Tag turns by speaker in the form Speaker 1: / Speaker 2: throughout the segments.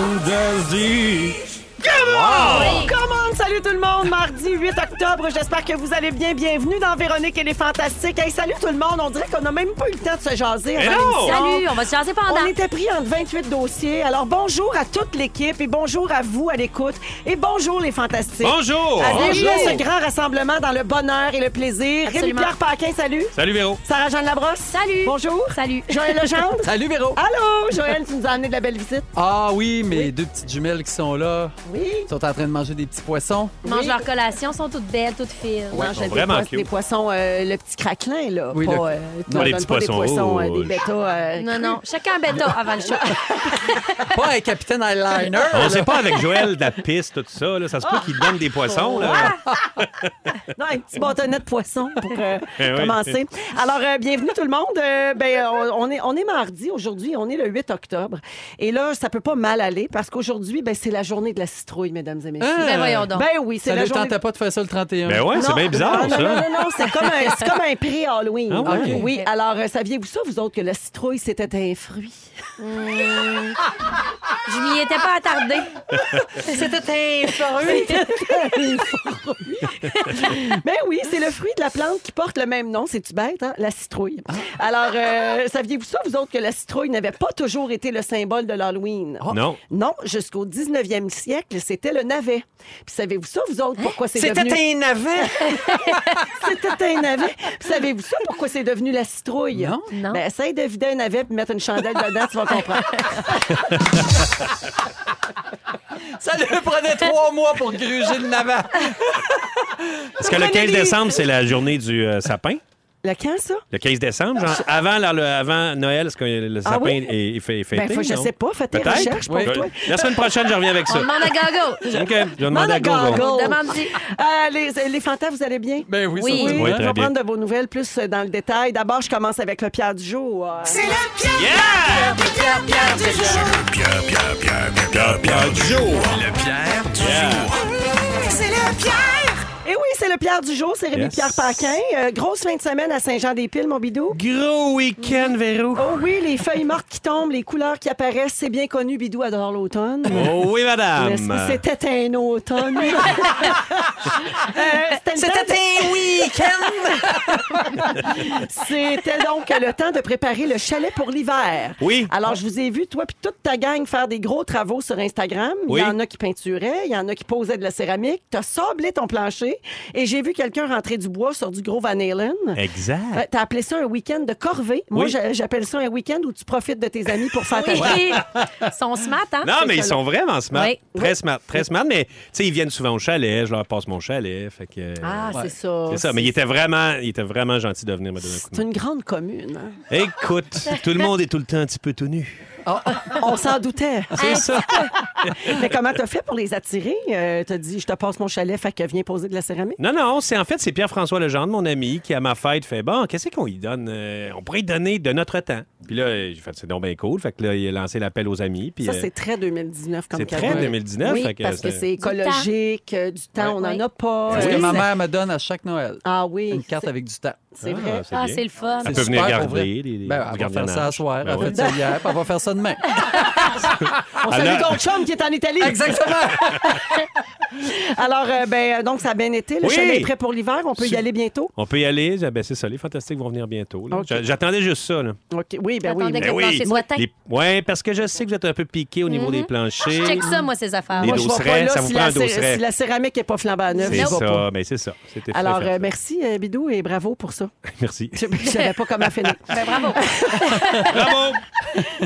Speaker 1: Vendazie.
Speaker 2: Commande, salut tout le monde, mardi 8 octobre, j'espère que vous allez bien, bienvenue dans Véronique et les Fantastiques. Hey, salut tout le monde, on dirait qu'on n'a même pas eu le temps de se jaser. avant
Speaker 1: non!
Speaker 2: l'émission.
Speaker 3: Salut, on va se jaser pendant.
Speaker 2: On était pris entre 28 dossiers. Alors bonjour à toute l'équipe et bonjour à vous à l'écoute. Et bonjour les fantastiques.
Speaker 1: Bonjour.
Speaker 2: Bienvenue à ce grand rassemblement dans le bonheur et le plaisir.
Speaker 3: Absolument.
Speaker 2: Rémi-Pierre Paquin, salut.
Speaker 1: Salut Véro.
Speaker 2: Sarah-Jeanne Labrosse.
Speaker 3: Salut.
Speaker 2: Bonjour.
Speaker 3: Salut.
Speaker 2: Joël Legendre.
Speaker 4: Salut Véro!
Speaker 2: Allô, Joël, tu nous as amené de la belle visite.
Speaker 4: Ah oui, mes deux petites jumelles qui sont là
Speaker 2: Oui.
Speaker 4: sont en train de manger des petits poissons.
Speaker 3: Mange
Speaker 2: Oui.
Speaker 3: leur collation, sont toutes belles, toutes fines.
Speaker 2: Ouais,
Speaker 1: sont Ah, vraiment
Speaker 2: des, poissons-
Speaker 1: cute.
Speaker 2: des poissons, euh, le petit craquelin, là.
Speaker 4: Oui,
Speaker 2: pas,
Speaker 4: le-
Speaker 2: euh, tu
Speaker 4: Non,
Speaker 2: leur donnes
Speaker 1: les petits
Speaker 2: pas
Speaker 1: poissons
Speaker 2: Des poissons, euh, des
Speaker 1: rouges.
Speaker 2: bêtas. euh,
Speaker 3: Non, non, chacun un bêta avant le show.
Speaker 4: Pas un capitaine eyeliner!
Speaker 1: On
Speaker 4: là.
Speaker 1: sait pas avec Joël de la piste, tout ça. Là. Ça se peut qu'il donne des poissons.
Speaker 2: Ah!
Speaker 1: Là.
Speaker 2: Non, un petit bâtonnet de poisson pour euh,
Speaker 1: Eh oui.
Speaker 2: commencer. Alors, euh, bienvenue tout le monde. Euh, ben, on, on est, on est mardi aujourd'hui, on est le 8 octobre. Et là, ça peut pas mal aller parce qu'aujourd'hui, ben, c'est la journée de la citrouille, mesdames et messieurs.
Speaker 4: Hein?
Speaker 3: Ben voyons donc.
Speaker 2: Ben oui, c'est
Speaker 4: Ça
Speaker 2: la
Speaker 4: ne
Speaker 2: journée...
Speaker 4: tentait pas de faire ça le 31.
Speaker 1: Ben ouais, c'est
Speaker 2: Non,
Speaker 1: bien bizarre,
Speaker 2: non, non,
Speaker 1: ça.
Speaker 2: Non, non, non, c'est comme un, c'est comme un pré-Halloween.
Speaker 1: Ah ouais?
Speaker 2: Oui, alors, euh, saviez-vous ça, vous autres, que la citrouille, c'était un fruit?
Speaker 3: Je m'y étais pas attardée. C'était informé.
Speaker 2: Ben oui, c'est le fruit de la plante qui porte le même nom, c'est-tu bête, hein? La citrouille.
Speaker 4: Ah.
Speaker 2: Alors, euh, saviez-vous ça, vous autres, que la citrouille n'avait pas toujours été le symbole de l'Halloween?
Speaker 4: Ah.
Speaker 1: Non.
Speaker 2: Non, jusqu'au 19e siècle, c'était le navet. Puis savez-vous ça, vous autres, pourquoi c'est
Speaker 4: C'était
Speaker 2: devenu...
Speaker 4: un navet!
Speaker 2: C'était un navet. Puis savez-vous ça, pourquoi c'est devenu la citrouille?
Speaker 4: Non.
Speaker 3: Non.
Speaker 2: Ben, essaye de vider un navet puis mettre une chandelle dedans, tu vas comprendre.
Speaker 4: Ça lui prenait trois mois pour gruger le navet.
Speaker 1: Parce que le 15 décembre, c'est la journée du euh, sapin.
Speaker 2: Le quand, ça?
Speaker 1: Le 15 décembre, genre, avant, la- le- avant Noël, est-ce que le sapin
Speaker 2: Ah, oui?
Speaker 1: est, est fait, fêté?
Speaker 2: Ben, faut- je
Speaker 1: non?
Speaker 2: sais pas, fais tes
Speaker 1: Peut-être?
Speaker 2: recherches pour
Speaker 1: Oui.
Speaker 2: toi.
Speaker 1: La semaine prochaine, je reviens avec
Speaker 3: On
Speaker 1: ça.
Speaker 3: demande à Gago.
Speaker 1: OK, je vais demander à Google.
Speaker 2: Google.
Speaker 3: Demande-y.
Speaker 2: Euh, les, les fantas, vous allez bien?
Speaker 4: Ben oui,
Speaker 3: Oui.
Speaker 4: surtout.
Speaker 1: Oui,
Speaker 2: je
Speaker 1: très
Speaker 2: vais
Speaker 1: bien.
Speaker 2: prendre de vos nouvelles plus euh, dans le détail. D'abord, je commence avec le Pierre du jour. Euh,
Speaker 1: Yeah!
Speaker 5: Pierre, Pierre, Pierre, Pierre, Pierre, Pierre du jour. Le Pierre du jour.
Speaker 2: Et Eh oui, c'est le Pierre du jour, c'est Rémi-Pierre
Speaker 1: Yes.
Speaker 2: Paquin. Euh, grosse fin de semaine à Saint-Jean-des-Piles, mon bidou.
Speaker 1: Gros week-end, Véro.
Speaker 2: Oh oui, les feuilles mortes qui tombent, les couleurs qui apparaissent, c'est bien connu, Bidou adore l'automne.
Speaker 1: Oh oui,
Speaker 2: Mais
Speaker 1: madame.
Speaker 2: C'était un automne. Euh, c'était le temps de-
Speaker 4: un week-end!
Speaker 2: C'était donc le temps de préparer le chalet pour l'hiver.
Speaker 1: Oui.
Speaker 2: Alors, je vous ai vu, toi puis toute ta gang, faire des gros travaux sur Instagram.
Speaker 1: Oui.
Speaker 2: Il y en a qui peinturaient, il y en a qui posaient de la céramique. T'as sablé ton plancher et j'ai vu quelqu'un rentrer du bois sur du gros Van Halen. Euh,
Speaker 1: Exact.
Speaker 2: T'as appelé ça un week-end de corvée. Moi,
Speaker 1: Oui.
Speaker 2: j'a- j'appelle ça un week-end où tu profites de tes amis pour faire ta
Speaker 3: Oui. Ils sont smart, hein?
Speaker 1: Non, mais ils sont vraiment smart.
Speaker 3: Oui.
Speaker 1: Très smart. Très smart. Mais, tu sais, ils viennent souvent au chalet. Je leur passe mon chalet. Fait que.
Speaker 3: Ah, c'est ça.
Speaker 1: C'est ça, mais il était vraiment, il était vraiment gentil de venir me donner un coup de
Speaker 2: C'est une grande commune. hein.
Speaker 1: main. Écoute, tout le monde est tout le temps un petit peu tout nu.
Speaker 2: On s'en doutait.
Speaker 1: C'est ça.
Speaker 2: Mais comment t'as fait pour les attirer? Euh, t'as dit, je te passe mon chalet, fait que viens poser de la céramique.
Speaker 1: Non, non, c'est en fait, c'est Pierre-François Legendre, mon ami, qui à ma fête fait Bon, qu'est-ce qu'on lui donne Euh, On pourrait lui donner de notre temps. Puis là, euh, j'ai fait C'est donc bien cool. Fait que là, il a lancé l'appel aux amis. Puis,
Speaker 2: Ça,
Speaker 1: euh,
Speaker 2: c'est très 2019 comme
Speaker 1: c'est très
Speaker 2: cadeau.
Speaker 1: 2019,
Speaker 2: Oui,
Speaker 1: fait que
Speaker 2: parce que
Speaker 1: c'est- Ah
Speaker 2: c'est écologique, euh, du temps, on n'en
Speaker 3: Oui.
Speaker 2: a pas.
Speaker 4: C'est ce
Speaker 2: Euh,
Speaker 4: que ma
Speaker 2: c'est-
Speaker 4: mère me donne à chaque Noël.
Speaker 2: Ah oui.
Speaker 4: Une carte
Speaker 2: c'est-
Speaker 4: avec du temps.
Speaker 2: C'est
Speaker 1: Ah,
Speaker 2: vrai.
Speaker 3: Ah,
Speaker 1: bien.
Speaker 3: c'est le fun.
Speaker 1: Elle
Speaker 4: C'est
Speaker 1: peut venir
Speaker 4: super,
Speaker 1: garder
Speaker 4: pour vrai.
Speaker 1: les- les-
Speaker 4: Ben,
Speaker 1: du
Speaker 4: elle va faire
Speaker 1: gardiennage.
Speaker 4: ça à soir,
Speaker 1: Ben
Speaker 4: elle a
Speaker 1: oui.
Speaker 4: fait ça hier, puis elle va faire ça demain.
Speaker 2: On salue
Speaker 1: Ah, Alors-
Speaker 2: ton chum qui est en Italie.
Speaker 4: Exactement!
Speaker 2: Alors, euh, ben, euh, donc, ça a bien été. Le
Speaker 1: Oui.
Speaker 2: chalet est prêt pour l'hiver. On peut y
Speaker 1: Su-
Speaker 2: aller bientôt.
Speaker 1: On peut y aller. J'ai- Ben, c'est ça, les fantastiques vont venir bientôt. là.
Speaker 2: OK.
Speaker 1: J'a- J'attendais juste ça. Là.
Speaker 2: OK. Oui, ben oui.
Speaker 3: J'attendais
Speaker 2: mais-
Speaker 3: que- plancher soit teint.
Speaker 1: Eh Les- Ouais, parce que je sais que vous êtes un peu piqué au niveau des
Speaker 3: Mhm. Ah, Je
Speaker 1: planchers.
Speaker 3: check ça, moi, ces affaires.
Speaker 1: Les
Speaker 2: Moi,
Speaker 3: Moi,
Speaker 2: je vois pas
Speaker 1: doserets,
Speaker 2: là
Speaker 1: ça vous
Speaker 2: si
Speaker 1: prend
Speaker 2: la,
Speaker 1: un dosseret.
Speaker 2: cé- si la céramique n'est pas flambant à neuf.
Speaker 1: C'est
Speaker 2: je vois pas.
Speaker 1: ça, mais c'est ça. C'était
Speaker 2: Alors,
Speaker 1: fait,
Speaker 2: euh,
Speaker 1: ça.
Speaker 2: merci, euh, Bidou, et bravo pour ça.
Speaker 1: Merci.
Speaker 2: Je ne savais pas comment finir.
Speaker 3: Ben, bravo.
Speaker 2: Euh,
Speaker 1: Bravo!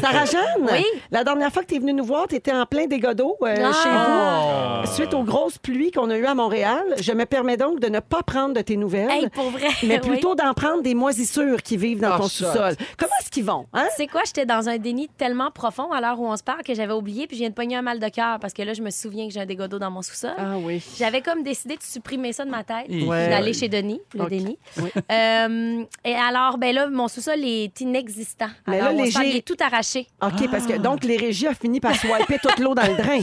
Speaker 2: Sarah-Jeanne,
Speaker 3: Euh, Oui.
Speaker 2: la dernière fois que tu es venue nous voir, tu étais en plein dégât d'eau euh,
Speaker 3: Ah.
Speaker 2: chez vous. Suite aux grosses pluies qu'on a eues à Montréal, je me permets donc de ne pas prendre de tes nouvelles.
Speaker 3: Hey, pour vrai.
Speaker 2: mais
Speaker 3: oui.
Speaker 2: plutôt d'en prendre des moisissures qui vivent dans
Speaker 4: Ah,
Speaker 2: ton
Speaker 4: shot.
Speaker 2: sous-sol. Comment est-ce qu'ils vont? Hein?
Speaker 3: C'est quoi? J'étais dans un déni tellement profond à l'heure où on se parle que j'avais oublié, puis je viens de pogner un mal de cœur parce que là, je me souviens que j'ai un dégât d'eau dans mon sous-sol.
Speaker 2: oui.
Speaker 3: J'avais comme décidé de supprimer ça de ma tête,
Speaker 4: Ouais.
Speaker 3: d'aller chez Denis, le
Speaker 2: Ok.
Speaker 3: déni.
Speaker 2: Oui.
Speaker 3: Euh, et alors, ben là, mon sous-sol est inexistant.
Speaker 2: Mais
Speaker 3: Alors,
Speaker 2: Ben là,
Speaker 3: on
Speaker 2: les
Speaker 3: se parle,
Speaker 2: gé-
Speaker 3: il est tout arraché.
Speaker 2: OK, parce que donc les régies ont fini par swiper toute l'eau dans le drain.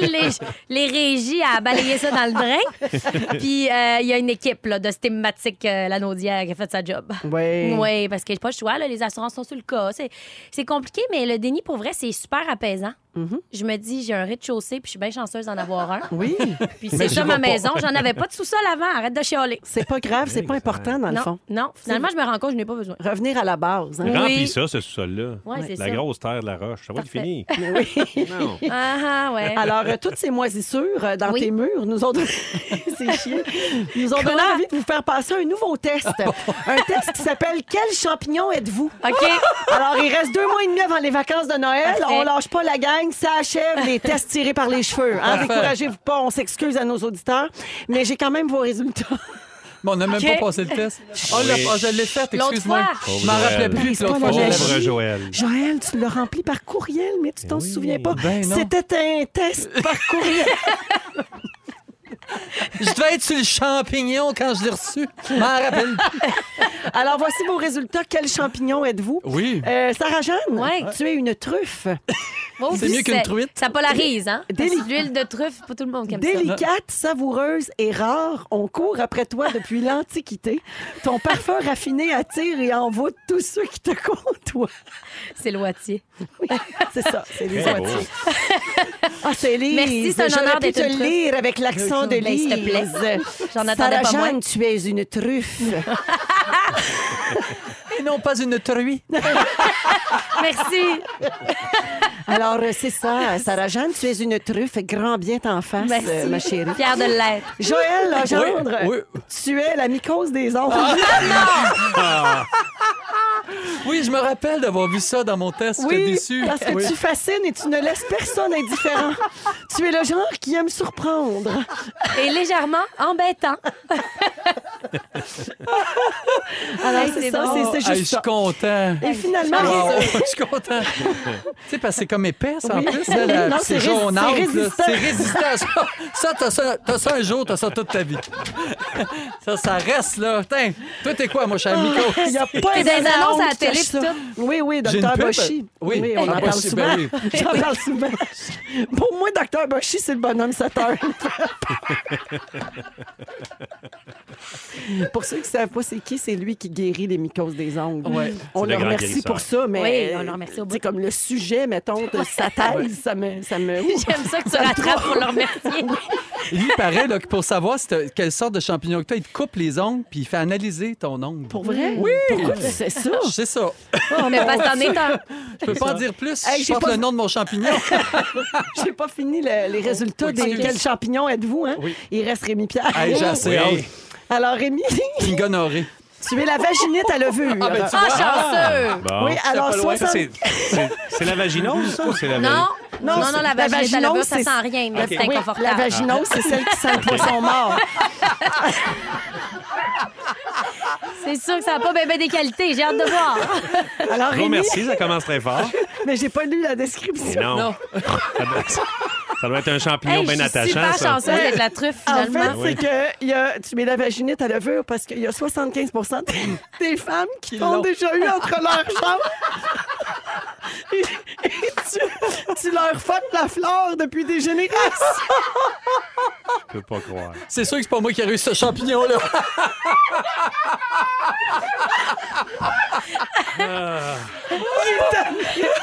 Speaker 3: les, les régies à balayer ça dans le drain. Puis euh, il y a une équipe là, de stigmatique euh, lanaudière qui a fait sa job.
Speaker 2: Oui.
Speaker 3: Oui, parce que j'ai pas le choix, là, les assurances sont sur le cas. C'est- C'est compliqué, mais le déni, pour vrai, c'est super apaisant. Je me dis, j'ai un rez-de-chaussée, puis je suis bien chanceuse d'en avoir un.
Speaker 2: Oui.
Speaker 3: Puis c'est ça ma maison. J'en avais pas de sous-sol avant. Arrête de chialer.
Speaker 2: C'est pas grave, c'est pas important dans le
Speaker 3: Non,
Speaker 2: fond.
Speaker 3: non. Finalement, je me rends compte, je n'ai pas besoin.
Speaker 2: Revenir à la base. hein.
Speaker 3: Oui.
Speaker 1: Remplis ça, ce sous-sol-là.
Speaker 3: Ouais, c'est
Speaker 1: la
Speaker 3: ça.
Speaker 1: grosse terre de la roche. Ça va être fini.
Speaker 3: Parfait.
Speaker 2: Oui.
Speaker 1: non.
Speaker 3: Ah, ah, ouais.
Speaker 2: Alors, euh, toutes ces moisissures euh, dans
Speaker 3: Oui.
Speaker 2: tes murs nous ont, don- C'est chiant. nous ont donné
Speaker 3: Quoi?
Speaker 2: envie de vous faire passer un nouveau test. un test qui s'appelle Quel champignon êtes-vous?
Speaker 3: OK.
Speaker 2: Alors, il reste deux mois et demi avant les vacances de Noël.
Speaker 3: Parfait.
Speaker 2: On lâche pas la gang. Ça achève les tests tirés par les cheveux. Hein, Découragez-vous pas. On s'excuse à nos auditeurs. Mais j'ai quand même vos résultats.
Speaker 4: Mais on n'a même
Speaker 3: Ok.
Speaker 4: pas passé le test. Oh, là,
Speaker 1: Oui.
Speaker 4: oh, je l'ai fait,
Speaker 3: L'autre
Speaker 4: excuse-moi.
Speaker 3: fois.
Speaker 4: Je m'en
Speaker 1: Pauvre
Speaker 4: rappelais
Speaker 1: elle.
Speaker 4: plus que l'autre
Speaker 2: pas
Speaker 4: fois.
Speaker 2: la
Speaker 4: je l'avais
Speaker 2: magie.
Speaker 1: Pauvre
Speaker 4: fait.
Speaker 1: Joël.
Speaker 2: Joël, tu l'as rempli par courriel, mais tu t'en
Speaker 1: oui.
Speaker 2: souviens pas.
Speaker 4: Ben non.
Speaker 2: C'était un test par courriel.
Speaker 4: Je devais être sur le champignon quand je l'ai reçu. Je m'en rappelle plus.
Speaker 2: Alors, voici vos résultats. Quel champignon êtes-vous?
Speaker 4: Oui.
Speaker 2: Euh, Sarah-Jeanne,
Speaker 3: Ouais.
Speaker 2: tu es une truffe
Speaker 3: Oh,
Speaker 4: C'est
Speaker 3: puis
Speaker 4: mieux qu'une
Speaker 3: ça-
Speaker 4: truite.
Speaker 3: Ça polarise, hein?
Speaker 2: Délicat.
Speaker 3: Parce que L'huile de truffe, pas tout le monde qui aime ça.
Speaker 2: délicate, savoureuse et rare. On court après toi depuis l'Antiquité. Ton parfum raffiné attire et envoûte tous ceux qui te côtoient.
Speaker 3: C'est loitier.
Speaker 2: C'est ça, c'est les
Speaker 1: Très beau.
Speaker 2: moitiés. Ah, c'est Lise.
Speaker 3: Merci, c'est un
Speaker 2: J'aurais
Speaker 3: honneur
Speaker 2: pu
Speaker 3: d'être
Speaker 2: te
Speaker 3: une truffe.
Speaker 2: lire avec l'accent de
Speaker 3: Ben,
Speaker 2: Lise.
Speaker 3: s'il te plaît. J'en attendais pas moins.
Speaker 2: Sarah-Jeanne, tu es une truffe.
Speaker 4: Et non, pas une truie.
Speaker 3: Merci.
Speaker 2: Alors, euh, c'est ça, Sarah-Jeanne, tu es une truffe. Grand bien t'en face, euh,
Speaker 3: Merci.
Speaker 2: ma chérie.
Speaker 3: Fière de l'être.
Speaker 2: Joël Legendre,
Speaker 4: Oui, Ah,
Speaker 2: tu es la mycose des ongles.
Speaker 4: Oui, je me rappelle d'avoir vu ça dans mon test. J'étais déçu.
Speaker 2: parce que
Speaker 4: Oui.
Speaker 2: tu fascines et tu ne laisses personne indifférent. tu es le genre qui aime surprendre.
Speaker 3: Et légèrement embêtant.
Speaker 2: Alors,
Speaker 3: Hey,
Speaker 2: c'est
Speaker 3: c'est
Speaker 2: ça,
Speaker 3: drôle.
Speaker 2: c'est- c'est
Speaker 4: Ah, je
Speaker 2: juste
Speaker 4: suis
Speaker 2: ça.
Speaker 4: content.
Speaker 2: Et finalement,
Speaker 4: Wow,
Speaker 2: rés-
Speaker 4: je suis content. tu sais, parce que c'est comme épais, ça, en
Speaker 2: Oui.
Speaker 4: plus. là, la-
Speaker 2: Non,
Speaker 4: c'est
Speaker 2: c'est rés-
Speaker 4: jaunâtre,
Speaker 2: c'est
Speaker 4: là.
Speaker 2: résistant.
Speaker 4: C'est résistant à ça. Ça, t'as ça, t'as ça un jour, t'as ça toute ta vie. ça, ça reste, là. Putain, toi, t'es quoi, moi, cher
Speaker 2: Ah,
Speaker 4: Miko?
Speaker 2: il n'y a pas
Speaker 3: T'es
Speaker 2: un
Speaker 3: des annonces
Speaker 2: honte
Speaker 3: à la
Speaker 2: qui
Speaker 3: télé,
Speaker 2: cache ça.
Speaker 3: puis
Speaker 2: Oui, oui,
Speaker 4: J'ai une
Speaker 2: Docteur
Speaker 4: pub?
Speaker 2: Boshi.
Speaker 4: Oui.
Speaker 2: on
Speaker 4: Ah,
Speaker 2: en parle
Speaker 4: Boshi,
Speaker 2: souvent.
Speaker 4: ben
Speaker 2: J'en parle souvent. Pour moi, Docteur Boshi, c'est le bonhomme Saturne. pour ceux qui ne savent pas c'est qui, c'est lui qui guérit les mycoses des ongles.
Speaker 4: Ouais.
Speaker 2: On
Speaker 1: C'est
Speaker 2: le
Speaker 1: le grand
Speaker 2: remercie
Speaker 1: guérisseur.
Speaker 2: pour ça, mais
Speaker 3: Oui, on le remercie au bout.
Speaker 2: c'est comme le sujet, mettons, de sa thèse, ça me... Ça me... Ouh.
Speaker 3: J'aime ça que tu rattrapes pour le remercier.
Speaker 4: Lui, il paraît là, que pour savoir si t'as- quelle sorte de champignon que t'as, il te coupe les ongles puis il fait analyser ton ongle.
Speaker 2: Pour vrai? Oui! Pourquoi tu sais ça?
Speaker 4: C'est ça.
Speaker 3: Mais parce que t'en es un.
Speaker 4: Je peux pas en dire plus.
Speaker 2: Hey,
Speaker 4: je
Speaker 2: j'ai
Speaker 4: porte
Speaker 2: pas-
Speaker 4: le nom de mon champignon.
Speaker 2: J'ai pas fini le-
Speaker 3: Oh,
Speaker 2: les résultats
Speaker 4: Oui,
Speaker 2: des
Speaker 4: excuse.
Speaker 2: quels champignons êtes-vous, hein? Il reste Rémi Pierre.
Speaker 4: hey, j'ai assez
Speaker 1: Oui.
Speaker 4: hâte.
Speaker 2: Alors, Rémi,
Speaker 4: Une gonorrhée.
Speaker 2: tu es la vaginite à levure.
Speaker 4: Ah, ben, tu Ah.
Speaker 3: Ah,
Speaker 4: vois.
Speaker 3: chanceux.
Speaker 1: Bon.
Speaker 2: Oui, alors,
Speaker 1: Ça,
Speaker 2: 60...
Speaker 1: c'est- C'est c'est la vaginose, ça? ou c'est la
Speaker 3: Non, non, non,
Speaker 2: c'est-
Speaker 3: la vaginite à la
Speaker 2: vaginose,
Speaker 3: bœuf, ça
Speaker 2: c'est-
Speaker 3: sent rien, mais
Speaker 2: Ok.
Speaker 3: c'est
Speaker 2: Oui, La
Speaker 3: inconfortable.
Speaker 2: vaginose, c'est celle qui sent le poisson mort.
Speaker 3: c'est sûr que ça n'a pas bébé des qualités. J'ai hâte de voir.
Speaker 2: Alors,
Speaker 1: Non,
Speaker 2: Rémi,
Speaker 1: merci, ça commence très fort.
Speaker 2: mais j'ai pas lu la
Speaker 1: Mais
Speaker 2: description.
Speaker 1: non.
Speaker 4: Non.
Speaker 1: Ça, doit, ça doit être un champignon
Speaker 3: Hey, je
Speaker 1: bien
Speaker 3: suis
Speaker 1: attachant,
Speaker 3: super
Speaker 1: ça.
Speaker 3: chanceuse d'être la truffe,
Speaker 2: En fait,
Speaker 3: finalement.
Speaker 2: c'est que y a- tu mets la vaginite à levure parce qu'il y a 75 des- des femmes qui ont
Speaker 4: l'ont.
Speaker 2: déjà eu entre leurs jambes. Et, et tu, tu leur fuck la flore depuis des générations.
Speaker 1: Je peux pas croire.
Speaker 4: C'est sûr que c'est pas moi qui ai réussi ce champignon-là.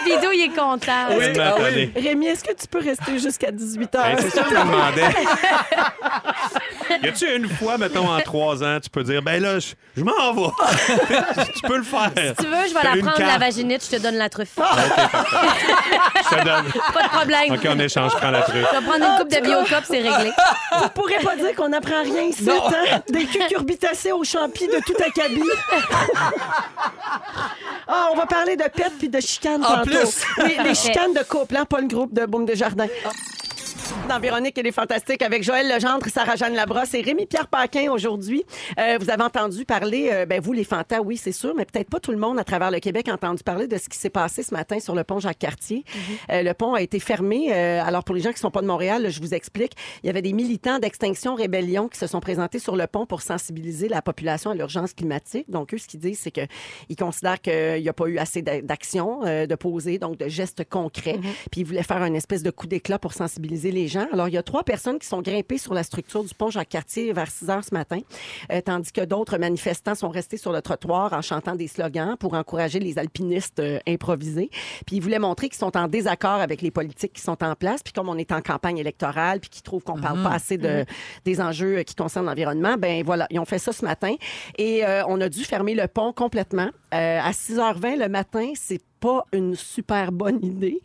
Speaker 3: Bidou, il est content.
Speaker 1: Oui,
Speaker 4: ah oui.
Speaker 1: attendez.
Speaker 2: Rémi, est-ce que tu peux rester jusqu'à 18 heures?
Speaker 1: Hey, Ben, c'est ça que je me demandais. Y a-tu une fois, mettons, en trois ans, tu peux dire, ben là, je, je m'en vais. tu peux le faire.
Speaker 3: Si tu veux, je vais
Speaker 1: T'as
Speaker 3: la
Speaker 1: une
Speaker 3: prendre, la
Speaker 1: carte.
Speaker 3: vaginite, je te donne la truffe.
Speaker 1: Je te donne.
Speaker 3: Pas de problème.
Speaker 1: OK, en échange, je prends la truc.
Speaker 3: Je vais prendre une coupe de biocop, c'est réglé.
Speaker 2: On pourrait pas dire qu'on apprend rien ici. hein? Des cucurbitacées aux champis de tout acabit. Ah, on va parler de pets puis de chicanes
Speaker 4: En
Speaker 2: tantôt.
Speaker 4: plus!
Speaker 2: Oui, les chicanes de couple, hein, pas le groupe de Boom de Jardin. dans Véronique et les Fantastiques avec Joël Legendre, Sarah-Jeanne Labrosse et Rémi-Pierre Paquin aujourd'hui. Euh, vous avez entendu parler, euh, ben vous les Fantas, oui, c'est sûr, mais peut-être pas tout le monde à travers le Québec a entendu parler de ce qui s'est passé ce matin sur le pont Jacques-Cartier. Euh, le pont a été fermé. Euh, alors, pour les gens qui sont pas de Montréal, là, je vous explique. Il y avait des militants d'Extinction Rébellion qui se sont présentés sur le pont pour sensibiliser la population à l'urgence climatique. Donc, eux, ce qu'ils disent, c'est qu'ils considèrent qu'il n'y a pas eu assez d'a- d'actions, euh, de poser, donc de gestes concrets. Puis, ils voulaient faire un espèce de coup d'éclat pour sensibiliser les gens. Alors, il y a trois personnes qui sont grimpées sur la structure du pont Jacques-Cartier vers 6 heures ce matin, euh, tandis que d'autres manifestants sont restés sur le trottoir en chantant des slogans pour encourager les alpinistes euh, improvisés. Puis ils voulaient montrer qu'ils sont en désaccord avec les politiques qui sont en place. Puis comme on est en campagne électorale, puis qu'ils trouvent qu'on parle pas assez de, des enjeux euh, qui concernent l'environnement, ben voilà, ils ont fait ça ce matin. Et euh, on a dû fermer le pont complètement. Euh, à 6h20 le matin, c'est pas une super bonne idée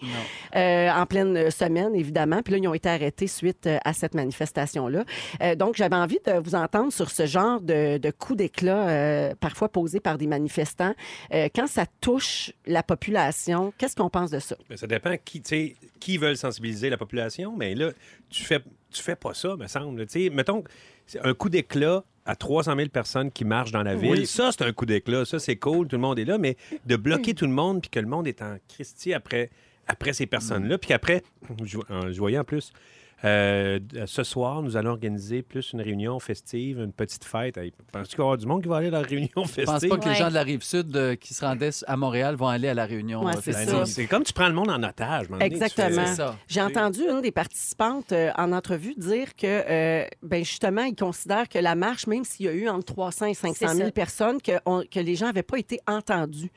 Speaker 2: Euh, en pleine euh, semaine, évidemment. Puis là, ils ont été arrêtés suite euh, à cette manifestation-là. Euh, donc, j'avais envie de vous entendre sur ce genre de, de coup d'éclat euh, parfois posé par des manifestants. Euh, quand ça touche la population, qu'est-ce qu'on pense de ça?
Speaker 1: Ben, ça dépend qui, tu sais, qui veulent sensibiliser la population, mais là, tu fais, tu fais pas ça, me semble. Tu sais, mettons, c'est un coup d'éclat à 300 000 personnes qui marchent dans la ville, ça, c'est un coup d'éclat. Ça, c'est cool, tout le monde est là, mais de bloquer tout le monde puis que le monde est en Christie après, après ces personnes-là, puis qu'après, je, vo- en- je voyais en plus, euh, d- ce soir, nous allons organiser plus une réunion festive, une petite fête. Hey, Penses-tu qu'il va y avoir du monde qui va aller à la réunion
Speaker 4: Je pense
Speaker 1: festive?
Speaker 4: pas que les
Speaker 3: Ouais.
Speaker 4: gens de la rive sud euh, qui se rendaient à Montréal vont aller à la réunion.
Speaker 2: Ouais,
Speaker 4: euh,
Speaker 2: c'est
Speaker 1: Ben
Speaker 4: festive.
Speaker 1: non, c'est comme tu prends le monde en otage. à un moment donné, tu fais-
Speaker 2: Exactement.
Speaker 4: C'est ça.
Speaker 2: J'ai entendu une des participantes euh, en entrevue dire que, euh, ben justement, ils considèrent que la marche, même s'il y a eu entre 300 et 500
Speaker 3: C'est
Speaker 2: 000
Speaker 3: ça.
Speaker 2: personnes, que, on- que les gens n'avaient pas été entendus.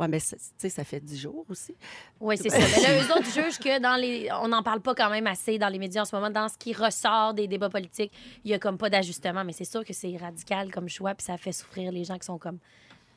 Speaker 2: Oui, mais c'est- tu sais, ça fait 10 jours aussi.
Speaker 3: Oui, c'est ça. Mais là, eux autres jugent que dans les. On n'en parle pas quand même assez dans les médias en ce moment. Dans ce qui ressort des débats politiques, il n'y a comme pas d'ajustement. Mais c'est sûr que c'est radical comme choix, puis ça fait souffrir les gens qui sont comme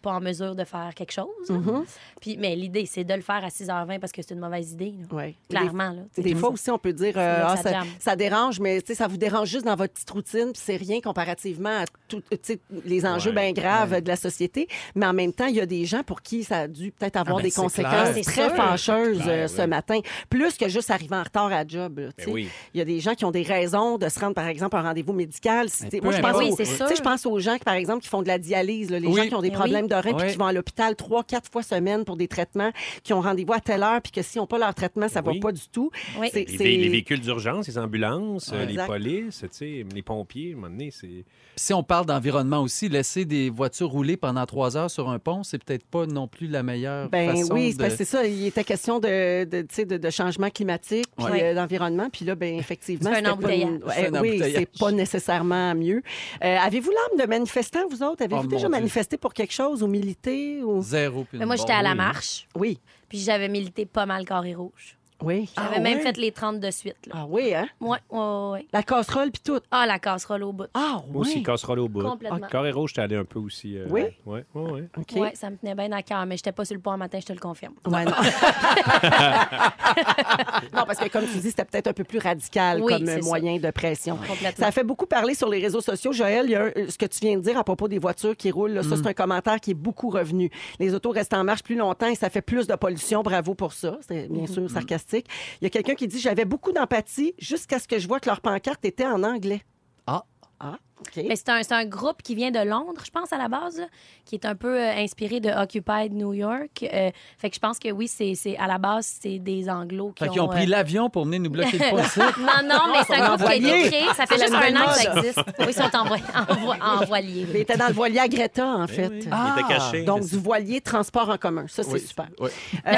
Speaker 3: pas en mesure de faire quelque chose. là.
Speaker 2: Mm-hmm.
Speaker 3: Puis, mais l'idée, c'est de le faire à 6h20 parce que c'est une mauvaise idée. là.
Speaker 2: Ouais.
Speaker 3: Clairement. Là,
Speaker 2: Des fois aussi, on peut dire euh,
Speaker 3: C'est là que
Speaker 2: Ah,
Speaker 3: ça
Speaker 2: ça,
Speaker 3: jamme.
Speaker 2: ça dérange, mais tu sais, ça vous dérange juste dans votre petite routine, puis c'est rien comparativement à tout, euh, tu sais, les enjeux bien
Speaker 1: Ouais.
Speaker 2: graves de la société. Mais en même temps, il y a des gens pour qui ça a dû peut-être avoir
Speaker 1: Ah,
Speaker 4: ben,
Speaker 2: des
Speaker 4: c'est
Speaker 2: conséquences
Speaker 3: clair. Ah, C'est
Speaker 2: très
Speaker 3: sûr.
Speaker 2: fâcheuses
Speaker 1: C'est clair,
Speaker 2: euh, ce
Speaker 1: oui.
Speaker 2: matin, plus que juste arriver en retard à job. là, tu
Speaker 1: Ben
Speaker 2: sais.
Speaker 1: oui.
Speaker 2: Il y a des gens qui ont des raisons de se rendre, par exemple, à un rendez-vous médical. Si
Speaker 4: Mais
Speaker 2: t'es-
Speaker 4: peu
Speaker 2: moi, je pense,
Speaker 4: importe.
Speaker 3: Oui,
Speaker 2: aux,
Speaker 3: c'est
Speaker 2: tu
Speaker 3: sûr.
Speaker 2: sais, je pense aux gens, qui, par exemple, qui font de la dialyse, là, les
Speaker 4: Oui.
Speaker 2: gens qui ont des
Speaker 3: Mais
Speaker 2: problèmes
Speaker 3: oui.
Speaker 2: de reins, puis
Speaker 4: Oui.
Speaker 2: qui vont à l'hôpital trois, quatre fois semaine pour des traitements, qui ont rendez-vous à telle heure, puis que s'ils n'ont pas leur traitement, ça
Speaker 1: Oui.
Speaker 2: va pas du tout.
Speaker 3: Oui.
Speaker 2: C'est-
Speaker 1: Les,
Speaker 2: c'est-
Speaker 1: vé- les véhicules d'urgence, les ambulances, euh, les
Speaker 2: Exact.
Speaker 1: polices, tu sais, les pompiers, à un moment donné, c'est.
Speaker 4: Si on parle d'environnement aussi, laisser des voitures rouler pendant trois heures sur un pont, c'est peut-être pas non plus la meilleure
Speaker 2: Ben
Speaker 4: façon
Speaker 2: oui, c'est
Speaker 4: de...
Speaker 2: parce que c'est ça. Il était question de, de, tu sais, de, de changement climatique, puis
Speaker 3: Ouais.
Speaker 2: euh, d'environnement. Puis là, ben effectivement,
Speaker 3: C'est un
Speaker 2: c'était pas une-
Speaker 3: embouteillage.
Speaker 2: Ouais,
Speaker 4: C'est un
Speaker 2: oui,
Speaker 4: embouteillage.
Speaker 2: c'est pas nécessairement mieux. Euh, Avez-vous l'âme de manifestant, vous autres? Avez-vous
Speaker 4: Oh, mon
Speaker 2: déjà
Speaker 4: Dieu.
Speaker 2: manifesté pour quelque chose ou milité? Ou...
Speaker 4: zéro. puis une
Speaker 3: Mais moi, j'étais à
Speaker 4: bombe.
Speaker 3: la
Speaker 4: Oui.
Speaker 3: marche,
Speaker 2: Oui,
Speaker 3: puis j'avais milité pas mal carré rouge.
Speaker 2: oui.
Speaker 3: J'avais
Speaker 2: Ah,
Speaker 3: même
Speaker 2: ouais?
Speaker 3: fait les 30 de suite. Là.
Speaker 2: Ah oui, hein?
Speaker 3: Ouais, ouais, ouais.
Speaker 2: La casserole, puis tout.
Speaker 3: Ah, la casserole au bout.
Speaker 2: Ah
Speaker 1: Moi aussi,
Speaker 2: oui.
Speaker 1: casserole au bout. Ah,
Speaker 3: Complètement.
Speaker 1: Carré rouge, j'étais allé un peu aussi. euh,
Speaker 2: Oui?
Speaker 1: Ouais, ouais, ouais.
Speaker 2: OK.
Speaker 3: Ouais, ça me tenait bien à cœur, mais j'étais pas sur le pont un matin, je te le confirme.
Speaker 2: Ouais, non. non, parce que comme tu dis, c'était peut-être un peu plus radical
Speaker 3: Oui,
Speaker 2: comme
Speaker 3: c'est ça.
Speaker 2: moyen de pression.
Speaker 3: Complètement.
Speaker 2: Ça a fait beaucoup parler sur les réseaux sociaux. Joël, il y a un- ce que tu viens de dire à propos des voitures qui roulent, là, ça,
Speaker 3: Mm.
Speaker 2: c'est un commentaire qui est beaucoup revenu. Les autos restent en marche plus longtemps et ça fait plus de pollution. Bravo pour ça. C'est bien
Speaker 3: Mm-hmm.
Speaker 2: sûr sarcastique. Il y a quelqu'un qui dit J'avais beaucoup d'empathie jusqu'à ce que je vois que leur pancarte était en anglais.
Speaker 4: Ah.
Speaker 2: Ah, OK.
Speaker 3: Mais c'est un, c'est un groupe qui vient de Londres, je pense, à la base, là, qui est un peu euh, inspiré de Occupied New York. Euh, fait que je pense que oui, c'est c'est- à la base, c'est des Anglos qui
Speaker 4: Fait
Speaker 3: ont...
Speaker 4: qu'ils ont pris
Speaker 3: euh,
Speaker 4: l'avion pour venir nous bloquer le pont ici.
Speaker 3: Non, non, mais c'est
Speaker 2: sont
Speaker 3: un groupe qui a été
Speaker 2: envoyés.
Speaker 3: créé. Ça fait
Speaker 2: C'est
Speaker 3: juste
Speaker 2: la
Speaker 3: un
Speaker 2: nouvelle
Speaker 3: an que ça
Speaker 2: mode.
Speaker 3: existe. Oui, ils sont en, voi- en voi- en voilier.
Speaker 2: Mais il était dans le voilier à Greta, en fait.
Speaker 1: Eh oui. Il
Speaker 4: Ah,
Speaker 1: était caché.
Speaker 2: euh, Donc,
Speaker 1: c'est-
Speaker 2: du voilier, transport en commun. Ça, c'est
Speaker 4: Oui,
Speaker 2: super.
Speaker 4: oui.
Speaker 2: Euh,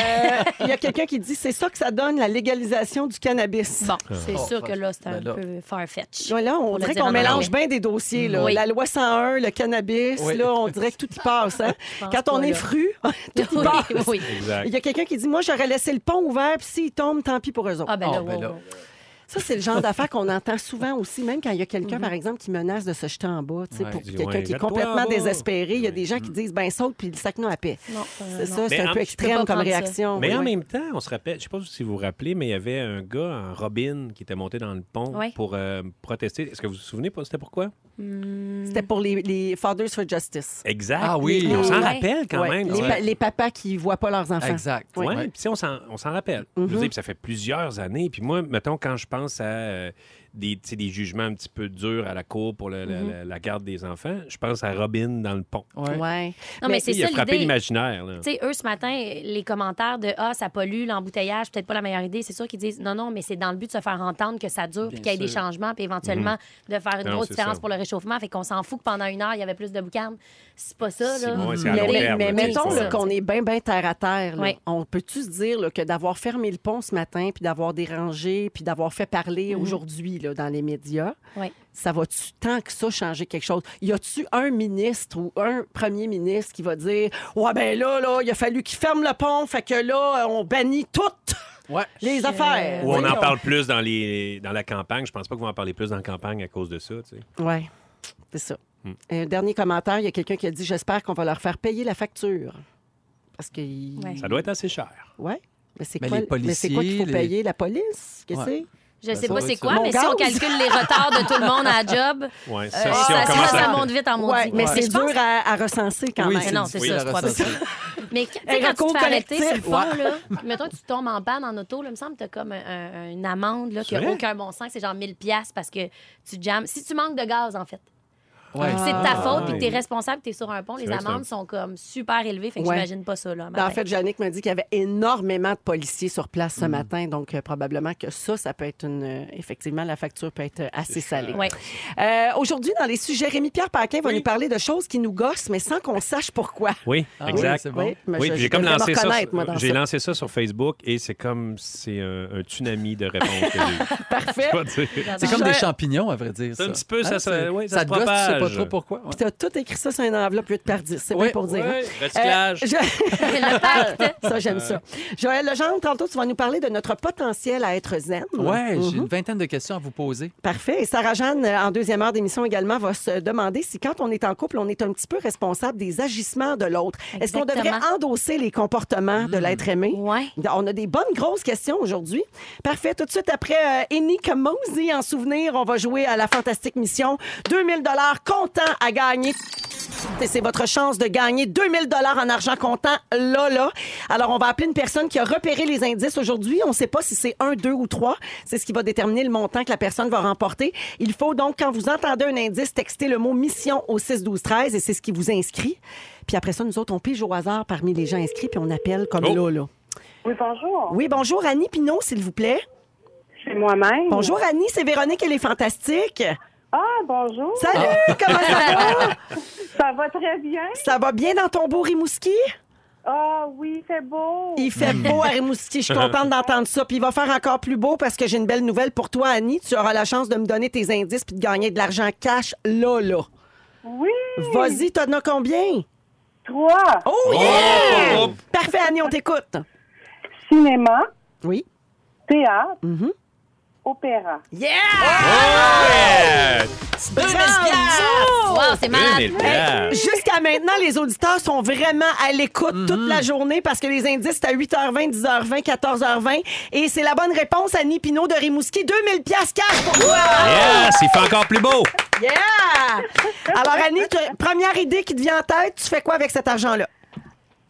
Speaker 2: Il y a quelqu'un qui dit c'est ça que ça donne la légalisation du cannabis.
Speaker 3: Bon, c'est
Speaker 2: ah,
Speaker 4: Oh,
Speaker 3: sûr que là, c'est un
Speaker 4: ben là.
Speaker 3: peu far-fetch.
Speaker 2: Ouais, là, on
Speaker 3: Pour le
Speaker 2: dirait
Speaker 3: dire
Speaker 2: qu'on
Speaker 3: en
Speaker 2: mélange bien
Speaker 3: anglais.
Speaker 2: des dossiers. là.
Speaker 3: Oui.
Speaker 2: La loi 101, le cannabis,
Speaker 4: Oui.
Speaker 2: là, on dirait que tout y passe. hein.
Speaker 3: pense
Speaker 2: Quand on
Speaker 3: pas,
Speaker 2: est
Speaker 3: là.
Speaker 2: fru, tout y passe.
Speaker 3: Oui, oui.
Speaker 1: Exact.
Speaker 2: Il y a quelqu'un qui dit Moi, j'aurais laissé le pont ouvert, puis s'ils tombent, tant pis pour eux autres.
Speaker 3: Ah ben
Speaker 4: Oh,
Speaker 3: là,
Speaker 4: ben
Speaker 3: wow,
Speaker 4: là.
Speaker 3: wow.
Speaker 2: Ça, c'est le genre d'affaires qu'on entend souvent aussi, même quand il y a quelqu'un,
Speaker 3: Mhm.
Speaker 2: par exemple, qui menace de se jeter en bas. tu sais,
Speaker 4: Ouais,
Speaker 2: pour
Speaker 1: dis,
Speaker 2: quelqu'un
Speaker 1: ouais,
Speaker 2: qui est
Speaker 1: jette-toi en
Speaker 2: complètement
Speaker 1: bas.
Speaker 2: désespéré, il y a des
Speaker 1: Ouais.
Speaker 2: gens qui disent Ben, saute, puis le sac non à paix.
Speaker 3: Non,
Speaker 2: C'est
Speaker 3: euh,
Speaker 2: ça,
Speaker 3: non.
Speaker 2: c'est
Speaker 1: Mais
Speaker 2: un peu
Speaker 1: en- tu peux pas
Speaker 2: extrême comme
Speaker 3: prendre ça.
Speaker 2: réaction.
Speaker 1: Mais
Speaker 2: oui,
Speaker 1: en
Speaker 2: oui.
Speaker 1: même temps, on se rappelle, je sais pas si vous vous rappelez, mais il y avait un gars en Robin qui était monté dans le pont
Speaker 3: Ouais.
Speaker 1: pour euh, protester. Est-ce que vous vous souvenez pas c'était pourquoi?
Speaker 2: C'était pour les, les Fathers for Justice.
Speaker 1: Exact.
Speaker 4: Ah oui.
Speaker 1: Puis on s'en
Speaker 3: Ouais.
Speaker 1: rappelle quand
Speaker 2: Ouais,
Speaker 1: même.
Speaker 2: Les,
Speaker 1: Ouais.
Speaker 2: pa- les papas qui voient pas leurs enfants.
Speaker 4: Exact.
Speaker 1: Oui,
Speaker 4: Ouais.
Speaker 2: Mm-hmm.
Speaker 1: puis on s'en on s'en rappelle. Je veux dire, puis ça fait plusieurs années. Puis moi, mettons, quand je pense pense à euh, des, tu sais, des jugements un petit peu durs à la cour pour le- la, la- la garde des enfants, je pense à Robin dans le pont.
Speaker 4: Ouais.
Speaker 2: Mm-hmm. Ouais.
Speaker 3: Non,
Speaker 2: Mais
Speaker 3: mais c'est
Speaker 1: Ben, Il
Speaker 3: ça
Speaker 1: a frappé
Speaker 3: l'idée.
Speaker 1: l'imaginaire. là.
Speaker 3: Tu sais, eux, ce matin, les commentaires de Ah, ça pollue, l'embouteillage, peut-être pas la meilleure idée, c'est sûr qu'ils disent Non, non, mais c'est dans le but de se faire entendre que ça dure, puis qu'il y ait des
Speaker 4: sûr.
Speaker 3: changements, puis éventuellement de faire une
Speaker 1: Mhm. Non,
Speaker 3: grosse
Speaker 1: c'est
Speaker 3: différence
Speaker 1: ça.
Speaker 3: pour le réchauffement. Fait qu'on s'en fout que pendant une heure, il y avait plus de boucan. C'est pas ça, là.
Speaker 1: Ouais, c'est à
Speaker 2: Mais,
Speaker 1: long
Speaker 2: mais-
Speaker 1: terme,
Speaker 2: mais
Speaker 1: là, tu sais,
Speaker 2: mettons
Speaker 1: c'est
Speaker 2: là,
Speaker 1: ça.
Speaker 2: qu'on est bien, bien terre à terre. là.
Speaker 3: Ouais.
Speaker 2: On peut-tu se dire là, que d'avoir fermé le pont ce matin, puis d'avoir dérangé, puis d'avoir fait parler aujourd'hui là, dans les médias,
Speaker 3: Mhm. Ouais.
Speaker 2: ça va-tu tant que ça changer quelque chose? Y a-tu un ministre ou un premier ministre qui va dire Ouais, ben là, là, il a fallu qu'il ferme le pont, fait que là, on bannit toutes
Speaker 4: Ouais.
Speaker 2: les affaires.
Speaker 1: Ou on en
Speaker 2: Voyons.
Speaker 1: parle plus dans, les, dans la campagne. Je pense pas qu'on va en parler plus dans la campagne à cause de ça. tu sais.
Speaker 2: Oui, c'est ça.
Speaker 4: Hmm.
Speaker 2: Un dernier commentaire, il y a quelqu'un qui a dit J'espère qu'on va leur faire payer la facture. Parce que.
Speaker 3: Ouais.
Speaker 1: Ça doit être assez cher.
Speaker 2: Ouais. Mais c'est
Speaker 4: Mais
Speaker 2: quoi,
Speaker 4: les
Speaker 2: mais c'est quoi qu'il faut
Speaker 4: policiers, les-
Speaker 2: payer la police? Qu'est-ce que
Speaker 4: Ouais.
Speaker 3: Je sais
Speaker 4: ça
Speaker 3: pas
Speaker 4: doit
Speaker 3: c'est
Speaker 4: être
Speaker 3: quoi,
Speaker 4: ça.
Speaker 3: mais
Speaker 2: Mon
Speaker 3: si on
Speaker 2: gaz.
Speaker 3: calcule les retards de tout le monde à la job,
Speaker 1: Ouais,
Speaker 3: euh,
Speaker 1: ça, si
Speaker 3: ça,
Speaker 1: on
Speaker 3: ça,
Speaker 1: commence
Speaker 3: ça
Speaker 1: à-
Speaker 3: monte vite en
Speaker 2: c'est?
Speaker 3: maudit.
Speaker 2: Ouais, mais
Speaker 3: je
Speaker 2: c'est
Speaker 3: pense-
Speaker 2: dur à, à recenser quand
Speaker 4: Oui,
Speaker 2: même.
Speaker 3: Mais non, c'est
Speaker 1: Oui,
Speaker 3: ça,
Speaker 1: la
Speaker 3: je crois
Speaker 4: recensée.
Speaker 3: pas. Mais quand, tu
Speaker 2: Un
Speaker 3: sais, quand tu
Speaker 2: recours
Speaker 3: te fais arrêter sur le
Speaker 2: collectif.
Speaker 3: fond, là, mettons que tu tombes en panne en auto, là, il me semble que tu as comme un- un- une amende là, qui n'a
Speaker 1: vrai?
Speaker 3: aucun bon sens, que c'est genre 1000$ piastres parce que tu jammes. Si tu manques de gaz, en fait,
Speaker 4: Ouais.
Speaker 3: c'est de ta
Speaker 1: Ah.
Speaker 3: faute, puis tu es responsable, tu es sur un pont,
Speaker 1: C'est
Speaker 3: les
Speaker 1: vrai que c'est
Speaker 3: amendes sont comme super élevées, fait que
Speaker 2: Ouais.
Speaker 3: j'imagine pas ça. Là, un
Speaker 2: Ben,
Speaker 3: matin.
Speaker 2: en fait, Jannick me dit qu'il y avait énormément de policiers sur place
Speaker 4: Hmm.
Speaker 2: ce matin, donc euh, probablement que ça, ça peut être une. euh, effectivement, la facture peut être euh, assez salée.
Speaker 3: Ouais.
Speaker 2: Euh, Aujourd'hui, dans les sujets, Rémi-Pierre Paquin va nous parler de choses qui nous gossent, mais sans qu'on sache pourquoi.
Speaker 1: Oui,
Speaker 4: Ah oui,
Speaker 1: exact.
Speaker 4: c'est bon.
Speaker 2: Oui, mais
Speaker 1: Oui,
Speaker 2: je-
Speaker 1: puis
Speaker 2: je
Speaker 1: j'ai comme
Speaker 2: devrais me
Speaker 1: lancé ça.
Speaker 2: reconnaître,
Speaker 1: sur-
Speaker 2: moi, dans
Speaker 1: J'ai
Speaker 2: ça.
Speaker 1: lancé ça sur Facebook et c'est comme c'est un, un tsunami de réponses. que j'ai-
Speaker 2: Parfait.
Speaker 1: je dois dire.
Speaker 4: C'est comme des champignons, à vrai dire.
Speaker 1: C'est un
Speaker 4: ça. Ah,
Speaker 1: petit peu, ça se-
Speaker 4: c'est-
Speaker 1: ouais, ça
Speaker 4: ça
Speaker 1: se
Speaker 4: te gosse, tu sais pas
Speaker 1: propage.
Speaker 4: trop pourquoi. ouais.
Speaker 2: Tu as tout écrit ça sur une enveloppe 8 par 10. C'est
Speaker 4: Ouais,
Speaker 2: bien pour dire. hein?
Speaker 1: Ouais, recyclage.
Speaker 2: Euh, je-
Speaker 3: Le pacte.
Speaker 2: ça, j'aime ça. Joël Legendre, tantôt, tu vas nous parler de notre potentiel à être zen. Mhm.
Speaker 4: Ouais, j'ai une vingtaine de questions à vous poser.
Speaker 2: Parfait. Et Sarah-Jeanne, euh, en deuxième heure d'émission également, va se demander si quand on est en couple, on est un petit peu responsable des agissements de l'autre. Est-ce qu'on devrait
Speaker 3: Exactement.
Speaker 2: endosser les comportements
Speaker 4: Hmm.
Speaker 2: de l'être aimé?
Speaker 3: Ouais.
Speaker 2: On a des bonnes grosses questions aujourd'hui. Parfait. Tout de suite après euh, Annie Camozzi en souvenir, on va jouer à la fantastique mission. 2000 dollars comptant à gagner. Et c'est votre chance de gagner 2000 dollars en argent comptant là là. Alors on va appeler une personne qui a repéré les indices aujourd'hui. On ne sait pas si c'est un, deux ou trois. C'est ce qui va déterminer le montant que la personne va remporter. Il faut donc quand vous entendez un indice, texter le mot mission au 6 12 13 et c'est ce qui vous inscrit. Puis après ça, nous autres on pige au hasard parmi les gens inscrits puis on appelle comme
Speaker 1: Oh.
Speaker 2: là là.
Speaker 6: Oui, bonjour.
Speaker 2: Oui, bonjour Annie Pinault, s'il vous plaît.
Speaker 6: C'est moi-même.
Speaker 2: Bonjour Annie, c'est Véronique, elle est fantastique.
Speaker 6: Ah, bonjour. Ça...
Speaker 2: Salut, comment ça va?
Speaker 6: va très bien.
Speaker 2: Ça va bien dans ton beau Rimouski?
Speaker 6: Ah oui, il fait beau.
Speaker 2: Il fait beau à Rimouski, je suis contente d'entendre ça. Puis il va faire encore plus beau parce que j'ai une belle nouvelle pour toi Annie. Tu auras la chance de me donner tes indices puis de gagner de l'argent cash là, là.
Speaker 6: Oui.
Speaker 2: Vas-y, t'en as combien?
Speaker 6: Trois.
Speaker 2: Oh yeah! Parfait Annie, on t'écoute.
Speaker 6: Cinéma,
Speaker 2: Oui.
Speaker 6: théâtre,
Speaker 2: Mhm.
Speaker 6: opéra.
Speaker 2: Yeah!
Speaker 1: Ah Ouais!
Speaker 2: 2000 piastres!
Speaker 3: Wow, c'est malade.
Speaker 1: 2000 piastres.
Speaker 2: Jusqu'à maintenant, les auditeurs sont vraiment à l'écoute toute la journée parce que les indices, c'est à 8h20, 10h20, 14h20. Et c'est la bonne réponse, Annie Pinault de Rimouski. 2000 piastres cash pour toi!
Speaker 1: Yes, il fait encore plus beau.
Speaker 2: Yeah! Alors, Annie, tu- première idée qui te vient en tête, tu fais quoi avec cet argent-là?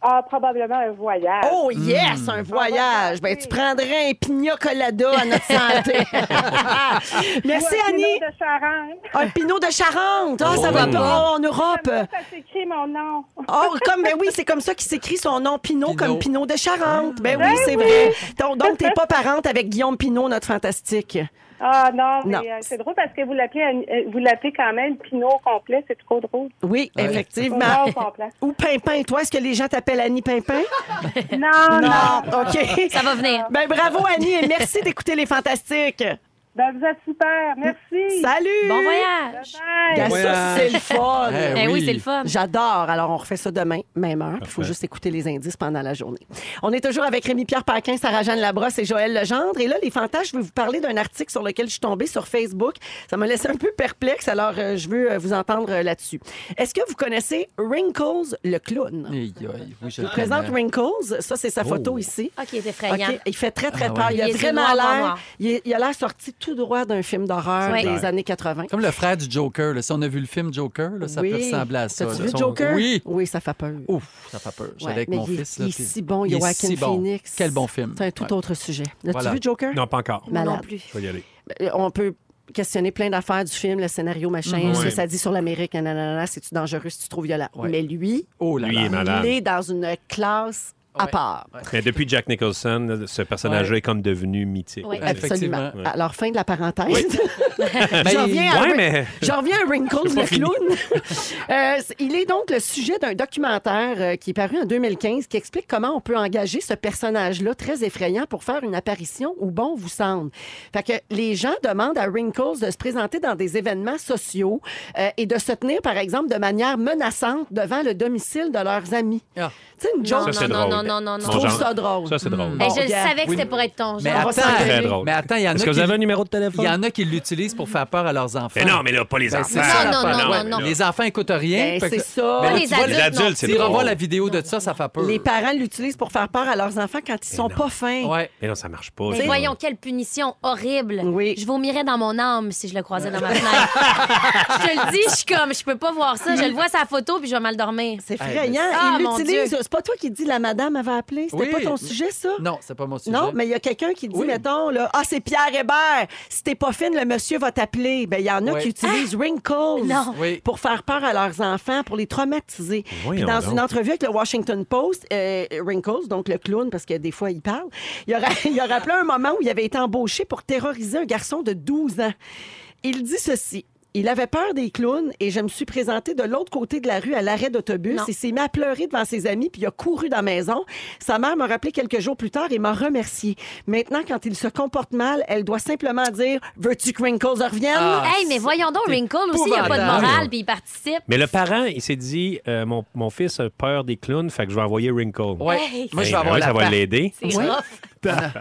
Speaker 6: Ah, probablement un voyage.
Speaker 2: Oh yes,
Speaker 3: Hmm.
Speaker 2: un voyage! Ben, tu prendrais un pina colada à notre santé.
Speaker 6: Ou un
Speaker 2: Merci,
Speaker 6: Pinot
Speaker 2: Annie.
Speaker 6: de Charente.
Speaker 2: Un pinot de Charente. Ah, ça va pas en Europe.
Speaker 6: Comment ça s'écrit mon nom?
Speaker 2: Oh, comme, ben oui, c'est comme ça qu'il s'écrit son nom, Pinot,
Speaker 4: Pinot.
Speaker 2: comme Pinot de Charente. Ben oui, c'est vrai. Donc, donc, t'es pas parente avec Guillaume Pinot, notre fantastique.
Speaker 6: Ah non, mais
Speaker 2: Non.
Speaker 6: euh, c'est drôle parce que vous l'appelez un- euh, vous l'appelez quand même Pinot au complet, c'est trop drôle.
Speaker 2: Oui, effectivement.
Speaker 6: Non, au complet.
Speaker 2: Ou Pimpin, toi, est-ce que les gens t'appellent Annie Pimpin?
Speaker 6: Non, non.
Speaker 2: OK.
Speaker 3: Ça va venir.
Speaker 2: Ben bravo, Annie, et merci d'écouter les fantastiques.
Speaker 6: Ben, vous êtes super. Merci.
Speaker 2: Salut!
Speaker 3: Bon voyage.
Speaker 6: Bye.
Speaker 2: Ben, ça,
Speaker 4: voyage.
Speaker 2: c'est le fun.
Speaker 4: Eh
Speaker 3: Ben oui,
Speaker 4: oui.
Speaker 3: c'est le fun.
Speaker 2: J'adore. Alors, on refait ça demain, même heure. Il faut juste écouter les indices pendant la journée. On est toujours avec Rémi-Pierre Paquin, Sarah-Jeanne Labrosse et Joël Legendre. Et là, les fantasmes, je vais vous parler d'un article sur lequel je suis tombée sur Facebook. Ça m'a laissé un peu perplexe, alors euh, je veux euh, vous entendre euh, là-dessus. Est-ce que vous connaissez Wrinkles, le clown?
Speaker 4: Aïe, aïe, oui, Oh. je le
Speaker 2: Présente
Speaker 4: connais.
Speaker 2: Wrinkles. Ça, c'est sa photo ici.
Speaker 3: OK, Eh, c'est effrayant.
Speaker 2: OK, Il fait très, très
Speaker 4: Ah ouais.
Speaker 2: peur. Il a
Speaker 3: Il est
Speaker 2: vraiment
Speaker 3: noir, noir,
Speaker 2: l'air.
Speaker 3: noir.
Speaker 2: Il, est- il a l'air sorti tout droit d'un film d'horreur
Speaker 3: Ouais.
Speaker 2: des années 80.
Speaker 4: Comme le frère du Joker. là. Si on a vu le film Joker, là, ça peut ressembler à ça.
Speaker 2: T'as-tu
Speaker 4: là.
Speaker 2: vu
Speaker 4: Son-
Speaker 2: Joker?
Speaker 4: Oui.
Speaker 2: ça fait peur.
Speaker 4: Ouf, ça fait peur. J'étais
Speaker 2: Ouais,
Speaker 4: avec
Speaker 2: mais
Speaker 4: mon
Speaker 2: il,
Speaker 4: fils.
Speaker 2: il
Speaker 4: là,
Speaker 2: est
Speaker 4: puis-
Speaker 2: si bon,
Speaker 4: il est
Speaker 2: Joaquin
Speaker 4: si bon.
Speaker 2: Phoenix.
Speaker 4: Quel bon film.
Speaker 2: C'est un tout
Speaker 4: Ouais.
Speaker 2: autre sujet. L'as-tu
Speaker 4: Voilà.
Speaker 2: vu Joker?
Speaker 1: Non, pas encore.
Speaker 3: Moi
Speaker 2: Malade.
Speaker 3: non plus.
Speaker 1: Je vais y aller.
Speaker 2: Euh, On peut questionner plein d'affaires du film, le scénario, machin,
Speaker 1: Mhm.
Speaker 2: ce
Speaker 1: Ouais.
Speaker 2: que ça dit sur l'Amérique, nanana, c'est-tu dangereux, si tu trop violent.
Speaker 4: Mm-hmm. Ouais.
Speaker 2: Mais lui,
Speaker 4: Oh là
Speaker 1: Lui
Speaker 4: là.
Speaker 1: est malade.
Speaker 2: il est dans une classe à
Speaker 4: Ouais.
Speaker 2: part.
Speaker 1: Mais depuis Jack Nicholson, ce personnage-là
Speaker 4: Ouais.
Speaker 1: est comme devenu mythique.
Speaker 3: Ouais.
Speaker 1: Ouais,
Speaker 2: Absolument.
Speaker 4: Effectivement.
Speaker 1: Ouais.
Speaker 2: Alors, fin de la parenthèse.
Speaker 4: Ben,
Speaker 2: J'en reviens à Ri-
Speaker 1: mais
Speaker 2: J'en reviens à Wrinkles le
Speaker 1: C'est pas fini.
Speaker 2: clown. Euh, c- il est donc le sujet d'un documentaire euh, qui est paru en 2015 qui explique comment on peut engager ce personnage-là très effrayant pour faire une apparition où bon vous semble. Fait que les gens demandent à Wrinkles de se présenter dans des événements sociaux euh, et de se tenir, par exemple, de manière menaçante devant le domicile de leurs amis.
Speaker 4: Ah.
Speaker 2: Tu sais, une
Speaker 3: Non,
Speaker 1: Ça,
Speaker 2: joke.
Speaker 1: c'est
Speaker 3: non,
Speaker 1: drôle.
Speaker 3: non, non, non,
Speaker 1: Mon
Speaker 2: Je
Speaker 3: non.
Speaker 2: trouve
Speaker 1: genre.
Speaker 2: ça drôle.
Speaker 1: ça, c'est drôle.
Speaker 3: Hey, je le
Speaker 2: Regarde.
Speaker 3: savais que c'était
Speaker 4: Oui.
Speaker 3: pour être ton
Speaker 4: Mais
Speaker 3: genre.
Speaker 2: va
Speaker 4: attends,
Speaker 2: s'engager.
Speaker 1: Très drôle.
Speaker 4: mais attends, il y en
Speaker 1: Est-ce
Speaker 4: a
Speaker 1: que vous
Speaker 4: qui-
Speaker 1: avez un numéro de
Speaker 4: il
Speaker 1: téléphone?
Speaker 4: y en a qui l'utilisent pour faire peur à leurs enfants.
Speaker 1: Mais non, mais là, pas les
Speaker 4: Ben,
Speaker 1: enfants.
Speaker 4: c'est ça,
Speaker 3: Non, non,
Speaker 4: l'affaire.
Speaker 3: non,
Speaker 4: Ouais,
Speaker 3: non, non.
Speaker 4: Les enfants écoutent rien.
Speaker 2: Ben,
Speaker 4: fait que-
Speaker 2: c'est ça.
Speaker 4: Ben, là,
Speaker 3: les
Speaker 4: tu vois,
Speaker 1: Les
Speaker 3: adultes, non.
Speaker 1: adultes, c'est
Speaker 4: Si on revoit
Speaker 1: drôle.
Speaker 4: la vidéo de ça, ça fait peur.
Speaker 2: Les parents l'utilisent pour faire peur à leurs enfants quand ils sont pas fins.
Speaker 4: Ouais.
Speaker 1: Mais non, ça marche pas.
Speaker 3: Mais
Speaker 1: ça.
Speaker 3: voyons, quelle punition horrible.
Speaker 2: Oui.
Speaker 3: Je vomirais dans mon âme si je le croisais dans ma fenêtre. je te le dis, je suis comme, je peux pas voir ça. Je le vois sa photo, puis je vais mal dormir.
Speaker 2: C'est
Speaker 4: Ah,
Speaker 2: effrayant.
Speaker 3: Ah,
Speaker 2: il
Speaker 3: mon
Speaker 2: l'utilise.
Speaker 3: Dieu.
Speaker 2: C'est pas toi qui dis la madame avait appelé. C'était
Speaker 4: Oui.
Speaker 2: pas ton sujet, ça?
Speaker 4: Non, c'est pas mon sujet.
Speaker 2: Non, mais il y a quelqu'un qui dit,
Speaker 4: Oui.
Speaker 2: mettons, là, ah, c'est Pierre Hébert. Si t'es pas fine, le monsieur va t'appeler. Ben, il y en a
Speaker 4: Oui.
Speaker 2: qui utilisent Wrinkles
Speaker 3: Ah! Non.
Speaker 4: Oui.
Speaker 2: pour faire peur à leurs enfants, pour les traumatiser. Puis
Speaker 1: Voyons
Speaker 2: dans
Speaker 1: donc.
Speaker 2: une entrevue avec le Washington Post, euh, Wrinkles, donc le clown, parce que des fois, il parle, il a, ra- il a rappelé un moment où il avait été embauché pour terroriser un garçon de 12 ans. Il dit ceci. Il avait peur des clowns et je me suis présentée de l'autre côté de la rue à l'arrêt d'autobus.
Speaker 3: Non.
Speaker 2: Il s'est mis à pleurer devant ses amis puis il a couru dans la maison. Sa mère m'a rappelé quelques jours plus tard et m'a remercié. Maintenant, quand il se comporte mal, elle doit simplement dire Veux-tu que Wrinkles revienne
Speaker 4: Ah.
Speaker 3: Hey, mais voyons donc,
Speaker 4: C'est
Speaker 3: Wrinkle aussi, il a pas de
Speaker 4: épouvantable.
Speaker 3: morale, puis il participe.
Speaker 1: Mais le parent, il s'est dit euh, mon, mon fils a peur des clowns, fait que je vais envoyer Wrinkle.
Speaker 4: Ouais.
Speaker 3: Hey.
Speaker 4: Moi, je vais
Speaker 1: Ben
Speaker 4: avoir
Speaker 1: oui,
Speaker 4: la
Speaker 1: ça va
Speaker 4: patte.
Speaker 1: l'aider.
Speaker 3: C'est
Speaker 2: Oui.
Speaker 3: rough.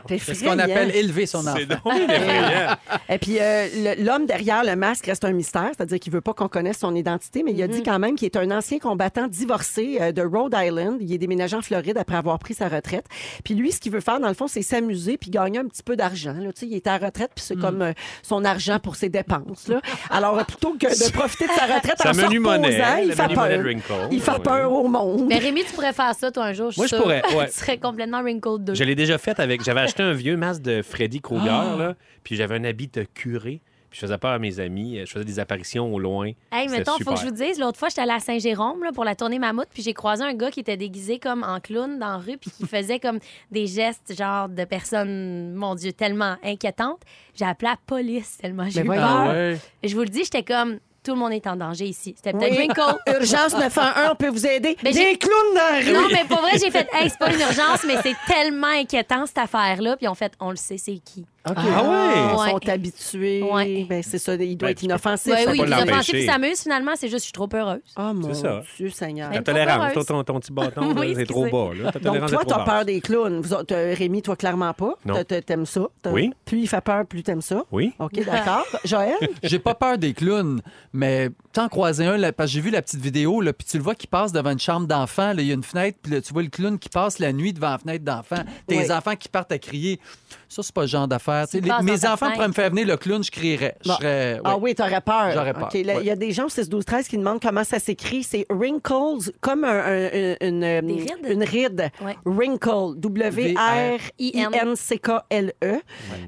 Speaker 2: T'es
Speaker 4: C'est ce qu'on
Speaker 2: effrayant.
Speaker 4: appelle élever son enfant.
Speaker 1: C'est donc effrayant.
Speaker 2: Et puis, euh, le- l'homme derrière le masque reste un mystère, c'est-à-dire qu'il veut pas qu'on connaisse son identité, mais il a dit quand même qu'il est un ancien combattant divorcé euh, de Rhode Island. Il est déménagé en Floride après avoir pris sa retraite. Puis lui, ce qu'il veut faire, dans le fond, c'est s'amuser puis gagner un petit peu d'argent. là. Tu sais, il est à la retraite, puis c'est comme euh, son argent pour ses dépenses. là. Alors, euh, plutôt que de profiter de sa retraite
Speaker 1: Sa
Speaker 2: en se
Speaker 1: menu monnaie,
Speaker 2: reposant,
Speaker 1: hein,
Speaker 2: il
Speaker 1: le
Speaker 2: fait
Speaker 1: menu monnaie
Speaker 2: peur.
Speaker 1: de Wrinkle.
Speaker 2: Il fait
Speaker 1: Oui.
Speaker 2: peur au monde.
Speaker 3: Mais Rémi, tu pourrais faire ça, toi, un jour.
Speaker 1: Moi,
Speaker 3: suis
Speaker 1: je pourrais,
Speaker 3: sûre.
Speaker 1: ouais.
Speaker 3: tu serais complètement Wrinkle 2.
Speaker 1: Je l'ai déjà fait avec. J'avais acheté un vieux masque de Freddy Krueger,
Speaker 2: Ah!
Speaker 1: là, puis j'avais un habit de curé. Puis je faisais peur à mes amis. euh, Je faisais des apparitions au loin.
Speaker 3: Hey,
Speaker 1: C'était
Speaker 3: mettons, faut
Speaker 1: super.
Speaker 3: que je vous dise, l'autre fois, j'étais allée à Saint-Jérôme là, pour la tournée Mammouth, puis j'ai croisé un gars qui était déguisé comme en clown dans la rue, puis qui faisait comme des gestes, genre de personnes, mon Dieu, tellement inquiétantes. J'ai appelé la police tellement j'ai eu
Speaker 2: voyons.
Speaker 3: peur.
Speaker 4: Ah ouais.
Speaker 3: Je vous le dis, j'étais comme, tout le monde est en danger ici. C'était peut-être
Speaker 2: Oui.
Speaker 3: Wrinkle.
Speaker 2: Urgence 911, on peut vous aider.
Speaker 3: Ben,
Speaker 2: Des
Speaker 3: j'ai-
Speaker 2: clowns dans la rue.
Speaker 3: Non, mais pour vrai, j'ai fait, hey, c'est pas une urgence, mais c'est tellement inquiétant cette affaire-là. Puis en fait, on le sait, c'est qui.
Speaker 1: Ah ouais!
Speaker 2: Ils
Speaker 3: Ouais.
Speaker 2: sont habitués.
Speaker 3: Ouais.
Speaker 2: Ben, c'est ça, il doit
Speaker 1: Ben,
Speaker 2: être
Speaker 1: tu peux-
Speaker 2: inoffensif.
Speaker 3: Ouais,
Speaker 2: ça
Speaker 3: oui,
Speaker 1: pas
Speaker 2: peut
Speaker 3: ils ont
Speaker 2: l'empêcher.
Speaker 3: pensé qu'ils s'amusent finalement, c'est juste, je suis trop heureuse.
Speaker 2: Ah, mon
Speaker 1: C'est ça. hein.
Speaker 2: Dieu Seigneur.
Speaker 1: Ta
Speaker 3: Ben,
Speaker 1: tolérance,
Speaker 3: trop
Speaker 1: ton, ton, ton petit bâton,
Speaker 3: Oui,
Speaker 1: là, c'est trop
Speaker 3: excusez.
Speaker 1: bas. Là. Ta
Speaker 2: Ben, Donc,
Speaker 1: tolérance
Speaker 2: toi,
Speaker 1: est trop
Speaker 2: t'as
Speaker 1: basse.
Speaker 2: peur des clowns. Vous autres, euh, Rémi, toi, clairement pas.
Speaker 1: Non.
Speaker 2: T'as- t'as- T'aimes ça. T'as-
Speaker 1: Oui.
Speaker 2: Plus il fait peur, plus t'aimes ça.
Speaker 1: Oui.
Speaker 2: OK, d'accord. Joël?
Speaker 4: J'ai pas peur des clowns, mais t'en croiser un, là, parce que j'ai vu la petite vidéo, là, puis tu le vois qui passe devant une chambre d'enfant, là, il y a une fenêtre, puis là, tu vois le clown qui passe la nuit devant la fenêtre d'enfant. Tes
Speaker 2: Oui.
Speaker 4: enfants qui partent à crier. Ça, c'est pas le genre d'affaire. tu sais.
Speaker 3: S'il
Speaker 4: Les-
Speaker 3: passe dans
Speaker 4: Mes
Speaker 3: ta
Speaker 4: enfants
Speaker 3: fenêtre.
Speaker 4: pourraient me faire venir le clown, je crierais. Je
Speaker 2: Bon.
Speaker 4: serais- ouais.
Speaker 2: Ah oui, t'aurais peur.
Speaker 4: J'aurais peur,
Speaker 2: OK, là, Il
Speaker 4: ouais.
Speaker 2: y a des gens au 6 12 13 qui demandent comment ça s'écrit. C'est wrinkles, comme un- un- un- une, euh,
Speaker 3: rides?
Speaker 2: une ride.
Speaker 3: Ouais.
Speaker 2: Wrinkle, W-R-I-N-C-K-L-E.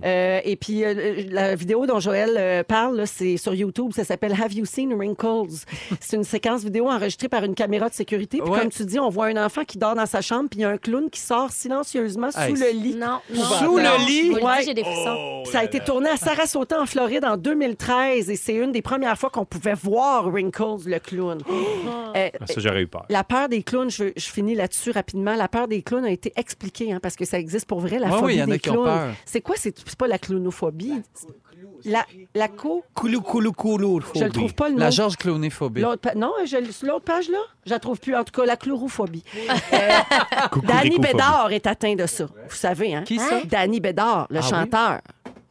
Speaker 2: Euh, et puis, euh, la vidéo dont Joël euh, parle, là, c'est sur YouTube. Ça s'appelle Have You Seen Wrinkles? c'est une séquence vidéo enregistrée par une caméra de sécurité. Puis,
Speaker 4: Ouais.
Speaker 2: comme tu dis, on voit un enfant qui dort dans sa chambre, puis il y a un clown qui sort silencieusement sous
Speaker 4: Hey,
Speaker 2: le
Speaker 4: c'est-
Speaker 2: lit.
Speaker 3: Non, non.
Speaker 2: Sous
Speaker 3: non,
Speaker 2: le
Speaker 3: Je
Speaker 2: lit?
Speaker 3: vous le
Speaker 2: Ouais.
Speaker 3: dis, j'ai des frissons.
Speaker 1: Oh
Speaker 2: Ça a
Speaker 1: là
Speaker 2: été
Speaker 1: là.
Speaker 2: tourné à Sarasota, en Floride, en 2013. Et c'est une des premières fois qu'on pouvait voir Wrinkles, le clown. Euh,
Speaker 1: Ah, Ça, j'aurais eu peur.
Speaker 2: la peur des clowns, je, veux- je finis là-dessus rapidement. La peur des clowns a été expliquée, hein, parce que ça existe pour vrai, la
Speaker 4: Ouais,
Speaker 2: phobie
Speaker 4: oui, il y en a
Speaker 2: des
Speaker 4: qui ont
Speaker 2: clowns.
Speaker 4: peur.
Speaker 2: C'est quoi? C'est c'est pas la clownophobie. La, la co...
Speaker 1: Coulou, coulou, coulou.
Speaker 2: Je le trouve pas le
Speaker 4: La
Speaker 2: mot.
Speaker 4: Georges Clonéphobie.
Speaker 2: L'autre pa- Non, je- sur l'autre page, là, je la trouve plus. En tout cas, la chlorophobie. Euh, Danny Bédard est atteint de ça. Vous savez, hein?
Speaker 4: Qui ça?
Speaker 2: Danny Bédard, le
Speaker 4: Ah oui?
Speaker 2: chanteur.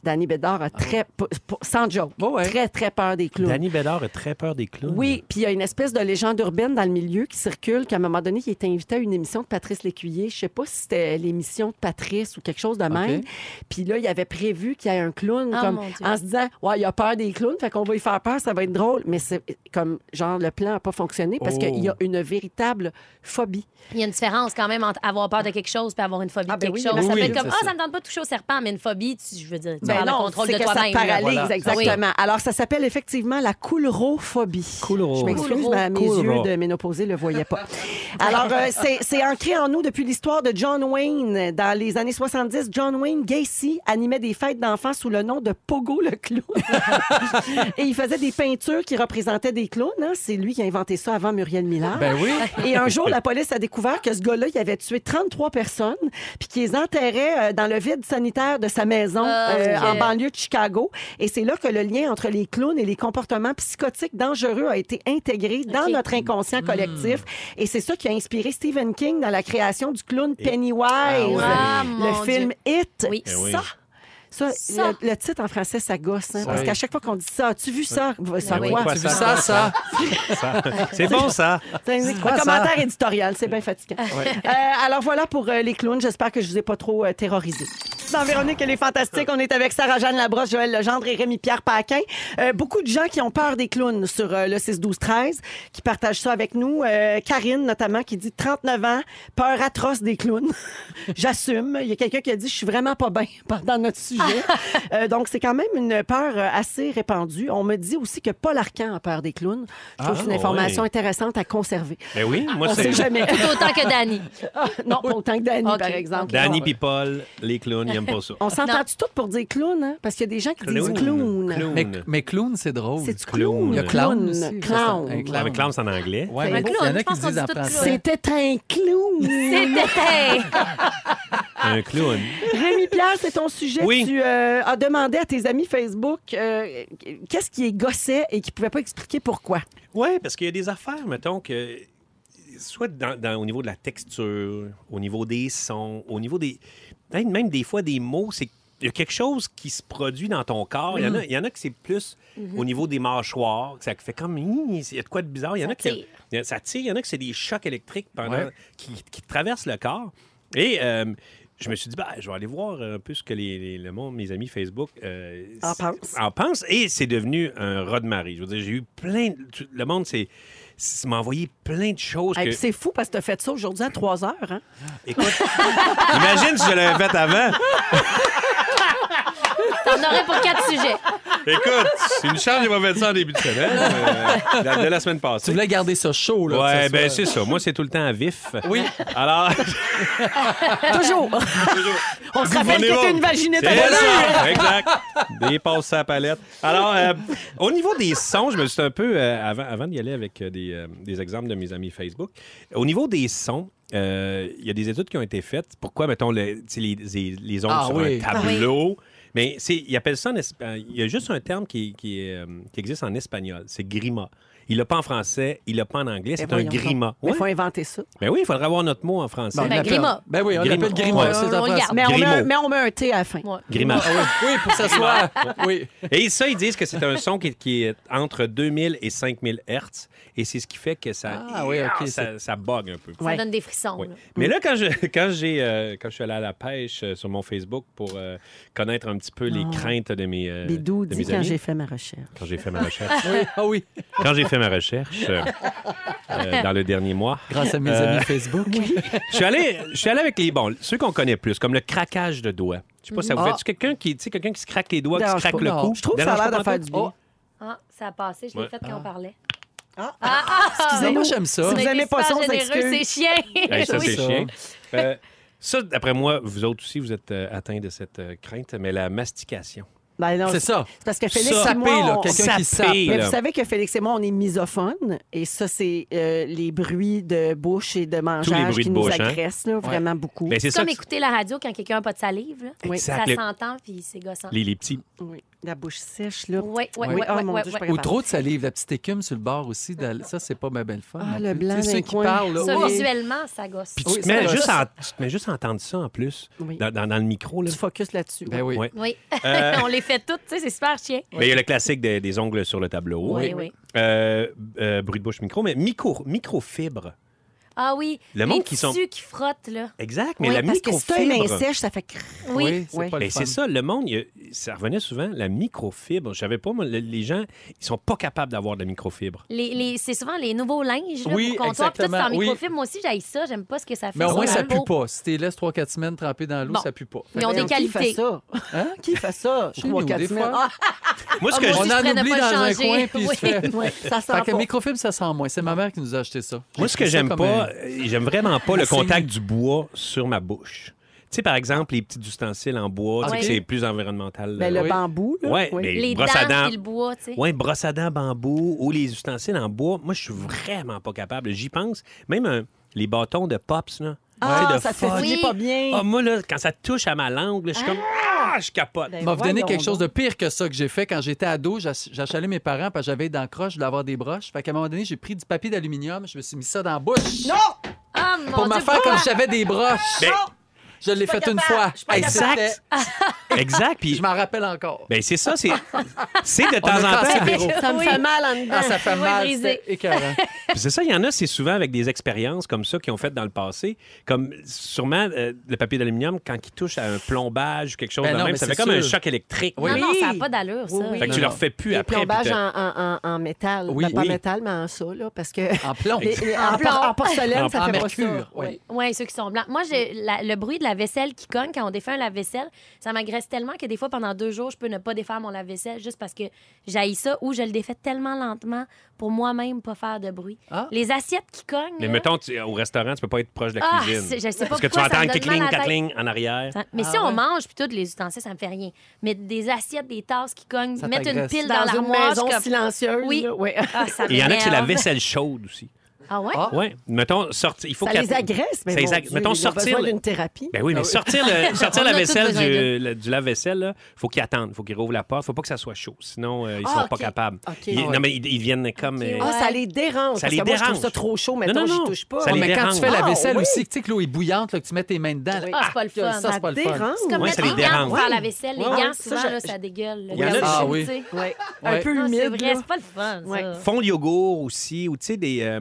Speaker 2: Danny Bédard a très, p- p- sans joke,
Speaker 4: Ouais, Oh ouais.
Speaker 2: très, très peur des clowns.
Speaker 1: Danny Bédard a très peur des clowns.
Speaker 2: Oui, puis il y a une espèce de légende urbaine dans le milieu qui circule qu'à un moment donné, il était invité à une émission de Patrice Lécuyer. Je sais pas si c'était l'émission de Patrice ou quelque chose de même.
Speaker 4: OK.
Speaker 2: Puis là, il avait prévu qu'il y ait un clown
Speaker 3: Ah,
Speaker 2: comme,
Speaker 3: mon Dieu.
Speaker 2: en se disant Ouais, il a peur des clowns, fait qu'on va y faire peur, ça va être drôle. Mais c'est comme, genre, le plan n'a pas fonctionné parce
Speaker 1: Oh.
Speaker 2: qu'il y a une véritable phobie.
Speaker 3: Il y a une différence quand même entre avoir peur de quelque chose et avoir une phobie
Speaker 2: Ah,
Speaker 3: de
Speaker 2: ben
Speaker 3: quelque
Speaker 2: oui,
Speaker 3: chose.
Speaker 2: oui,
Speaker 3: ça peut
Speaker 4: oui,
Speaker 3: être comme,
Speaker 4: c'est
Speaker 3: ah,
Speaker 4: ça.
Speaker 3: ça me tente pas de toucher au serpent, mais une phobie, tu- je veux dire, tu as
Speaker 2: Ben
Speaker 3: le
Speaker 2: non,
Speaker 3: contrôle
Speaker 2: c'est
Speaker 3: de
Speaker 2: que ça
Speaker 3: toi-même.
Speaker 2: te paralyse,
Speaker 4: voilà.
Speaker 2: exactement. Alors, ça s'appelle effectivement la coulrophobie.
Speaker 1: Coulro.
Speaker 2: Je m'excuse,
Speaker 3: Coulro.
Speaker 2: mais mes
Speaker 1: Coulro.
Speaker 2: yeux de ménopausée ne le voyaient pas. Alors, euh, c'est c'est ancré en nous depuis l'histoire de John Wayne. Dans les années 70, John Wayne Gacy animait des fêtes d'enfants sous le nom de Pogo le clown. Et il faisait des peintures qui représentaient des clowns. hein. C'est lui qui a inventé ça avant Muriel Millard.
Speaker 4: Ben oui.
Speaker 2: Et un jour, la police a découvert que ce gars-là, il avait tué 33 personnes, puis qu'ils les enterrait euh, dans le vide sanitaire de sa maison
Speaker 3: Ah,
Speaker 2: euh,
Speaker 3: ok.
Speaker 2: en banlieue de Chicago. Et c'est là que le lien entre les clowns et les comportements psychotiques dangereux a été intégré dans
Speaker 3: Ok. Hmm.
Speaker 2: notre inconscient collectif. Et c'est ça qui a inspiré Stephen King dans la création du clown Pennywise,
Speaker 1: ouais.
Speaker 3: Ah,
Speaker 2: le
Speaker 3: mon
Speaker 2: film It.
Speaker 3: Oui.
Speaker 1: Eh oui.
Speaker 2: Ça. Ça,
Speaker 3: Ça.
Speaker 2: Le, le titre en français, ça gosse. hein,
Speaker 4: Ça.
Speaker 2: Parce qu'à chaque fois qu'on dit ça, as-tu vu ça? Ça
Speaker 3: oui.
Speaker 2: quoi?
Speaker 1: Quoi,
Speaker 4: Tu
Speaker 1: ça?
Speaker 4: vis ça, ça.
Speaker 1: Ça- C'est bon, ça.
Speaker 2: C'est un
Speaker 4: quoi, ça?
Speaker 2: commentaire éditorial, c'est bien fatigant. Euh, alors voilà pour euh, les clowns. J'espère que je vous ai pas trop euh, terrorisé. Dans Véronique, elle est fantastique. On est avec Sarah-Jeanne Labrosse, Joël Legendre et Rémi-Pierre Paquin. Euh, beaucoup de gens qui ont peur des clowns sur euh, le 6-12-13, qui partagent ça avec nous. Euh, Karine, notamment, qui dit 39 ans, peur atroce des clowns. J'assume. Il y a quelqu'un qui a dit « Je suis vraiment pas bien » pendant notre sujet. Euh, donc, c'est quand même une peur euh, assez répandue. On me dit aussi que Paul Arcan a peur des clowns. Je trouve
Speaker 1: Ah,
Speaker 2: que c'est une information
Speaker 1: ouais.
Speaker 2: intéressante à conserver.
Speaker 1: Mais Ben oui, moi,
Speaker 2: On
Speaker 1: c'est.
Speaker 2: sait jamais.
Speaker 3: Tout autant que Danny.
Speaker 2: Ah, non, pas autant que Danny,
Speaker 3: Ok.
Speaker 2: par exemple.
Speaker 1: Danny
Speaker 2: Non.
Speaker 1: puis Paul, les clowns, ils n'aiment pas ça.
Speaker 2: On s'entend-tu toutes pour dire clown, hein? Parce qu'il y a des gens qui disent clown.
Speaker 4: Mais, mais clown, c'est drôle.
Speaker 2: C'est-tu
Speaker 1: Clown.
Speaker 2: clown?
Speaker 1: Il y a
Speaker 4: clown aussi.
Speaker 2: Clown.
Speaker 4: Ça, c'est un
Speaker 1: Ah, mais clown, c'est en anglais.
Speaker 4: Ouais,
Speaker 3: Un
Speaker 4: mais
Speaker 3: clown,
Speaker 4: il y en
Speaker 3: je
Speaker 4: a qui
Speaker 3: pense
Speaker 4: le
Speaker 3: qu'on
Speaker 4: disent
Speaker 3: dit
Speaker 4: en
Speaker 3: tout
Speaker 4: français.
Speaker 2: C'était un clown.
Speaker 3: C'était.
Speaker 1: Un clown.
Speaker 2: Rémi Pierre, c'est ton sujet.
Speaker 1: Oui.
Speaker 2: Tu euh, as demandé à tes amis Facebook euh, qu'est-ce qui est gossait et qui ne pouvaient pas expliquer pourquoi.
Speaker 1: Oui, parce qu'il y a des affaires, mettons, que soit dans- dans- au niveau de la texture, au niveau des sons, au niveau des. Même, même des fois des mots, c'est il y a quelque chose qui se produit dans ton corps. Il y en a, il y en a que c'est plus au niveau des mâchoires, que ça fait comme. Hum, Il y a de quoi de bizarre. Il y en a
Speaker 3: Ça
Speaker 1: qui.
Speaker 3: tire.
Speaker 1: il y a- Ça tire. Il y en a que c'est des chocs électriques pendant,
Speaker 4: Ouais.
Speaker 1: qui, qui traversent le corps. Et. euh, je me suis dit, ben, je vais aller voir un peu ce que les, les- le monde, mes amis Facebook euh,
Speaker 2: En
Speaker 1: s-
Speaker 2: pensent.
Speaker 1: en pense et c'est devenu un raz de marée. Je veux dire, j'ai eu plein. de- tout- Le monde s'est- s- m'a envoyé plein de choses.
Speaker 2: Hey,
Speaker 1: que-
Speaker 2: puis Ah, C'est fou parce que tu as fait ça aujourd'hui à 3 heures. Hein?
Speaker 1: Écoute, imagine si je l'avais fait avant.
Speaker 3: T'en aurais pour quatre sujets.
Speaker 1: Écoute, c'est une charge, j'ai pas fait ça en début de semaine. euh, de la- de la semaine
Speaker 4: Tu
Speaker 1: passée.
Speaker 4: voulais garder ça chaud, là. que
Speaker 1: Ouais,
Speaker 4: ça
Speaker 1: ben
Speaker 4: soit-
Speaker 1: c'est ça. Moi, c'est tout le temps à vif.
Speaker 4: Oui.
Speaker 1: Alors,
Speaker 2: Toujours. On se rappelle
Speaker 1: On est
Speaker 2: que tu
Speaker 1: bon.
Speaker 2: une vaginette à Eh
Speaker 1: C'est
Speaker 2: voler.
Speaker 1: ça, exact. Dépasse sa palette. Alors, euh, au niveau des sons, je me suis un peu, euh, avant, avant d'y aller avec euh, des, euh, des exemples de mes amis Facebook, au niveau des sons, euh, il y a des études qui ont été faites. Pourquoi, mettons, le- tu sais, les, les, les ondes
Speaker 4: Ah
Speaker 1: sur
Speaker 4: oui.
Speaker 1: un tableau? Mais c'est, ils appellent ça en espa- Il y a juste un terme qui, qui est, euh, qui existe en espagnol. C'est grima. Il l'a pas en français, il l'a pas en anglais. C'est
Speaker 2: Ben
Speaker 1: un
Speaker 2: voyons donc.
Speaker 1: grima.
Speaker 2: Mais
Speaker 1: Ouais.
Speaker 2: il faut inventer ça.
Speaker 1: Ben oui, il faudrait avoir notre mot en français.
Speaker 4: Ben, on
Speaker 3: Ben,
Speaker 4: l'appelle-
Speaker 3: Grima.
Speaker 4: Ben oui, on
Speaker 1: Grima.
Speaker 4: l'appelle Grima.
Speaker 3: Ouais,
Speaker 4: c'est
Speaker 3: on
Speaker 4: en
Speaker 3: le
Speaker 4: français.
Speaker 1: Ah,
Speaker 3: garde.
Speaker 2: Mais on, met un,
Speaker 1: Grimaud.
Speaker 2: mais on met un T à la fin.
Speaker 3: Ouais.
Speaker 1: Grima.
Speaker 4: Ah oui, oui, pour que ça soit. Oui.
Speaker 1: Et ça, ils disent que c'est un son qui, qui est entre 2000 et 5000 Hertz. Et c'est ce qui fait que ça,
Speaker 4: Ah oui, ok,
Speaker 1: ça, ça bug un peu.
Speaker 3: Ça
Speaker 2: Ouais.
Speaker 3: donne des frissons.
Speaker 1: Oui.
Speaker 3: là.
Speaker 1: Mais là, quand je, quand, j'ai, euh, quand je suis allé à la pêche euh, sur mon Facebook pour euh, connaître un petit peu les
Speaker 2: Ah.
Speaker 1: craintes de mes, euh,
Speaker 2: Bidou
Speaker 1: de
Speaker 2: dit
Speaker 1: mes
Speaker 2: quand
Speaker 1: amis,
Speaker 2: j'ai fait ma recherche.
Speaker 1: quand j'ai fait ma recherche,
Speaker 4: Oui, Ah oui,
Speaker 1: quand j'ai fait ma recherche euh, euh, dans le dernier mois,
Speaker 4: grâce à mes
Speaker 1: Euh,
Speaker 4: amis Facebook.
Speaker 1: je suis allé, je suis allé avec les bons, ceux qu'on connaît plus, comme le craquage de doigts. Je sais pas, ça vous
Speaker 4: Ah.
Speaker 1: fait quelqu'un qui, tu sais, quelqu'un qui se craque les doigts, qui se
Speaker 2: Dérange
Speaker 1: craque
Speaker 2: pas.
Speaker 1: le
Speaker 4: Non.
Speaker 1: cou.
Speaker 2: Je trouve que ça a l'air
Speaker 1: Dérange pas
Speaker 2: de faire du bien.
Speaker 3: Ah, ça a passé, je l'ai
Speaker 1: Ouais.
Speaker 3: fait quand on parlait.
Speaker 2: Ah.
Speaker 3: ah, ah,
Speaker 4: Non,
Speaker 2: Excusez-nous.
Speaker 4: moi, j'aime ça.
Speaker 2: Si vous
Speaker 3: On a
Speaker 2: aimez
Speaker 3: été
Speaker 2: pas ça, on
Speaker 3: super généreux,
Speaker 2: s'excuse.
Speaker 3: C'est chien.
Speaker 1: Hey, ça,
Speaker 4: Oui.
Speaker 1: c'est
Speaker 4: Ça.
Speaker 1: chiant. Euh, ça, d'après moi, vous autres aussi, vous êtes euh, atteints de cette euh, crainte, mais la mastication.
Speaker 2: Ben non,
Speaker 4: C'est ça.
Speaker 2: C'est parce que Félix
Speaker 4: Saper,
Speaker 2: et moi,
Speaker 4: là,
Speaker 2: on-
Speaker 4: quelqu'un
Speaker 1: saper,
Speaker 4: qui sape.
Speaker 2: Mais
Speaker 1: là.
Speaker 2: vous savez que Félix et moi, on est misophones. Et ça, c'est euh, les bruits de bouche et de mangeage
Speaker 1: bruits
Speaker 2: qui
Speaker 1: de
Speaker 2: nous
Speaker 1: bouche, hein?
Speaker 2: agressent, là, vraiment beaucoup.
Speaker 1: Ben, c'est
Speaker 3: C'est
Speaker 1: ça.
Speaker 3: comme
Speaker 1: que-
Speaker 3: écouter la radio quand quelqu'un n'a pas de salive. là.
Speaker 1: Exact.
Speaker 3: Ça
Speaker 1: Le-
Speaker 3: s'entend, puis c'est gossant.
Speaker 1: les, les petits.
Speaker 2: Oui. La bouche sèche, là.
Speaker 3: Ouais,
Speaker 2: Oui,
Speaker 3: ouais, ouais,
Speaker 2: oh
Speaker 3: ouais,
Speaker 2: mon
Speaker 3: ouais,
Speaker 2: Dieu, je suis pas
Speaker 3: ouais.
Speaker 4: Ou
Speaker 2: capable.
Speaker 4: trop de salive, la petite écume sur le bord aussi. dans- Ça, c'est pas ma belle femme.
Speaker 2: Ah,
Speaker 4: non
Speaker 2: le
Speaker 4: plus.
Speaker 2: blanc
Speaker 4: Tu sais,
Speaker 2: d'un
Speaker 4: Ceux qui
Speaker 2: coin.
Speaker 4: parlent, là.
Speaker 3: Ça,
Speaker 4: Oh!
Speaker 3: visuellement, ça gosse.
Speaker 1: Puis
Speaker 4: Oui,
Speaker 1: tu te
Speaker 4: ça,
Speaker 1: mets
Speaker 4: là,
Speaker 1: juste
Speaker 4: ça-
Speaker 1: à- tu te mets juste à entendre ça en plus,
Speaker 2: Oui.
Speaker 1: dans, dans- dans le micro. Là.
Speaker 2: Tu focuses là-dessus.
Speaker 4: Ben oui.
Speaker 1: Ouais.
Speaker 3: Oui.
Speaker 1: Euh,
Speaker 3: On les fait toutes, tu sais, c'est super chien.
Speaker 1: Mais il y a le classique des, des ongles sur le tableau.
Speaker 3: Oui, oui.
Speaker 1: Euh, euh, bruit de bouche micro, mais micro, microfibre.
Speaker 3: Ah oui.
Speaker 1: Le monde
Speaker 3: les
Speaker 1: qui sont-
Speaker 3: tissus qui frottent, là.
Speaker 1: Exact, mais
Speaker 2: Oui,
Speaker 1: la
Speaker 2: parce que si t'as une main
Speaker 1: microfibre.
Speaker 2: sèche, ça fait crrr.
Speaker 3: Oui.
Speaker 4: c'est
Speaker 2: Oui.
Speaker 4: pas le
Speaker 1: Et Ben, c'est
Speaker 4: fun.
Speaker 1: ça, le monde, il y a- ça revenait souvent, la microfibre. Je savais pas, moi, le- les gens, ils sont pas capables d'avoir de la microfibre.
Speaker 3: Les, les- c'est souvent les nouveaux linges là,
Speaker 4: Oui,
Speaker 3: pour comptoir, puis tout c'est en
Speaker 4: exactement, oui.
Speaker 3: microfilm. Moi aussi, j'aille ça. J'aime pas ce que ça fait.
Speaker 4: Mais au
Speaker 3: sur
Speaker 4: moins,
Speaker 3: la
Speaker 4: ça
Speaker 3: peau. Ah,
Speaker 4: pue pas. Si t'es laisse 3-4 semaines trempé dans l'eau,
Speaker 3: Bon.
Speaker 4: ça pue pas. Fait
Speaker 3: Ils ont
Speaker 4: que-
Speaker 3: des
Speaker 2: Qui fait
Speaker 3: qualités.
Speaker 2: ça?
Speaker 4: Hein?
Speaker 2: Qui fait ça?
Speaker 4: Chez
Speaker 2: Trois,
Speaker 4: nous,
Speaker 2: quatre
Speaker 4: des
Speaker 2: semaines.
Speaker 4: fois.
Speaker 1: Moi, ce que
Speaker 3: Ah,
Speaker 1: je-
Speaker 3: moi
Speaker 4: On
Speaker 3: aussi, je
Speaker 4: en
Speaker 3: prenais
Speaker 4: oublie
Speaker 3: pas le
Speaker 4: dans un
Speaker 3: changer.
Speaker 4: coin, puis il
Speaker 3: Oui.
Speaker 4: se fait.
Speaker 2: Ah, ouais, ça sent
Speaker 4: Fait
Speaker 2: pas.
Speaker 4: que microfilm, ça sent moins. C'est ma mère qui nous a acheté ça.
Speaker 1: Moi, ce que
Speaker 4: J'ai
Speaker 1: j'aime
Speaker 4: pris ça comme
Speaker 1: pas, euh, j'aime vraiment pas le
Speaker 4: C'est-
Speaker 1: contact du bois sur ma bouche. Tu sais, par exemple, les petits ustensiles en bois, tu sais
Speaker 3: Ah
Speaker 1: que
Speaker 4: oui.
Speaker 1: c'est plus environnemental.
Speaker 2: Ben, le
Speaker 4: Oui.
Speaker 2: bambou, là.
Speaker 1: Ouais,
Speaker 2: oui.
Speaker 1: mais-
Speaker 3: Les
Speaker 1: Brosse à dents.
Speaker 3: dents, puis le bois, tu sais.
Speaker 1: Oui, brosse à dents bambou ou les ustensiles en bois. Moi, je suis vraiment pas capable. J'y pense. Même un- les bâtons de Pops, là. Tu sais,
Speaker 2: Ah,
Speaker 1: de
Speaker 2: ça te fait
Speaker 1: fudge.
Speaker 2: filer
Speaker 3: Oui.
Speaker 2: pas bien.
Speaker 1: Ah, moi, là, quand ça touche à ma langue, là, je suis comme... Ah, je capote.
Speaker 2: Ben,
Speaker 4: Il m'a donné
Speaker 2: voyons
Speaker 4: quelque chose de
Speaker 2: donc.
Speaker 4: pire que ça que j'ai fait quand j'étais ado. J'ach- J'achalais mes parents parce que j'avais dans la croche, je voulais avoir des broches. Fait qu'à un moment donné, j'ai pris du papier d'aluminium, je me suis mis ça dans la bouche. Non!
Speaker 3: Ah, mon
Speaker 4: Pour
Speaker 3: Dieu,
Speaker 4: me faire
Speaker 3: pourquoi?
Speaker 4: comme si j'avais des broches.
Speaker 1: Ben,
Speaker 4: je l'ai fait une fois.
Speaker 1: exact. exact. Puis,
Speaker 4: Je m'en rappelle encore.
Speaker 1: ben, c'est ça. C'est c'est de temps
Speaker 4: a
Speaker 1: en
Speaker 4: cassé
Speaker 1: temps.
Speaker 4: des-
Speaker 2: Ça me
Speaker 3: Oui.
Speaker 2: fait mal en dedans.
Speaker 4: Ah, ça fait
Speaker 3: Oui,
Speaker 4: mal,
Speaker 3: brisé.
Speaker 4: c'était écœurant.
Speaker 1: Puis C'est ça, il y en a, c'est souvent avec des expériences comme ça qu'ils ont faites dans le passé. Comme sûrement euh, le papier d'aluminium, quand il touche à un plombage ou quelque chose
Speaker 4: Ben
Speaker 1: de
Speaker 4: non,
Speaker 1: même,
Speaker 4: mais
Speaker 1: ça fait
Speaker 4: c'est
Speaker 1: comme un
Speaker 4: sûr.
Speaker 1: choc électrique.
Speaker 3: Non,
Speaker 4: Oui.
Speaker 3: non, ça n'a pas d'allure, ça.
Speaker 2: Oui, oui.
Speaker 1: Fait que
Speaker 4: Non,
Speaker 1: tu
Speaker 4: non.
Speaker 1: le refais plus
Speaker 2: Les
Speaker 1: après. puis
Speaker 2: plombages
Speaker 1: t'as-
Speaker 2: en, en- en- en métal.
Speaker 4: Oui.
Speaker 2: Ben, pas
Speaker 1: Oui.
Speaker 2: en métal, mais en ça, là, parce que...
Speaker 4: En plomb.
Speaker 2: les- les- en,
Speaker 3: En plomb.
Speaker 2: por- en porcelaine,
Speaker 1: En-
Speaker 2: ça
Speaker 4: en
Speaker 2: fait
Speaker 4: mercure,
Speaker 2: pas ça.
Speaker 4: oui.
Speaker 3: Oui, ceux qui sont blancs. Moi, j'ai la- le bruit de la vaisselle qui cogne quand on défait un lave-vaisselle, ça m'agresse tellement que des fois, pendant deux jours, je peux ne pas défaire mon lave-vaisselle juste parce que j'haïs ça ou je le défais tellement lentement pour moi-même pas faire de bruit.
Speaker 4: Ah.
Speaker 3: Les assiettes qui cognent.
Speaker 1: Mais
Speaker 3: là,
Speaker 1: mettons, tu- au restaurant, tu peux pas être proche de la
Speaker 3: Ah,
Speaker 1: cuisine.
Speaker 3: c'est- je sais pas
Speaker 1: Parce que tu
Speaker 3: pourquoi, ça
Speaker 1: entends
Speaker 3: me
Speaker 1: le
Speaker 3: donne
Speaker 1: clickling,
Speaker 3: mal à la tête.
Speaker 1: clackling en arrière.
Speaker 3: ça- Mais
Speaker 4: Ah
Speaker 3: si on
Speaker 4: ouais.
Speaker 3: mange, puis toutes les ustensiles, ça me fait rien. Mais des assiettes, des tasses qui cognent,
Speaker 4: Ça
Speaker 3: mettre une
Speaker 4: t'agresse.
Speaker 3: pile dans,
Speaker 2: Dans une
Speaker 3: l'armoire. je
Speaker 2: maison
Speaker 3: suis comme-
Speaker 2: silencieuse.
Speaker 3: Oui.
Speaker 2: là, ouais.
Speaker 3: Ah, ça
Speaker 1: Et il y en a qui c'est la
Speaker 3: m'énerve.
Speaker 1: vaisselle chaude aussi.
Speaker 3: Ah ouais?
Speaker 4: Ah.
Speaker 1: Oui. Mettons, sortir. Il faut
Speaker 2: Ça
Speaker 1: qu'elle-
Speaker 2: les agresse, mais
Speaker 1: Ça les
Speaker 2: bon
Speaker 1: ag-
Speaker 2: Dieu,
Speaker 1: mettons,
Speaker 2: ils ont
Speaker 1: sortir.
Speaker 2: besoin
Speaker 1: le-
Speaker 2: d'une thérapie.
Speaker 1: Ben oui, mais sortir, le- sortir
Speaker 3: On
Speaker 1: la
Speaker 3: a tous
Speaker 1: vaisselle
Speaker 3: besoin
Speaker 1: du, le- du lave-vaisselle, là, faut qu'ils attendent, faut qu'ils rouvrent la porte, faut pas que ça soit chaud, sinon euh, ils
Speaker 2: Ah,
Speaker 1: seront pas
Speaker 2: ok.
Speaker 1: capables.
Speaker 2: Ok.
Speaker 1: Ils-
Speaker 4: Ah ouais.
Speaker 1: Non mais ils, ils viennent comme.
Speaker 3: Ok,
Speaker 1: euh,
Speaker 2: Ah,
Speaker 3: Ouais.
Speaker 2: ça les dérange.
Speaker 1: Ça
Speaker 2: parce
Speaker 1: les
Speaker 2: que moi, je trouve
Speaker 1: dérange.
Speaker 2: ça trop chaud, mettons,
Speaker 1: non,
Speaker 2: j'y
Speaker 1: non.
Speaker 2: touche pas.
Speaker 1: Ça
Speaker 4: Ouais,
Speaker 1: les
Speaker 4: mais quand tu
Speaker 1: dérange.
Speaker 4: fais la
Speaker 2: Ah,
Speaker 4: vaisselle
Speaker 2: oui.
Speaker 4: aussi, tu sais que l'eau est bouillante, là, que tu mets tes mains dedans. là.
Speaker 2: Oui.
Speaker 3: Ah, c'est pas le fun.
Speaker 4: ça, c'est pas le fun.
Speaker 2: dérange.
Speaker 3: C'est comme
Speaker 1: Ouais,
Speaker 3: mettre
Speaker 1: ça
Speaker 3: les
Speaker 1: les
Speaker 3: gants pour
Speaker 1: dérange.
Speaker 3: faire la vaisselle. Les
Speaker 2: Ouais, ouais,
Speaker 3: gants,
Speaker 2: ça,
Speaker 3: souvent,
Speaker 2: je-
Speaker 3: là, ça dégueule.
Speaker 1: Il y en a-
Speaker 4: Ah oui.
Speaker 2: Ouais.
Speaker 4: Ouais.
Speaker 2: Un peu
Speaker 3: Non, c'est
Speaker 2: humide.
Speaker 3: vrai,
Speaker 2: là.
Speaker 3: c'est pas le fun, ça.
Speaker 2: Ouais.
Speaker 1: Fond de yogourt aussi, ou tu sais, des, euh,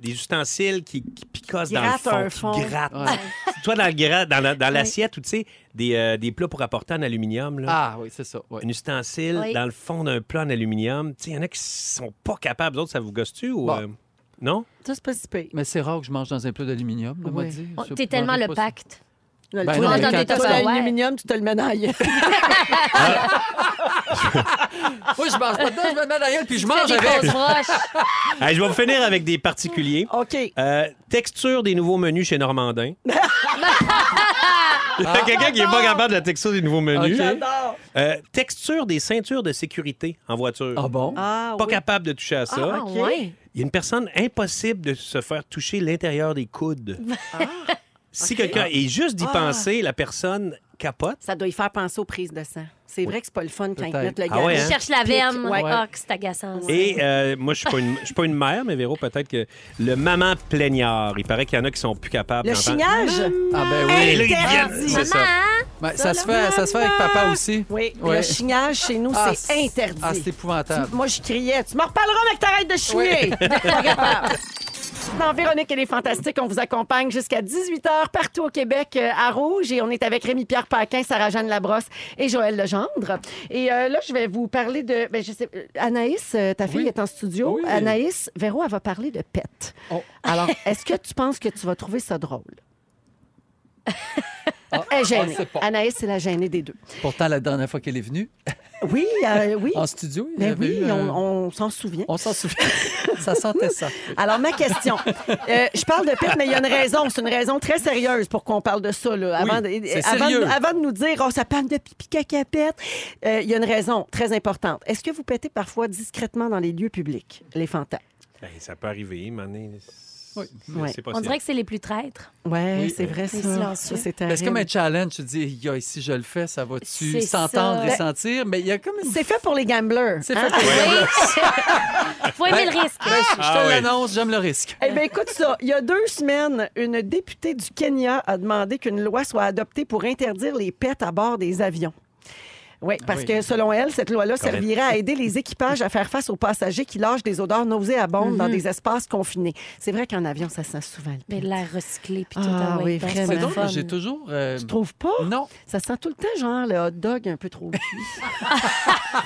Speaker 1: des ustensiles qui, qui picossent
Speaker 2: Qui
Speaker 1: dans le
Speaker 2: grattent
Speaker 1: fond,
Speaker 2: un
Speaker 1: qui
Speaker 2: fond.
Speaker 1: grattent.
Speaker 4: Ouais.
Speaker 1: Toi, dans, le gra- dans, la- dans l'assiette, ou tu sais, des, euh, des plats pour apporter en aluminium, là,
Speaker 4: Ah oui, c'est ça. ouais.
Speaker 1: un ustensile
Speaker 3: Oui.
Speaker 1: dans le fond d'un plat en aluminium, tu sais, il y en a qui sont pas capables. Vous autres, ça vous gosse-tu ou.
Speaker 4: Bon.
Speaker 1: euh, non?
Speaker 2: Ça, c'est pas si pire.
Speaker 4: Mais c'est rare que je mange dans un plat d'aluminium. là,
Speaker 2: Ouais.
Speaker 4: moi, dis.
Speaker 3: Oh,
Speaker 4: Je-
Speaker 3: T'es tellement
Speaker 4: j'aurais
Speaker 3: le
Speaker 4: pas ça.
Speaker 3: pacte.
Speaker 2: Le
Speaker 4: Ben
Speaker 2: trou
Speaker 4: non,
Speaker 2: dans
Speaker 4: mais
Speaker 2: le-
Speaker 4: quand
Speaker 2: tu
Speaker 3: t'as-
Speaker 2: as l'aluminium, tu te le mets dans la gueule.
Speaker 4: Moi, je mange pas dedans, je me mets dans la gueule, puis je mange
Speaker 3: Fais des
Speaker 4: avec. Hein?
Speaker 3: grosses broches.
Speaker 1: Hey, je vais vous finir avec des particuliers.
Speaker 2: OK.
Speaker 1: Euh, texture des nouveaux menus chez Normandin. Il y a quelqu'un qui n'est pas capable de la texture des nouveaux menus.
Speaker 4: Ok.
Speaker 2: J'adore.
Speaker 1: Euh, texture des ceintures de sécurité en voiture.
Speaker 4: Ah bon?
Speaker 2: Ah,
Speaker 1: pas
Speaker 2: oui.
Speaker 1: capable de toucher à ça.
Speaker 3: Ah,
Speaker 2: OK.
Speaker 3: ouais.
Speaker 1: Il y a une personne impossible de se faire toucher l'intérieur des coudes. Si quelqu'un est juste d'y
Speaker 2: Ah.
Speaker 1: penser, la personne capote.
Speaker 2: Ça doit y faire penser aux prises de sang. C'est vrai que c'est pas le fun quand ils te
Speaker 4: Peut-être.
Speaker 2: mettent le
Speaker 1: Ah
Speaker 2: gars.
Speaker 1: ouais,
Speaker 3: Je
Speaker 1: hein?
Speaker 3: cherche la verme.
Speaker 2: Ouais.
Speaker 3: Ah, que c'est agaçant. ça.
Speaker 1: Et euh, moi, je suis pas une, je suis pas une mère, mais Véro, peut-être que le maman plaignard. Il paraît qu'il y en a qui sont plus capables.
Speaker 2: Le
Speaker 1: d'entendre.
Speaker 2: chignage.
Speaker 4: Ah ben
Speaker 1: Hey, là, ils
Speaker 4: oui.
Speaker 1: viennent-
Speaker 2: Interdit.
Speaker 1: c'est ça.
Speaker 4: Ben, ça, se fait, ça se fait avec papa aussi.
Speaker 2: Oui,
Speaker 4: Ouais.
Speaker 2: le chignage chez nous,
Speaker 4: Ah,
Speaker 2: c'est interdit.
Speaker 4: Ah, c'est épouvantable.
Speaker 2: Moi, je criais, tu m'en reparleras, mais que t'arrêtes de chigner. Pas capable. Dans Véronique et les Fantastiques, on vous accompagne jusqu'à 18h partout au Québec euh, à Rouge et on est avec Rémi-Pierre Paquin, Sarah-Jeanne Labrosse et Joël Legendre. Et euh, là, je vais vous parler de... ben, je sais, euh, Anaïs, euh, ta fille
Speaker 4: Oui.
Speaker 2: est en studio.
Speaker 4: Oui.
Speaker 2: Anaïs, Véro, elle va parler de pets.
Speaker 4: Oh.
Speaker 2: Alors, est-ce que tu penses que tu vas trouver ça drôle? ah, Elle est
Speaker 4: Ah, on
Speaker 2: gênée.
Speaker 4: le sait pas.
Speaker 2: Anaïs, c'est la gênée des deux.
Speaker 4: Pourtant, la dernière fois qu'elle est venue,
Speaker 2: Oui, euh, oui.
Speaker 4: en studio, il y
Speaker 2: Mais
Speaker 4: avait
Speaker 2: oui,
Speaker 4: eu, euh,
Speaker 2: on, Ah, on s'en souvient.
Speaker 4: on s'en souvient. ça sentait ça.
Speaker 2: Alors, ma question. Euh, je parle de pète, mais il y a une raison. C'est une raison très sérieuse pour qu'on parle de ça. Là,
Speaker 4: Oui,
Speaker 2: avant, de,
Speaker 4: c'est
Speaker 2: avant, de,
Speaker 4: sérieux.
Speaker 2: avant de nous dire, oh, ça parle de pipi caca pète, euh, il y a une raison très importante. Est-ce que vous pétez parfois discrètement dans les lieux publics, les fantas?
Speaker 1: Ben, ça peut arriver, mané.
Speaker 4: Oui.
Speaker 1: C'est-
Speaker 2: Ouais.
Speaker 1: C'est
Speaker 3: On
Speaker 1: possible.
Speaker 3: dirait que c'est les plus traîtres.
Speaker 2: Ouais,
Speaker 4: Oui.
Speaker 2: c'est vrai
Speaker 3: C'est
Speaker 2: ça.
Speaker 3: silencieux.
Speaker 2: ça c'est
Speaker 4: Ben, C'est
Speaker 2: terrible.
Speaker 4: comme un challenge. Tu te dis, Ya, si je le fais, ça va-tu
Speaker 3: C'est
Speaker 4: s'entendre
Speaker 3: ça.
Speaker 4: et
Speaker 3: Ben-
Speaker 4: sentir? Mais il y a comme une.
Speaker 2: C'est fait pour les gamblers.
Speaker 4: C'est
Speaker 2: hein?
Speaker 4: fait pour-
Speaker 3: Oui. Faut aimer le risque.
Speaker 4: Ben, je te
Speaker 1: Ah oui.
Speaker 4: l'annonce, j'aime le risque.
Speaker 2: Eh bien, écoute ça. Il y a deux semaines, une députée du Kenya a demandé qu'une loi soit adoptée pour interdire les pets à bord des avions. Oui, parce
Speaker 4: oui.
Speaker 2: que selon elle, cette loi-là servirait à aider les équipages à faire face aux passagers qui lâchent des odeurs nauséabondes
Speaker 4: Mhm.
Speaker 2: dans des espaces confinés. C'est vrai qu'en avion, ça sent souvent le
Speaker 3: Mais de l'air recyclé puis tout.
Speaker 2: Ah
Speaker 3: ouais,
Speaker 2: oui,
Speaker 3: ben,
Speaker 2: vraiment.
Speaker 3: pas
Speaker 4: C'est
Speaker 3: le
Speaker 4: drôle,
Speaker 3: fun.
Speaker 4: j'ai toujours. euh,
Speaker 2: Tu trouves pas?
Speaker 4: Non.
Speaker 2: Ça sent tout le temps genre le hot dog un peu trop cuit.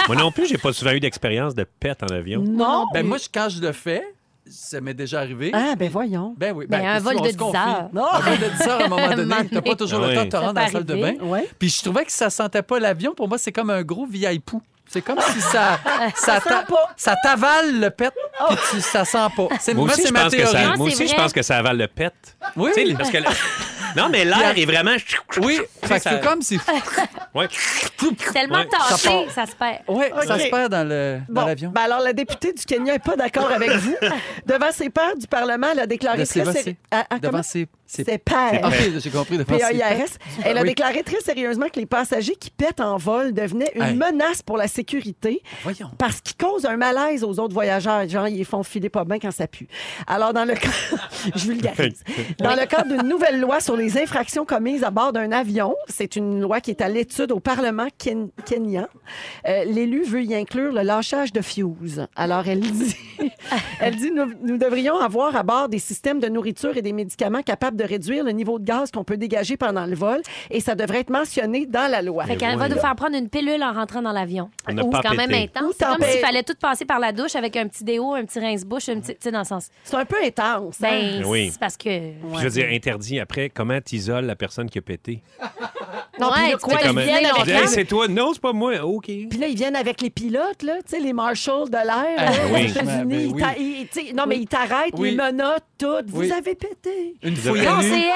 Speaker 1: Moi non plus, j'ai pas souvent eu d'expérience de pète en avion.
Speaker 2: non!
Speaker 4: Ben, moi, je- quand je le fais, ça m'est déjà arrivé.
Speaker 2: Ah, ben voyons.
Speaker 4: Ben oui.
Speaker 3: Mais
Speaker 4: ben,
Speaker 3: un
Speaker 4: qu'est-ce
Speaker 3: vol
Speaker 4: qu'on
Speaker 3: de
Speaker 4: se
Speaker 3: 10
Speaker 4: confie?
Speaker 3: heures.
Speaker 2: Non!
Speaker 4: Un vol de 10 heures à un moment
Speaker 3: Un moment
Speaker 4: donné. T'as
Speaker 3: donné.
Speaker 4: pas toujours
Speaker 1: Ah
Speaker 4: le temps
Speaker 1: oui.
Speaker 4: de te
Speaker 3: Ça
Speaker 4: rendre
Speaker 3: peut
Speaker 4: dans la salle de bain.
Speaker 3: arriver.
Speaker 2: Ouais.
Speaker 4: Puis je trouvais que ça sentait pas l'avion. Pour moi, c'est comme un gros VIP. C'est comme si ça, ça,
Speaker 2: sent
Speaker 4: t'a-
Speaker 2: pas.
Speaker 4: ça t'avale le pet, puis tu, ça sent pas. C'est,
Speaker 1: Moi
Speaker 4: moi,
Speaker 1: aussi,
Speaker 4: c'est
Speaker 1: je
Speaker 4: ma
Speaker 1: pense que
Speaker 4: théorie.
Speaker 1: ça,
Speaker 3: Non,
Speaker 1: moi
Speaker 3: c'est
Speaker 1: aussi, je
Speaker 3: vrai.
Speaker 1: pense que ça avale le pète.
Speaker 4: Oui,
Speaker 1: Tu sais, parce que le- Non, mais l'air est vraiment. Tu
Speaker 4: oui.
Speaker 1: sais,
Speaker 4: Fait que
Speaker 1: ça-
Speaker 4: c'est comme si...
Speaker 1: Ouais.
Speaker 3: Tellement
Speaker 1: Ouais.
Speaker 4: Ça
Speaker 3: taché,
Speaker 4: part.
Speaker 3: ça se perd.
Speaker 4: Oui, ça
Speaker 2: Ok.
Speaker 4: se perd dans, le, dans
Speaker 2: Bon,
Speaker 4: l'avion.
Speaker 2: ben alors, la députée du Kenya n'est pas d'accord avec vous. Devant ses pairs du Parlement, elle a déclaré
Speaker 4: De
Speaker 2: très
Speaker 4: Sébastien.
Speaker 2: séri- Ah, ah,
Speaker 4: Ben, Devant
Speaker 2: comment?
Speaker 4: ses... ses-
Speaker 2: Ses pairs.
Speaker 4: Ok, j'ai compris. Devant ses-
Speaker 2: PAIRS. Elle a
Speaker 4: Oui.
Speaker 2: déclaré très sérieusement que les passagers qui pètent en vol devenaient une
Speaker 4: Hey.
Speaker 2: menace pour la sécurité
Speaker 4: Voyons.
Speaker 2: parce qu'ils causent un malaise aux autres voyageurs. Genre, ils les font filer pas bien quand ça pue. Alors, dans le cas... Je vulgarise. Dans le cadre d'une nouvelle loi sur les infractions commises à bord d'un avion, c'est une loi qui est à l'étude au Parlement ken- kenyan, euh, l'élu veut y inclure le lâchage de fuse. Alors, elle dit... Elle dit nous, nous devrions avoir à bord des systèmes de nourriture et des médicaments capables de réduire le niveau de gaz qu'on peut dégager pendant le vol et ça devrait être mentionné dans la loi.
Speaker 3: Fait
Speaker 1: Mais
Speaker 3: qu'elle va
Speaker 1: Ben voyons.
Speaker 3: nous faire prendre une pilule en rentrant dans l'avion.
Speaker 1: On n'a
Speaker 3: Ou
Speaker 1: pas
Speaker 3: C'est quand même
Speaker 1: pété.
Speaker 3: intense.
Speaker 2: Ou
Speaker 3: C'est comme
Speaker 2: tempête.
Speaker 3: s'il fallait tout passer par la douche avec un petit déo, un petit rince-bouche, un petit. Tu sais, dans le sens.
Speaker 2: C'est un peu intense. hein?
Speaker 3: Ben,
Speaker 1: Oui.
Speaker 3: c'est parce que.
Speaker 1: Puis je veux dire, interdit après, comment t'isoles la personne qui a pété?
Speaker 2: Non, puis
Speaker 3: Ouais,
Speaker 2: là,
Speaker 3: tu
Speaker 2: quoi,
Speaker 3: peux
Speaker 2: ils
Speaker 3: comme-
Speaker 2: viennent
Speaker 3: Mais
Speaker 1: Je
Speaker 3: non,
Speaker 2: avec
Speaker 1: dis,
Speaker 3: mais-
Speaker 1: hey,
Speaker 2: les-
Speaker 1: c'est toi. Non, c'est pas moi. OK.
Speaker 2: Puis là, ils viennent avec les pilotes, là, tu sais, les marshals de l'air
Speaker 4: Ah,
Speaker 2: là,
Speaker 1: oui.
Speaker 2: aux États-Unis.
Speaker 4: Ben, ben,
Speaker 2: Ils t'a- ils- tu sais, non, mais ils t'arrêtent,
Speaker 4: Oui.
Speaker 2: ils menottent toutes. Vous
Speaker 4: Oui.
Speaker 2: avez pété.
Speaker 4: Une
Speaker 1: Vous
Speaker 4: fouille
Speaker 1: avez-
Speaker 4: à
Speaker 3: Non,
Speaker 4: nu.
Speaker 3: c'est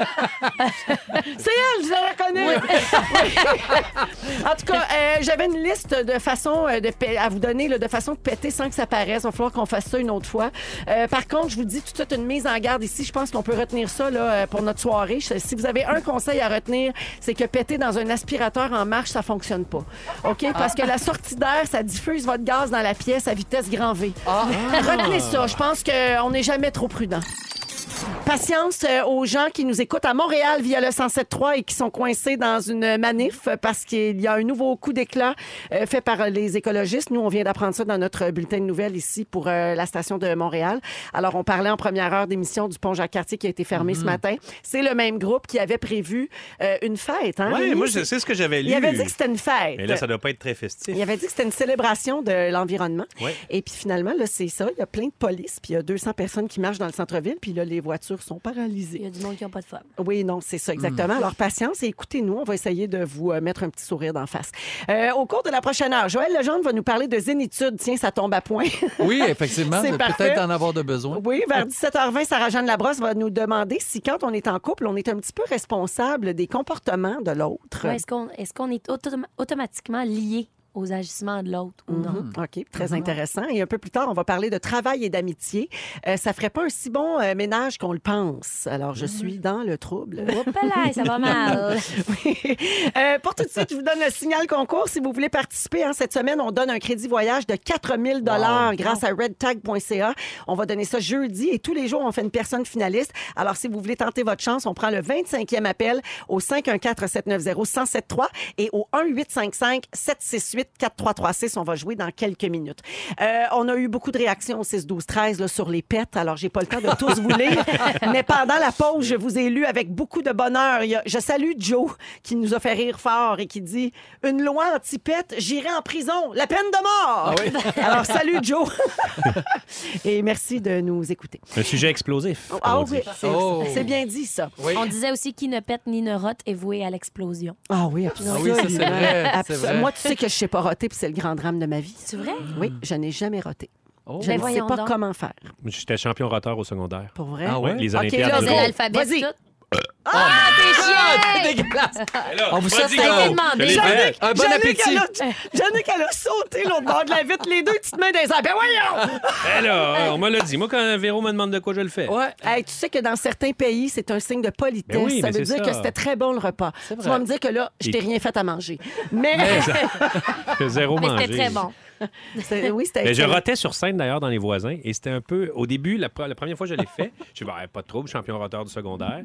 Speaker 3: elle!
Speaker 2: C'est elle, je la reconnais. Oui. en tout cas, euh, j'avais une liste de façons euh, de pé- à vous donner, là, de façons de péter sans que ça paraisse. Il va falloir qu'on fasse ça une autre fois. Euh, par contre, je vous dis tout de suite une mise en garde ici. Je pense qu'on peut retenir ça là, euh, pour notre soirée. Je- Si vous avez un conseil à retenir, c'est que péter dans un aspirateur en marche, ça fonctionne pas. OK? Parce que la sortie d'air, ça diffuse votre gaz dans la pièce à vitesse grand V. Retenez ça. Je pense qu'on n'est jamais trop prudent patience euh, aux gens qui nous écoutent à Montréal via le 107.3 et qui sont coincés dans une manif euh, parce qu'il y a un nouveau coup d'éclat euh, fait par euh, les écologistes. Nous, on vient d'apprendre ça dans notre bulletin de nouvelles ici pour euh, la station de Montréal. Alors, on parlait en première heure d'émission du pont Jacques-Cartier qui a été fermé
Speaker 1: Mhm.
Speaker 2: ce matin. C'est le même groupe qui avait prévu euh, une fête. Hein,
Speaker 1: Ouais,
Speaker 2: Rémi?
Speaker 1: moi, je- c'est ce que j'avais lu.
Speaker 2: Il avait dit que c'était une fête.
Speaker 1: Mais là, ça doit pas être très festif.
Speaker 2: Il avait dit que c'était une célébration de l'environnement.
Speaker 1: Ouais.
Speaker 2: Et puis finalement, là, c'est ça. Il y a plein de police, puis il y a 200 personnes qui marchent dans le centre-ville, puis là, les voitures sont
Speaker 3: Il y
Speaker 2: paralysées.
Speaker 3: a du monde qui n'a pas de femme.
Speaker 2: Oui, non, c'est ça, exactement. Alors, patience et écoutez-nous. On va essayer de vous euh, mettre un petit sourire d'en face. Euh, au cours de la prochaine heure, Joël Legendre va nous parler de zénitude. Tiens, ça tombe à point.
Speaker 4: Oui, effectivement,
Speaker 2: C'est
Speaker 4: de
Speaker 2: parfait.
Speaker 4: peut-être en avoir de besoin.
Speaker 2: Oui, vers 17h20, Sarah-Jeanne Labrosse va nous demander si, quand on est en couple, on est un petit peu responsable des comportements de l'autre.
Speaker 3: Ouais, Est-ce qu'on est, qu'on est autom- automatiquement lié aux agissements de l'autre ou non?
Speaker 2: Mhm. OK, très intéressant. Et un peu plus tard, on va parler de travail et d'amitié. Euh, ça ferait pas un si bon euh, ménage qu'on le pense. Alors, je suis dans le trouble.
Speaker 3: Hop là, ça va mal.
Speaker 2: Oui. Euh, pour tout de suite, je vous donne le signal concours. Si vous voulez participer, hein, cette semaine, on donne un crédit voyage de 4000 dollars grâce à redtag.ca. On va donner ça jeudi et tous les jours, on fait une personne finaliste. Alors, si vous voulez tenter votre chance, on prend le 25e appel au 514-790-1073 et au 1-855-768-4336. On va jouer dans quelques minutes. Euh, on a eu beaucoup de réactions au 6-12-13 là, sur les pets. Alors, j'ai pas le temps de tous vous lire. Mais pendant la pause, je vous ai lu avec beaucoup de bonheur. Il y a- je salue Joe qui nous a fait rire fort et qui dit Une loi anti-pète, j'irai en prison. La peine de
Speaker 4: Ah
Speaker 2: mort. Alors, salut Joe. et merci de nous écouter.
Speaker 1: Un sujet explosif. comme
Speaker 2: Ah
Speaker 1: on dit.
Speaker 2: oui, c'est
Speaker 4: Oh.
Speaker 2: c'est bien dit ça.
Speaker 3: On disait aussi qui ne pète ni ne rote est voué à l'explosion.
Speaker 2: Ah oui, absolument.
Speaker 4: Ah oui, ça, c'est vrai,
Speaker 2: Absolument.
Speaker 4: c'est vrai. Mm.
Speaker 2: Moi, tu sais que je sais pas roter, puis c'est le grand drame de ma vie.
Speaker 3: C'est vrai?
Speaker 2: Oui, je n'ai jamais roté.
Speaker 4: Oh.
Speaker 2: Je
Speaker 3: Ben
Speaker 2: ne sais
Speaker 3: voyons
Speaker 2: pas
Speaker 3: donc.
Speaker 2: comment faire.
Speaker 1: J'étais champion roteur au secondaire.
Speaker 2: Pour vrai.
Speaker 4: Ah ouais?
Speaker 1: Les
Speaker 2: Ok,
Speaker 1: Olympiades.
Speaker 2: là,
Speaker 1: de
Speaker 3: C'est
Speaker 2: go.
Speaker 1: Londres.
Speaker 3: l'alphabet
Speaker 2: Vas-y.
Speaker 3: tout. Ah, t'es
Speaker 4: Ah,
Speaker 3: chiant!
Speaker 4: dégueulasse!
Speaker 1: là,
Speaker 4: On vous
Speaker 1: pas
Speaker 4: souhaite
Speaker 1: dit
Speaker 4: un-
Speaker 1: gros.
Speaker 3: demandé.
Speaker 1: Je l'ai
Speaker 3: J'avais-
Speaker 1: fait.
Speaker 4: Un bon appétit!
Speaker 2: Jannick, elle a sauté l'autre bord de la vitre, les deux petites mains dans les airs. Ben voyons!
Speaker 1: Eh là, on me l'a dit. Moi, quand Véro me demande de quoi je le fais.
Speaker 4: Ouais.
Speaker 2: Hey, tu sais que dans certains pays, c'est un signe de politesse.
Speaker 1: Ben oui,
Speaker 2: ça
Speaker 1: mais
Speaker 2: veut
Speaker 1: c'est
Speaker 2: dire
Speaker 1: ça.
Speaker 2: que c'était très bon le repas. Tu
Speaker 4: vrai.
Speaker 2: vas me dire que là, je t'ai rien fait à manger. Mais
Speaker 1: J'ai Zéro
Speaker 3: Mais
Speaker 1: mangé.
Speaker 3: c'était très bon.
Speaker 2: C'est- oui, c'était.
Speaker 1: Mais je
Speaker 2: c'était-
Speaker 1: rotais sur scène d'ailleurs dans les voisins et c'était un peu au début la, pre- la première fois que je l'ai fait, je suis bah, pas de trouble, champion roteur du secondaire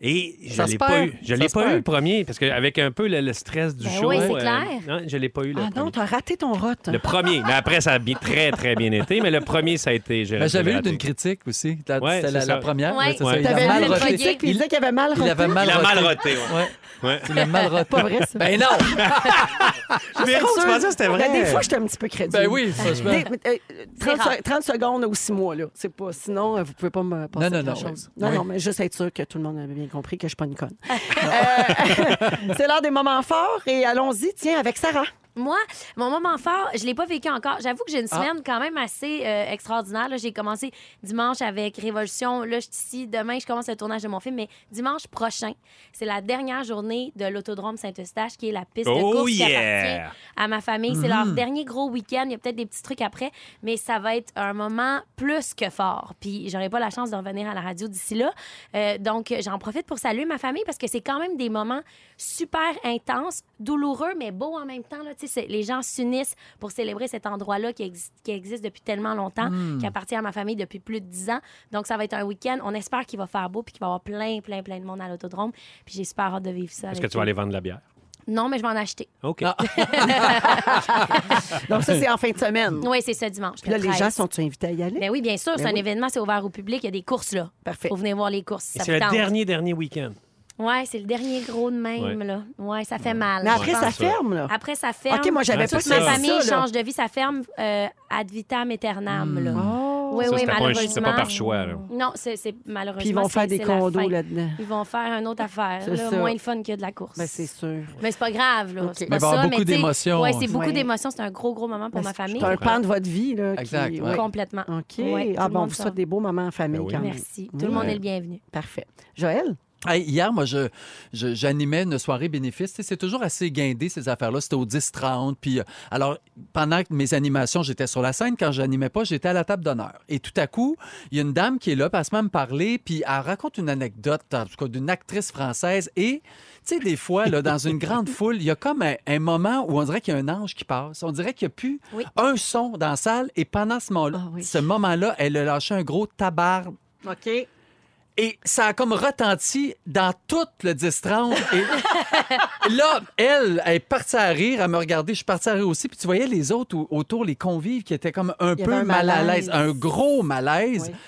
Speaker 1: et je
Speaker 4: Ça se
Speaker 1: l'ai pas
Speaker 4: perd.
Speaker 1: eu, je
Speaker 4: Ça
Speaker 1: l'ai
Speaker 4: se
Speaker 1: pas eu
Speaker 4: perd.
Speaker 1: le premier parce qu'avec un peu le, le stress du
Speaker 3: Ben
Speaker 1: show, euh,
Speaker 3: oui, c'est clair.
Speaker 1: non, je l'ai pas eu le
Speaker 2: Ah non,
Speaker 1: premier.
Speaker 2: t'as raté ton rot.
Speaker 1: Le premier, mais après ça a bien- très très bien été, mais le premier ça a été j'ai-
Speaker 4: Ben, J'avais
Speaker 1: j'ai
Speaker 4: eu d'une
Speaker 1: raté.
Speaker 4: critique aussi. La-
Speaker 1: Ouais,
Speaker 4: C'était la,
Speaker 1: c'est
Speaker 4: la
Speaker 1: ça.
Speaker 4: première.
Speaker 3: Ouais.
Speaker 4: mais c'est ça,
Speaker 1: Ouais.
Speaker 4: Il
Speaker 2: T'avais
Speaker 4: a
Speaker 2: lu
Speaker 4: mal
Speaker 2: une
Speaker 3: roté.
Speaker 2: critique, puis il disait qu'il avait mal
Speaker 4: Il
Speaker 2: roté.
Speaker 4: avait mal
Speaker 1: Il a
Speaker 4: roté.
Speaker 1: mal roté. ouais.
Speaker 4: Ouais.
Speaker 1: Ouais.
Speaker 4: Il a mal roté.
Speaker 2: Pas vrai, ça.
Speaker 4: Ben non!
Speaker 1: Véro, tu pensais que c'était vrai?
Speaker 2: Ben, des fois, j'étais un petit peu crédible.
Speaker 4: Ben oui, franchement.
Speaker 2: Ah, Des- mais, euh, 30,
Speaker 3: rare.
Speaker 2: se- 30 secondes ou 6 mois, là. C'est pas, sinon, euh, vous pouvez pas me passer
Speaker 4: Non, non,
Speaker 2: quelque
Speaker 4: non,
Speaker 2: chose.
Speaker 4: oui.
Speaker 2: Non,
Speaker 4: Oui.
Speaker 2: non, mais juste être sûr que tout le monde avait bien compris que je suis pas une conne. Euh, c'est l'heure des moments forts et allons-y, tiens, avec Sarah.
Speaker 3: Moi, mon moment fort, je l'ai pas vécu encore. J'avoue que j'ai une
Speaker 1: Ah.
Speaker 3: semaine quand même assez euh, extraordinaire. là. J'ai commencé dimanche avec Révolution. Là, je suis ici. Demain, je commence le tournage de mon film. Mais dimanche prochain, c'est la dernière journée de l'Autodrome Saint-Eustache, qui est la piste de
Speaker 1: Oh
Speaker 3: course qui
Speaker 1: yeah!
Speaker 3: appartient à ma famille. C'est
Speaker 1: Mm-hmm.
Speaker 3: leur dernier gros week-end. Il y a peut-être des petits trucs après, mais ça va être un moment plus que fort. Puis j'aurai pas la chance de revenir à la radio d'ici là. Euh, donc j'en profite pour saluer ma famille parce que c'est quand même des moments super intenses, douloureux, mais beaux en même temps. Là. Tu sais, c'est- Les gens s'unissent pour célébrer cet endroit-là qui, exi- qui existe depuis tellement longtemps,
Speaker 1: Mm.
Speaker 3: qui appartient à ma famille depuis plus de 10 ans. Donc ça va être un week-end. On espère qu'il va faire beau puis qu'il va y avoir plein, plein, plein de monde à l'autodrome. Puis j'ai super hâte de vivre ça.
Speaker 1: Est-ce que
Speaker 3: avec
Speaker 1: tu vas
Speaker 3: eux.
Speaker 1: aller vendre de la bière
Speaker 3: Non, mais je vais en acheter.
Speaker 1: OK.
Speaker 4: Ah.
Speaker 2: Donc, ça, c'est en fin de semaine.
Speaker 3: Oui, c'est ce dimanche.
Speaker 2: Puis là,
Speaker 3: le
Speaker 2: les
Speaker 3: 13.
Speaker 2: gens sont-tu invités à y aller?
Speaker 3: Ben oui, bien sûr, c'est
Speaker 2: Ben
Speaker 3: un
Speaker 2: oui.
Speaker 3: événement, c'est ouvert au public, il y a des courses là.
Speaker 2: Parfait.
Speaker 3: Faut venir voir les courses. si
Speaker 1: Et
Speaker 3: ça
Speaker 1: c'est
Speaker 3: vous
Speaker 1: le
Speaker 3: tente.
Speaker 1: dernier dernier week-end.
Speaker 3: Ouais, c'est le dernier gros de même là. Ouais, ça fait mal.
Speaker 2: Mais après,
Speaker 3: Je pense.
Speaker 2: ça ferme, là.
Speaker 3: Après ça ferme.
Speaker 2: OK, moi, j'avais
Speaker 1: Ouais,
Speaker 2: pas
Speaker 3: Toute
Speaker 1: c'est
Speaker 3: ma
Speaker 1: ça.
Speaker 3: famille
Speaker 2: ça, là.
Speaker 3: change de vie, ça ferme euh, ad vitam aeternam là.
Speaker 2: Oh.
Speaker 3: Oui,
Speaker 1: Ça,
Speaker 3: oui,
Speaker 1: c'était pas un-
Speaker 3: malheureusement.
Speaker 1: c'était pas par choix, là.
Speaker 3: Non, c'est c'est- malheureusement.
Speaker 2: Puis ils vont
Speaker 3: c'est-
Speaker 2: faire des
Speaker 3: c'est la
Speaker 2: condos
Speaker 3: fin.
Speaker 2: là-dedans.
Speaker 3: Ils vont faire une autre affaire,
Speaker 2: C'est
Speaker 3: là,
Speaker 2: ça.
Speaker 3: moins le fun que de la course.
Speaker 2: Ben, c'est sûr.
Speaker 3: Mais c'est pas grave, là. C'est
Speaker 2: Mais
Speaker 3: pas
Speaker 4: il va y avoir
Speaker 3: ça,
Speaker 4: beaucoup
Speaker 3: mais tu sais,
Speaker 4: d'émotions.
Speaker 3: Ouais, c'est beaucoup
Speaker 2: Ouais.
Speaker 3: d'émotions. C'est un gros, gros moment pour
Speaker 2: Ben,
Speaker 3: ma famille.
Speaker 2: C'est un pan de votre vie, là. qui-
Speaker 4: Exact, ouais.
Speaker 2: ouais.
Speaker 3: Complètement.
Speaker 2: OK.
Speaker 3: Ouais,
Speaker 2: ah,
Speaker 3: tout le
Speaker 2: bon,
Speaker 3: monde
Speaker 2: vous
Speaker 3: sort.
Speaker 2: souhaite des beaux moments en famille,
Speaker 1: Ben oui.
Speaker 2: quand même.
Speaker 3: Merci. Tout le monde est le bienvenu.
Speaker 2: Parfait. Joël?
Speaker 4: Hey, hier, moi, je, je- j'animais une soirée bénéfice. Tu sais, C'est toujours assez guindé, ces affaires-là. C'était au 10-30. Puis, euh, alors, pendant que mes animations, j'étais sur la scène. Quand j'animais pas, j'étais à la table d'honneur. Et tout à coup, il y a une dame qui est là, puis elle se met à me parler, puis elle raconte une anecdote, en tout cas, d'une actrice française. Et, tu sais, des fois, là, dans une grande foule, il y a comme un, un moment où on dirait qu'il y a un ange qui passe. On dirait qu'il n'y a plus
Speaker 3: Oui.
Speaker 4: un son dans la salle. Et pendant ce moment-là,
Speaker 2: Ah oui.
Speaker 4: ce moment-là, elle a lâché un gros tabarde.
Speaker 2: OK.
Speaker 4: Et ça a comme retenti dans tout le 10-30. Et là, elle, elle est partie à rire, elle me regardait, je suis partie à rire aussi. Puis tu voyais les autres au- autour, les convives, qui étaient comme un
Speaker 2: Il y
Speaker 4: peu
Speaker 2: avait un
Speaker 4: mal à
Speaker 2: malaise.
Speaker 4: l'aise, un gros malaise.
Speaker 2: Oui.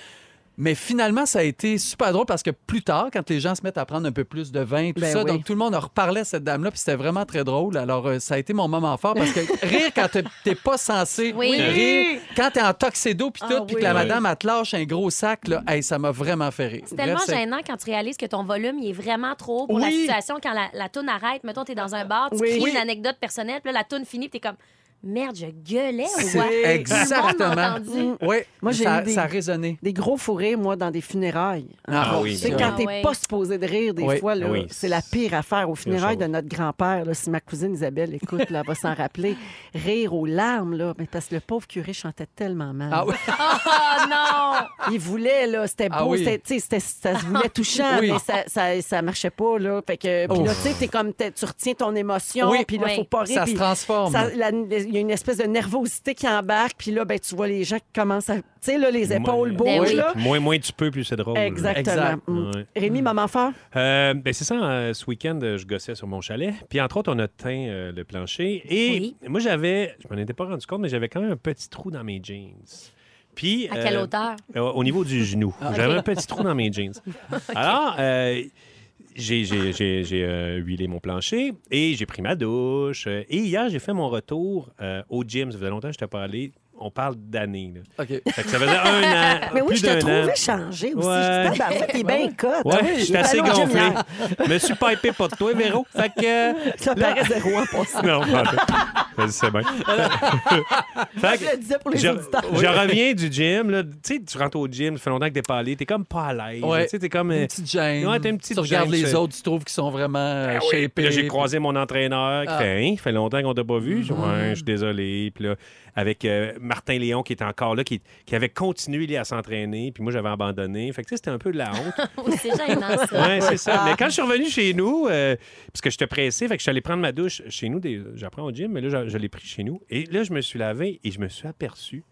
Speaker 4: Mais finalement, ça a été super drôle parce que plus tard, quand les gens se mettent à prendre un peu plus de vin, tout
Speaker 2: Ben
Speaker 4: ça,
Speaker 2: oui.
Speaker 4: donc tout le monde en reparlait à cette dame-là, puis c'était vraiment très drôle. Alors, euh, ça a été mon moment fort parce que rire quand t'es- t'es pas censé
Speaker 3: Oui.
Speaker 4: rire, quand t'es en tuxedo, puis tout,
Speaker 2: Ah
Speaker 4: puis
Speaker 2: oui.
Speaker 4: que la madame, elle te lâche un gros sac, là, hey, ça m'a vraiment fait rire.
Speaker 3: C'est tellement
Speaker 4: Bref, c'est-
Speaker 3: gênant quand tu réalises que ton volume il est vraiment trop haut pour la
Speaker 4: Oui.
Speaker 3: situation quand la, la toune arrête. Mettons, t'es dans un bar, tu
Speaker 2: Oui.
Speaker 3: cries
Speaker 2: Oui.
Speaker 3: une anecdote personnelle, puis là, la toune finit, puis t'es comme merde, je gueulais ou quoi? Tout
Speaker 4: C'est
Speaker 3: le monde m'a
Speaker 4: exactement.
Speaker 3: entendu.
Speaker 4: Oui,
Speaker 2: Moi, j'ai
Speaker 4: ça,
Speaker 2: eu des-
Speaker 4: ça a résonné.
Speaker 2: Des gros fourrés, moi, dans des funérailles.
Speaker 1: Ah oui,
Speaker 2: Tu
Speaker 4: c'est
Speaker 2: sais,
Speaker 1: ben
Speaker 2: quand
Speaker 3: oui.
Speaker 2: t'es
Speaker 3: Ah ouais.
Speaker 2: pas supposé de rire, des
Speaker 4: Oui.
Speaker 2: fois, là,
Speaker 1: Ah oui.
Speaker 2: c'est la pire affaire. Au funérailles de
Speaker 1: chose.
Speaker 2: notre grand-père, là, si ma cousine Isabelle écoute, là, elle va s'en rappeler, rire aux larmes, là, mais parce que le pauvre curé chantait tellement mal.
Speaker 4: Ah oui.
Speaker 3: Oh non!
Speaker 1: Euh,
Speaker 2: Il voulait, là, c'était beau,
Speaker 4: Ah oui.
Speaker 2: c'était, tu sais, c'était- ça se voulait touchant,
Speaker 4: Oui.
Speaker 2: mais ça, ça, ça marchait pas, là. Fait que, puis là,
Speaker 4: Ouf.
Speaker 2: tu sais, t'es comme, t'es- tu retiens ton émotion,
Speaker 4: Oui.
Speaker 2: puis là,
Speaker 3: Oui.
Speaker 2: faut pas rire.
Speaker 4: Ça
Speaker 2: puis
Speaker 4: se transforme.
Speaker 2: ça- la- Il y a une espèce de nervosité qui embarque, puis là, ben, tu vois les gens qui commencent à, tu sais, là, les épaules
Speaker 1: Moins-
Speaker 2: bougent,
Speaker 3: Ben oui.
Speaker 2: là.
Speaker 1: Moins moins tu peux plus c'est drôle. là.
Speaker 2: Exactement.
Speaker 4: Exact.
Speaker 2: Mm.
Speaker 1: Ouais.
Speaker 2: Rémi, maman fort?
Speaker 1: Euh, ben c'est ça, euh, ce week-end, euh, je gossais sur mon chalet. Puis entre autres, on a teint euh, le plancher. Et
Speaker 3: Oui.
Speaker 1: moi, j'avais, je m'en étais pas rendu compte, mais j'avais quand même un petit trou dans mes jeans. Puis,
Speaker 3: À quelle
Speaker 1: euh,
Speaker 3: hauteur? Ah,
Speaker 1: euh, Au niveau du genou. J'avais un petit trou dans mes jeans. Alors, euh, j'ai j'ai- j'ai- j'ai, euh, huilé mon plancher et j'ai pris ma douche. Euh, Et hier, j'ai fait mon retour euh, au gym. Ça faisait longtemps que je t'ai pas allé. On parle d'années. là.
Speaker 4: OK.
Speaker 1: Fait que Ça faisait un an.
Speaker 2: Mais oui,
Speaker 1: Ah, plus
Speaker 2: je te
Speaker 1: d'un an.
Speaker 2: trouvais changé aussi.
Speaker 1: Ouais.
Speaker 2: Je disais, ben ouais, t'es bien cote.
Speaker 1: Ouais, je suis assez
Speaker 2: allé au gym
Speaker 1: gonflé.
Speaker 2: hier.
Speaker 1: Je me suis pipé pas de toi, Véro. Fait que.
Speaker 2: Ça
Speaker 1: Là-
Speaker 2: paraît zéro en passant.
Speaker 1: Non, pas en fait. Je le sais bien. Fait que-
Speaker 2: Je le disais pour les
Speaker 1: je,
Speaker 2: auditeurs.
Speaker 1: je reviens du gym. Là. Tu sais, tu rentres au gym, ça fait longtemps que t'es pas allé. T'es comme pas à l'aise.
Speaker 4: Ouais.
Speaker 1: Tu sais, T'es comme... euh,
Speaker 4: Une petite gêne.
Speaker 1: Ouais, t'as une petite
Speaker 4: tu regardes
Speaker 1: gêne,
Speaker 4: les
Speaker 1: c'est-
Speaker 4: autres, tu trouves qu'ils sont vraiment euh,
Speaker 1: Ah oui.
Speaker 4: shapés.
Speaker 1: Puis là, j'ai croisé mon entraîneur qui
Speaker 4: Ah.
Speaker 1: fait, Hein, fait longtemps qu'on t'a pas vu. Je dis, Ouais, je suis désolé. Puis là, avec euh, Martin Léon qui était encore là, qui, qui avait continué lui, à s'entraîner. Puis moi, j'avais abandonné. Fait que tu sais, c'était un peu de la honte.
Speaker 3: Oui, Oh, c'est gênant, ça.
Speaker 1: ouais, c'est ça. Mais quand je suis revenu chez nous, euh, parce que j'étais pressé, fait que je suis allé prendre ma douche chez nous. Des... J'apprends au gym, mais là, je, je l'ai pris chez nous. Et là, je me suis lavé et je me suis aperçu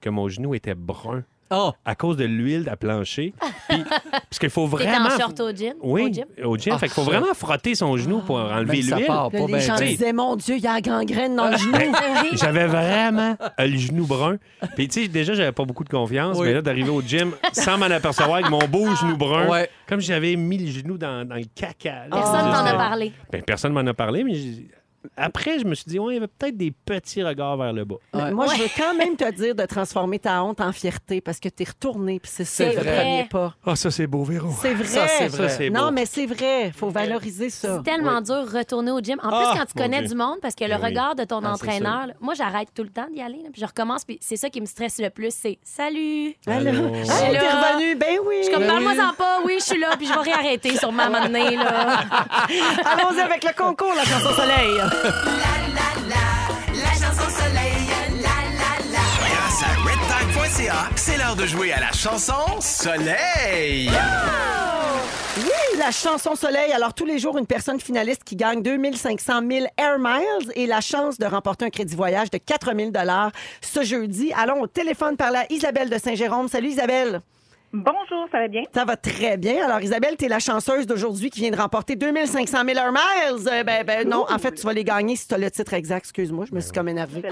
Speaker 1: que mon genou était brun
Speaker 4: Oh,
Speaker 1: à cause de l'huile à plancher. Puis- parce qu'il faut
Speaker 3: T'étais
Speaker 1: vraiment...
Speaker 3: en short au gym?
Speaker 1: Oui,
Speaker 3: Au gym?
Speaker 1: fait qu'il faut
Speaker 4: Ah, ça. Ah,
Speaker 1: vraiment frotter son genou pour enlever
Speaker 4: même ça
Speaker 1: l'huile.
Speaker 4: part pas
Speaker 2: Là,
Speaker 4: bien.
Speaker 2: les gens
Speaker 1: tu sais.
Speaker 2: disaient, mon Dieu, il y a la gangrène dans le genou.
Speaker 1: Ben, j'avais vraiment euh, le genou brun. Puis tu sais, déjà, j'avais pas beaucoup de confiance,
Speaker 4: Oui.
Speaker 1: mais là, d'arriver au gym sans m'en apercevoir avec mon beau genou brun,
Speaker 4: Ouais.
Speaker 1: comme j'avais mis le genou dans, dans le caca. là,
Speaker 3: Personne
Speaker 1: juste,
Speaker 3: t'en a
Speaker 1: euh,
Speaker 3: parlé.
Speaker 1: ben, personne m'en a parlé, mais j'ai- après, je me suis dit, ouais, il y avait peut-être des petits regards vers le bas.
Speaker 4: Ouais.
Speaker 2: Moi, je veux quand même te dire de transformer ta honte en fierté parce que t'es retourné, puis c'est ça
Speaker 3: C'est
Speaker 2: le
Speaker 3: vrai.
Speaker 2: premier pas.
Speaker 1: Ah, ça, c'est beau, Véro.
Speaker 2: C'est vrai.
Speaker 4: Ça, c'est
Speaker 1: Ça,
Speaker 4: vrai.
Speaker 1: c'est beau.
Speaker 2: Non, mais c'est vrai. Faut valoriser ça.
Speaker 3: C'est tellement dur retourner au gym. En
Speaker 1: Ah,
Speaker 3: plus, quand tu
Speaker 1: mon
Speaker 3: connais
Speaker 1: Dieu.
Speaker 3: du monde, parce que le
Speaker 1: Ben oui.
Speaker 3: regard de ton
Speaker 4: Ah, c'est
Speaker 3: entraîneur, là, moi, j'arrête tout le temps d'y aller, là, puis je recommence, puis c'est ça qui me stresse le plus, c'est « Salut!
Speaker 2: Allô? Hey,
Speaker 1: Allô?
Speaker 3: Allô?
Speaker 2: t'es revenu? Ben oui. »
Speaker 3: Je suis comme «
Speaker 4: Ben oui.
Speaker 3: Parle-moi-en pas, oui, je suis là, puis je vais réarrêter sur ma manée, là.
Speaker 2: Allons-y avec le concours, la chanson soleil.
Speaker 5: Grâce à redtime.ca, c'est l'heure de jouer à la chanson Soleil.
Speaker 2: Oui, la chanson soleil. Alors, tous les jours, une personne finaliste qui gagne 2500 000 Air Miles et la chance de remporter un crédit voyage de 4 000 ce jeudi. Allons au téléphone par là, Isabelle de Saint-Jérôme. Salut, Isabelle.
Speaker 6: Bonjour, ça va bien?
Speaker 2: Ça va très bien. Alors, Isabelle, tu es la chanceuse d'aujourd'hui qui vient de remporter 2500 000 Air Miles. Euh, ben, ben, non, en fait, tu vas les gagner si tu as le titre exact. Excuse-moi, je me suis comme
Speaker 6: Ben,
Speaker 2: énervée.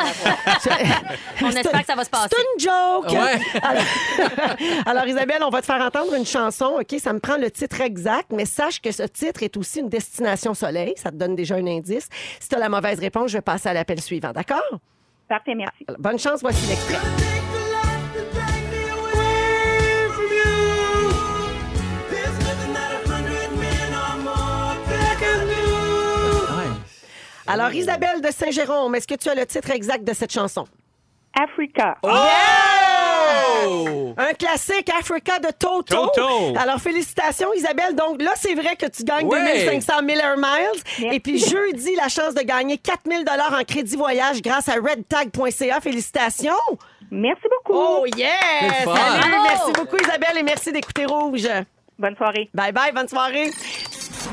Speaker 3: On espère que ça va se passer.
Speaker 2: C'est une joke!
Speaker 4: Ouais.
Speaker 2: Alors, alors, Isabelle, on va te faire entendre une chanson, OK? Ça me prend le titre exact, mais sache que ce titre est aussi une destination soleil. Ça te donne déjà un indice. Si tu as la mauvaise réponse, je vais passer à l'appel suivant, d'accord?
Speaker 6: Parfait, merci.
Speaker 2: Alors, bonne chance, voici l'extrait.
Speaker 4: Ouais.
Speaker 2: Alors, Isabelle de Saint-Jérôme, est-ce que tu as le titre exact de cette chanson?
Speaker 6: Africa.
Speaker 4: Oh!
Speaker 2: Un classique Africa de Toto.
Speaker 1: Toto.
Speaker 2: Alors, félicitations, Isabelle. Donc, là, c'est vrai que tu gagnes
Speaker 4: Ouais.
Speaker 2: 2500 000 Air Miles. Et puis, jeudi, la chance de gagner 4000 en crédit voyage grâce à redtag.ca. Félicitations.
Speaker 6: Merci beaucoup.
Speaker 2: Oh, yeah!
Speaker 4: C'est fun.
Speaker 2: Salut,
Speaker 3: Bravo.
Speaker 2: merci beaucoup, Isabelle, et merci d'écouter Rouge.
Speaker 6: Bonne soirée.
Speaker 2: Bye bye, bonne soirée.